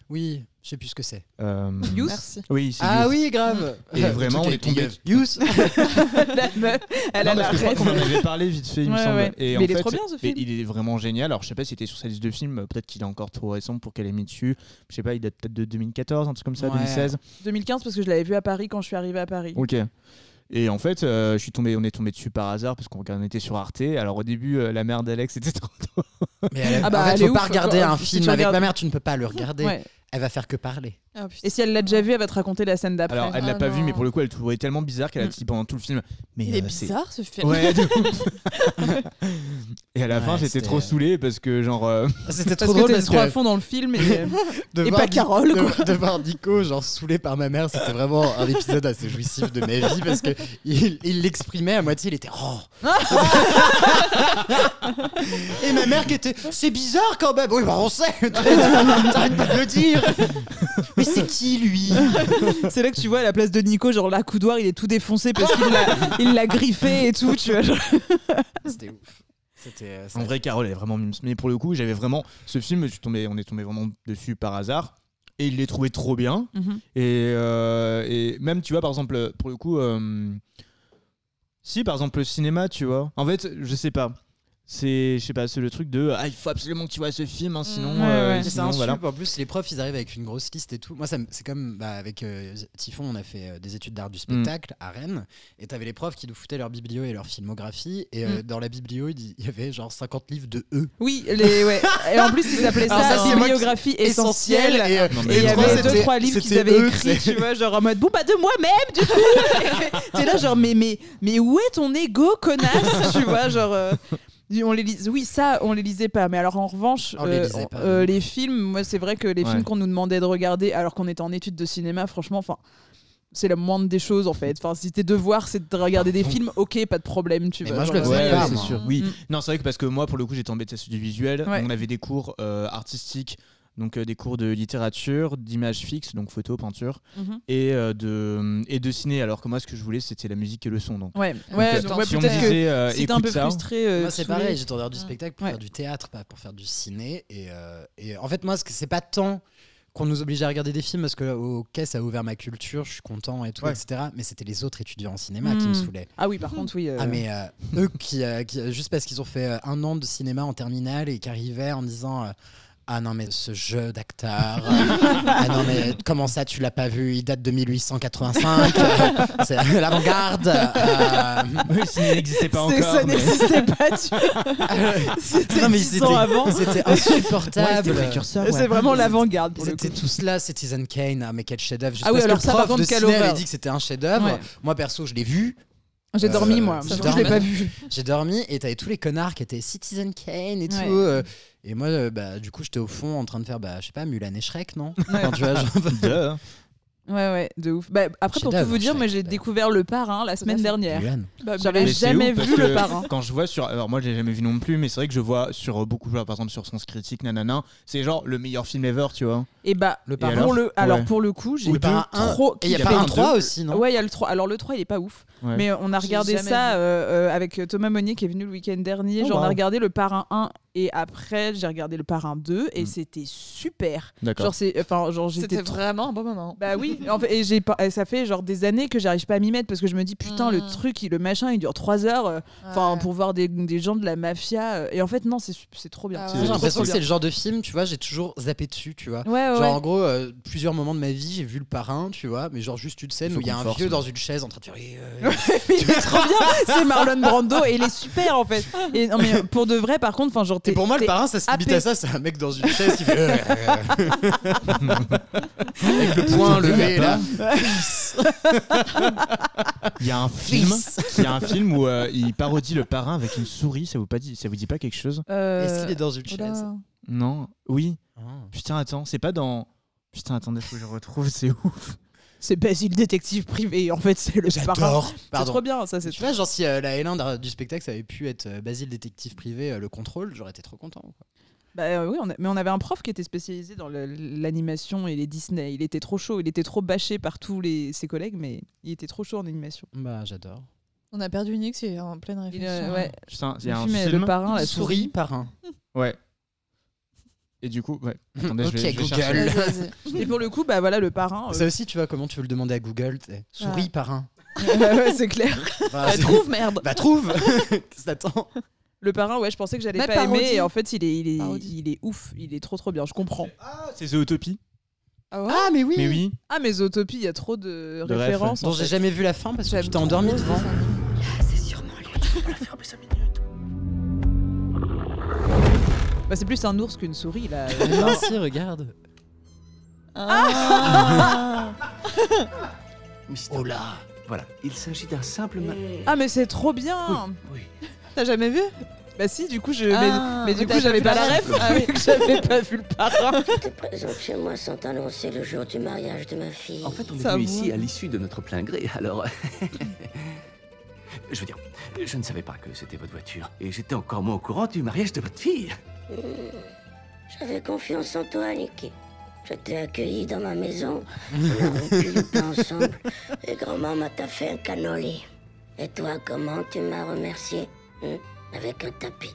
Speaker 1: Oui, je sais plus ce que c'est.
Speaker 2: Euh,
Speaker 3: Yous
Speaker 4: Merci. [LAUGHS]
Speaker 2: oui, c'est
Speaker 1: Ah
Speaker 2: Yous.
Speaker 1: oui, grave.
Speaker 2: Et
Speaker 1: Le
Speaker 2: vraiment,
Speaker 1: truc
Speaker 2: on
Speaker 1: avec
Speaker 2: est tombé-
Speaker 1: les gueules. Yous.
Speaker 4: La meuf, elle
Speaker 2: Non,
Speaker 4: a la
Speaker 2: parce que je crois
Speaker 4: rêve.
Speaker 2: qu'on en avait parlé vite fait, il me
Speaker 4: Ouais,
Speaker 2: semble.
Speaker 4: ouais.
Speaker 2: Et
Speaker 4: Mais
Speaker 2: en
Speaker 4: il est
Speaker 2: fait,
Speaker 4: trop bien, ce
Speaker 2: et
Speaker 4: film.
Speaker 2: Il est vraiment génial. Alors, je sais pas si était sur sa liste de films. Peut-être qu'il est encore trop récent pour qu'elle ait mis dessus. Je sais pas, il date peut-être de 2014, un truc comme ça,
Speaker 1: Ouais.
Speaker 2: 2016.
Speaker 4: 2015 parce que je l'avais vu à Paris quand je suis arrivée à Paris.
Speaker 2: Ok. Et en fait, euh, je suis tombé, on est tombé dessus par hasard parce qu'on regardait- on était sur Arte. Alors au début, euh, la mère d'Alex était trop tôt.
Speaker 1: Mais elle,
Speaker 4: Ah bah,
Speaker 1: en fait,
Speaker 4: elle
Speaker 1: faut
Speaker 4: est
Speaker 1: pas
Speaker 4: ouf,
Speaker 1: regarder
Speaker 4: quoi.
Speaker 1: un
Speaker 4: Si
Speaker 1: film
Speaker 4: tu
Speaker 1: avec
Speaker 4: regardes-
Speaker 1: ma mère, tu ne peux pas le regarder.
Speaker 4: Ouais.
Speaker 1: Elle va faire que parler.
Speaker 3: Ah, putain.
Speaker 4: Et si elle l'a déjà vu, elle va te raconter la scène d'après.
Speaker 2: Alors elle
Speaker 3: Ah
Speaker 2: l'a pas vu,
Speaker 3: non.
Speaker 2: mais pour le coup, elle trouvait tellement bizarre qu'elle a
Speaker 4: Mm.
Speaker 2: dit pendant tout le film. Mais
Speaker 3: Il est
Speaker 2: euh, c'est-
Speaker 3: bizarre ce film.
Speaker 2: Ouais. de ouf.
Speaker 3: [LAUGHS]
Speaker 2: et à la fin,
Speaker 1: Ouais,
Speaker 2: j'étais
Speaker 1: c'était-
Speaker 2: trop saoulé parce que genre. euh,
Speaker 1: C'était
Speaker 4: parce
Speaker 1: Ah, trop
Speaker 4: que
Speaker 1: drôle
Speaker 4: t'es
Speaker 1: parce
Speaker 4: trop à
Speaker 1: que
Speaker 4: fond dans le film et,
Speaker 1: [LAUGHS]
Speaker 4: euh,
Speaker 1: de
Speaker 4: et
Speaker 1: voir
Speaker 4: pas
Speaker 1: Di-
Speaker 4: Carole quoi.
Speaker 1: de, de voir Nico genre saoulé par ma mère, c'était vraiment un épisode assez jouissif de ma vie parce que il il l'exprimait à moitié, il était oh.
Speaker 4: [LAUGHS]
Speaker 1: Et ma mère qui était c'est bizarre quand même. Oui, bah on sait. [LAUGHS] T'arrêtes pas de le dire. Mais c'est qui lui
Speaker 4: C'est là que tu vois à la place de Nico, genre là, coudoir, il est tout défoncé parce qu'il l'a- il l'a griffé et tout, tu vois. genre.
Speaker 1: C'était ouf. C'était euh, ça-
Speaker 2: En vrai, Carole, elle est vraiment mimes. Mais pour le coup, j'avais vraiment. Ce film, je suis tombé, on est tombé vraiment dessus par hasard. Et il l'est trouvé trop bien.
Speaker 4: Mhm.
Speaker 2: Et, euh, et même, tu vois, par exemple, pour le coup. euh, si, par exemple, le cinéma, tu vois. En fait, je sais pas. C'est, je sais pas, c'est le truc de. Ah, il faut absolument que tu vois ce film, hein, sinon.
Speaker 4: Mhm. Ouais,
Speaker 2: euh,
Speaker 4: ouais.
Speaker 1: Mais Ah, C'est
Speaker 2: sinon,
Speaker 1: un
Speaker 2: voilà.
Speaker 1: sup, En plus, les profs, ils arrivent avec une grosse liste et tout. Moi, ça me- c'est comme bah, avec euh, Typhon, on a fait euh, des études d'art
Speaker 2: Mm.
Speaker 1: du spectacle à Rennes. Et t'avais les profs qui nous foutaient leur biblio et leur filmographie. Et euh, dans la biblio, il y avait genre 50 livres de E. eux.
Speaker 4: Oui, les, ouais. et en plus, ils appelaient
Speaker 1: Alors
Speaker 4: ça,
Speaker 1: Ah, ça,
Speaker 4: des
Speaker 1: c'est moi qui-
Speaker 4: biographies essentielles.
Speaker 1: Et euh,
Speaker 2: Non, mais
Speaker 4: Et il y
Speaker 2: les
Speaker 1: trois,
Speaker 4: avait deux
Speaker 1: c'était-
Speaker 4: trois livres qu'ils
Speaker 1: c'était
Speaker 4: avaient
Speaker 1: eux,
Speaker 4: écrits,
Speaker 1: c'est-
Speaker 4: tu vois, genre en mode bon bah de moi-même du coup. [LAUGHS] T'es là genre mais mais mais où est ton ego connasse, tu vois genre. euh, On les lis- Oui, ça, on les lisait pas. Mais alors, en revanche,
Speaker 1: On les
Speaker 4: euh,
Speaker 1: lisait
Speaker 4: on-
Speaker 1: pas,
Speaker 4: euh,
Speaker 1: non.
Speaker 4: les films, moi, c'est vrai que les
Speaker 2: Ouais.
Speaker 4: films qu'on nous demandait de regarder, alors qu'on était en études de cinéma, franchement, enfin, c'est la moindre des choses, en fait. Enfin, si tes devoirs, c'est de regarder des films, ok, pas de problème, tu
Speaker 1: Mais
Speaker 4: vois.
Speaker 1: moi, je
Speaker 4: genre,
Speaker 1: le faisais
Speaker 2: Ouais,
Speaker 4: euh,
Speaker 1: pas,
Speaker 2: c'est
Speaker 1: moi.
Speaker 2: sûr.
Speaker 3: Mm.
Speaker 2: Oui.
Speaker 4: Mm.
Speaker 2: Non, c'est vrai que parce que moi, pour le coup, j'étais embêté sur du visuel.
Speaker 4: Ouais.
Speaker 2: On avait des cours euh, artistiques, donc euh, des cours de littérature, d'image fixe, donc photo, peinture,
Speaker 4: Mhm.
Speaker 2: et, euh, de, et de ciné. Alors que moi, ce que je voulais, c'était la musique et le son. Donc,
Speaker 4: Ouais,
Speaker 1: Donc,
Speaker 4: ouais,
Speaker 1: euh,
Speaker 4: donc,
Speaker 1: tant
Speaker 4: ouais,
Speaker 2: si on me
Speaker 4: peut-être que
Speaker 2: disait, euh,
Speaker 4: si t'es
Speaker 2: écoute
Speaker 4: un peu
Speaker 2: ça,
Speaker 4: frustré. euh,
Speaker 1: Moi, c'est
Speaker 4: saoulé-
Speaker 1: pareil, j'étais en dehors du
Speaker 3: Mm.
Speaker 1: spectacle pour
Speaker 4: Ouais.
Speaker 1: faire du théâtre, pas pour faire du ciné. Et, euh, et en fait, moi, ce que- c'est pas tant qu'on nous obligeait à regarder des films parce que, ok, ça a ouvert ma culture, je suis content et tout,
Speaker 2: Ouais.
Speaker 1: etc. Mais c'était les autres étudiants en cinéma qui
Speaker 4: Mm.
Speaker 1: me saoulaient.
Speaker 4: Ah oui, par contre, oui. euh,
Speaker 1: Ah,
Speaker 4: [LAUGHS]
Speaker 1: mais euh, eux, qui, euh, qui- juste parce qu'ils ont fait euh, un an de cinéma en terminale et qui arrivaient en disant. euh, ah non mais ce jeu d'acteur. [LAUGHS] euh, ah non mais comment ça tu l'as pas vu Il date de 1885. [LAUGHS] euh, c'est l'avant-garde. euh,
Speaker 2: le ciné n'existait pas
Speaker 4: C'est-
Speaker 2: encore.
Speaker 4: ça
Speaker 1: [LAUGHS]
Speaker 2: mais-
Speaker 4: n'existait pas. Tu... C'était
Speaker 1: Non, mais
Speaker 4: 10
Speaker 1: c'était-
Speaker 4: ans avant.
Speaker 1: C'était
Speaker 2: Ouais, c'était
Speaker 1: insupportable.
Speaker 2: précurseur, ouais.
Speaker 4: C'est vraiment l'avant-garde pour
Speaker 1: Ils
Speaker 4: le coup.
Speaker 1: étaient tous là, Citizen Kane, ah mais quel chef-d'œuvre. Juste
Speaker 4: Ah oui,
Speaker 1: parce que
Speaker 4: alors
Speaker 1: le
Speaker 4: ça,
Speaker 1: prof
Speaker 4: par contre,
Speaker 1: de
Speaker 4: quel
Speaker 1: ciné avait
Speaker 4: horreur.
Speaker 1: dit que c'était un chef-d'œuvre.
Speaker 4: Ouais.
Speaker 1: Moi perso, je l'ai vu,
Speaker 4: J'ai
Speaker 1: Euh,
Speaker 4: dormi moi.
Speaker 1: j'ai
Speaker 4: Du coup, je l'ai
Speaker 1: dormi.
Speaker 4: pas vu.
Speaker 1: j'ai dormi et t'avais tous les connards qui étaient Citizen Kane et tout.
Speaker 4: Ouais.
Speaker 1: euh, et moi, euh, bah, du coup, j'étais au fond en train de faire, bah, je sais pas, Mulan et Shrek, non
Speaker 4: Ouais.
Speaker 1: Enfin, tu vois, genre-
Speaker 2: [LAUGHS] Duh.
Speaker 4: [LAUGHS] Ouais ouais, de ouf. Bah, après pour tout
Speaker 1: Chef-d'œuvre,
Speaker 4: vous dire,
Speaker 1: Shrek,
Speaker 4: moi j'ai
Speaker 1: d'ailleurs.
Speaker 4: découvert le parrain la semaine
Speaker 3: fait.
Speaker 4: dernière.
Speaker 1: Mulan.
Speaker 3: Bah,
Speaker 4: J'avais
Speaker 2: Mais c'est
Speaker 4: jamais
Speaker 2: ouf, parce
Speaker 4: vu le
Speaker 2: que
Speaker 4: parrain.
Speaker 2: Quand je vois sur. Alors, moi, je l'ai jamais vu non plus, mais c'est vrai que je vois sur euh, beaucoup, par exemple, sur Sens Critique, nanana, c'est genre le meilleur film ever, tu vois.
Speaker 4: Et bah
Speaker 1: Le
Speaker 4: pour
Speaker 2: parrain. alors
Speaker 4: le alors
Speaker 2: Ouais.
Speaker 4: pour le coup, j'ai
Speaker 1: Ou le
Speaker 4: deux
Speaker 1: parrain un.
Speaker 4: trop
Speaker 1: Et il y a
Speaker 2: Il
Speaker 1: pas
Speaker 2: fait
Speaker 1: un
Speaker 2: un
Speaker 1: 3
Speaker 2: deux.
Speaker 1: aussi, non
Speaker 4: Ouais, il y a le 3. Alors le 3, il est pas ouf.
Speaker 2: Ouais.
Speaker 4: Mais on a
Speaker 3: J'ai
Speaker 4: regardé
Speaker 3: jamais
Speaker 4: ça
Speaker 3: vu.
Speaker 4: euh, euh, avec Thomas Monnier qui est venu le week-end dernier.
Speaker 2: Oh,
Speaker 4: genre, on a
Speaker 2: wow.
Speaker 4: regardé le parrain 1 et après, j'ai regardé le parrain 2 et
Speaker 2: Mm.
Speaker 4: c'était super.
Speaker 2: D'accord.
Speaker 4: Genre, c'est. Enfin, genre, j'étais
Speaker 3: C'était
Speaker 4: trop
Speaker 3: vraiment un bon moment.
Speaker 4: Bah oui, en fait, et j'ai pas- et ça fait genre des années que j'arrive pas à m'y mettre parce que je me dis putain le
Speaker 3: Mm.
Speaker 4: truc, il- le machin, il dure 3 heures, euh, enfin pour voir des, des gens de la mafia euh, et en fait non, c'est su- c'est trop bien.
Speaker 3: Ah
Speaker 1: J'ai
Speaker 3: ouais.
Speaker 4: trop,
Speaker 1: l'impression
Speaker 4: trop
Speaker 1: que c'est le genre de film, tu vois, j'ai toujours zappé dessus, tu vois.
Speaker 4: bien. Ouais, ouais,
Speaker 1: Genre,
Speaker 4: ouais.
Speaker 1: en gros, euh, plusieurs moments de ma vie, j'ai vu le parrain, tu vois, mais genre juste une scène
Speaker 2: Il
Speaker 1: où
Speaker 2: faut
Speaker 1: il y a
Speaker 2: qu'on
Speaker 1: un
Speaker 2: force,
Speaker 1: vieux
Speaker 2: hein.
Speaker 1: dans une chaise en train de faire. Oui, euh,
Speaker 4: [LAUGHS] il est trop bien, c'est Marlon Brando et il est super en fait. Et non mais euh, pour de vrai par contre, enfin genre
Speaker 1: Et
Speaker 4: t'es-
Speaker 1: pour moi, le
Speaker 4: t'es-
Speaker 1: parrain, ça se limite
Speaker 4: happé.
Speaker 1: à ça. C'est un mec dans une chaise qui fait.
Speaker 2: [LAUGHS]
Speaker 1: euh, Avec le poing levé, là.
Speaker 2: Il y a un film, il y a un film où euh, il parodie le parrain avec une souris. Ça vous pas dit, ça vous dit pas quelque chose
Speaker 4: Euh,
Speaker 1: Est-ce qu'il est dans une
Speaker 4: oula.
Speaker 1: chaise
Speaker 2: Non. Oui.
Speaker 1: Ah.
Speaker 2: Putain, attends, c'est pas dans. Putain, attendez, faut que je retrouve. C'est ouf.
Speaker 4: C'est Basile détective privé en fait, c'est le parrain.
Speaker 1: J'adore.
Speaker 4: C'est trop
Speaker 1: Pardon.
Speaker 4: bien ça, Ah, c'est
Speaker 1: Tu vois, genre, si euh, la L1 du spectacle, ça avait pu être euh, Basile détective privé, euh, le contrôle, j'aurais été trop content. quoi.
Speaker 4: Bah euh, oui, on a- mais on avait un prof qui était spécialisé dans le- l'animation et les Disney. Il était trop chaud, il était trop bâché par tous les, ses collègues, mais il était trop chaud en animation.
Speaker 1: Bah, j'adore.
Speaker 3: On a perdu Nick, c'est en pleine
Speaker 4: Il,
Speaker 3: réflexion.
Speaker 4: euh, ouais,
Speaker 2: Putain, il y
Speaker 4: le
Speaker 2: a un
Speaker 4: film est
Speaker 2: film.
Speaker 4: le parrain, la souris.
Speaker 1: Souris, parrain.
Speaker 2: Ouais. Et du coup,
Speaker 3: [LAUGHS]
Speaker 2: ouais. Attendez, je
Speaker 1: Ok,
Speaker 2: vais- je vais
Speaker 1: Google.
Speaker 2: chercher.
Speaker 3: Vas-y,
Speaker 2: [LAUGHS]
Speaker 3: vas-y.
Speaker 4: Et pour le coup, bah voilà, le parrain. [LAUGHS]
Speaker 1: Ça aussi, tu vois, comment tu veux le demander à Google t'sais, Souris, parrain.
Speaker 4: bah, ouais, c'est clair.
Speaker 1: Enfin,
Speaker 3: Bah,
Speaker 1: c'est-
Speaker 3: trouve, merde
Speaker 1: [LAUGHS] Bah, trouve Qu'est-ce que t'attends
Speaker 4: Le parrain, ouais, je pensais que j'allais
Speaker 3: Mais
Speaker 4: pas
Speaker 3: parodie.
Speaker 4: aimer. Et en fait, il est, il, est,
Speaker 3: Parodie.
Speaker 4: il est ouf. Il est trop, trop bien. Je comprends.
Speaker 2: Ah, c'est The Utopie.
Speaker 1: Ah,
Speaker 3: Eh
Speaker 1: mais oui
Speaker 2: Mais oui.
Speaker 4: Ah, mais Zootopie, il y a trop de,
Speaker 2: De refs,
Speaker 4: références.
Speaker 1: Dont
Speaker 4: en
Speaker 1: j'ai
Speaker 4: fait.
Speaker 1: jamais vu la fin parce que tu t'es
Speaker 3: J'aime
Speaker 1: endormi
Speaker 3: trop
Speaker 1: devant.
Speaker 3: ça.
Speaker 4: Bah, c'est plus un ours qu'une souris, là.
Speaker 1: Non, si, regarde.
Speaker 3: Ah.
Speaker 5: Mais c'est-
Speaker 1: Oh là
Speaker 5: Voilà, il s'agit d'un simple. ma-
Speaker 4: ah, mais c'est trop bien.
Speaker 5: Oui.
Speaker 4: T'as jamais vu Bah, si, du coup, je.
Speaker 3: Ah,
Speaker 4: mais, mais du
Speaker 3: t'as pas
Speaker 4: coup, j'avais
Speaker 3: vu
Speaker 4: pas
Speaker 3: la
Speaker 4: la
Speaker 3: ref.
Speaker 4: ref.
Speaker 3: Ah oui.
Speaker 4: vu [LAUGHS] que j'avais pas vu le parrain.
Speaker 6: J'étais présente chez moi sans t'annoncer le jour du mariage de ma fille.
Speaker 5: En fait, on est
Speaker 3: Ça
Speaker 5: venu
Speaker 3: va.
Speaker 5: ici à l'issue de notre plein gré, alors. [LAUGHS] je veux dire, je ne savais pas que c'était votre voiture. Et j'étais encore moins au courant du mariage de votre fille.
Speaker 6: J'avais confiance en toi, Nicky. Je t'ai accueilli dans ma maison. On a rompu le pain ensemble. Et grand-maman t'a fait un cannoli. Et toi, comment tu m'as remercié hein Avec un tapis.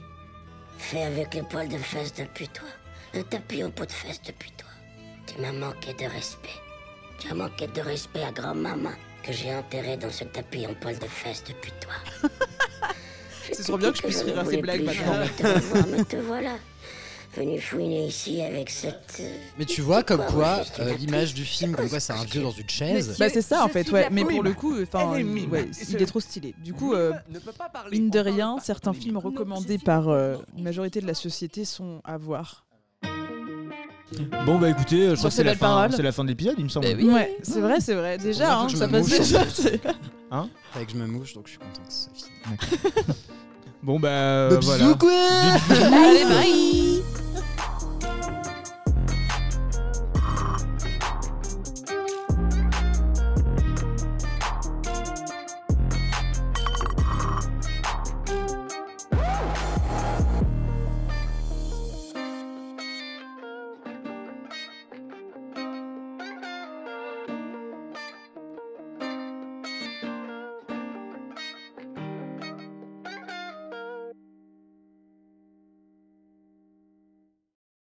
Speaker 6: Fait avec les poils de fesses depuis toi. Un tapis en peau de fesses depuis toi. Tu m'as manqué de respect. Tu as manqué de respect à grand-maman que j'ai enterré dans ce tapis en poils de fesses depuis toi.
Speaker 4: [LAUGHS]
Speaker 6: Je
Speaker 4: C'est
Speaker 6: t'ai
Speaker 4: trop bien
Speaker 6: dit
Speaker 4: que je puisse
Speaker 6: ne
Speaker 4: rire à ces
Speaker 6: voulais
Speaker 4: blagues
Speaker 6: plus
Speaker 4: maintenant.
Speaker 6: jamais te revoir, mais te voilà. Venu fouiner ici avec cette. euh,
Speaker 1: Mais tu vois, comme
Speaker 6: Quoi,
Speaker 1: quoi,
Speaker 6: ouais, c'est
Speaker 1: euh,
Speaker 6: une
Speaker 1: l'image
Speaker 6: actrice.
Speaker 1: du film, comme quoi c'est un vieux dans une chaise.
Speaker 4: Bah, c'est ça, en fait, ouais. Mais pour
Speaker 5: mime.
Speaker 4: le coup, euh, enfin,
Speaker 5: Elle est
Speaker 4: il-
Speaker 5: mime.
Speaker 4: ouais,
Speaker 5: Et
Speaker 4: il
Speaker 5: ce-
Speaker 4: est trop stylé. Du coup, euh,
Speaker 5: ne peut pas parler.
Speaker 4: Mine de
Speaker 5: on parle
Speaker 4: rien,
Speaker 5: pas
Speaker 4: certains
Speaker 5: tous les
Speaker 4: films
Speaker 5: minutes.
Speaker 4: recommandés par euh, une majorité de la société sont à voir.
Speaker 2: Bon, bah écoutez, je
Speaker 3: Sur
Speaker 2: crois que
Speaker 3: ces
Speaker 2: c'est la,
Speaker 3: belles
Speaker 2: fin-
Speaker 3: paroles.
Speaker 2: c'est la fin de l'épisode, il me semble.
Speaker 1: Ben
Speaker 3: Bah oui.
Speaker 4: Ouais, c'est vrai, c'est vrai. Déjà,
Speaker 1: première fois
Speaker 4: hein,
Speaker 1: que je
Speaker 4: ça
Speaker 1: me
Speaker 4: passe
Speaker 1: mouche.
Speaker 4: déjà. c'est-
Speaker 1: Fait que je me mouche, donc je suis content que ça finisse.
Speaker 2: Bon, bah. euh,
Speaker 1: Bah,
Speaker 2: voilà.
Speaker 1: bisous, quoi
Speaker 3: Allez, bye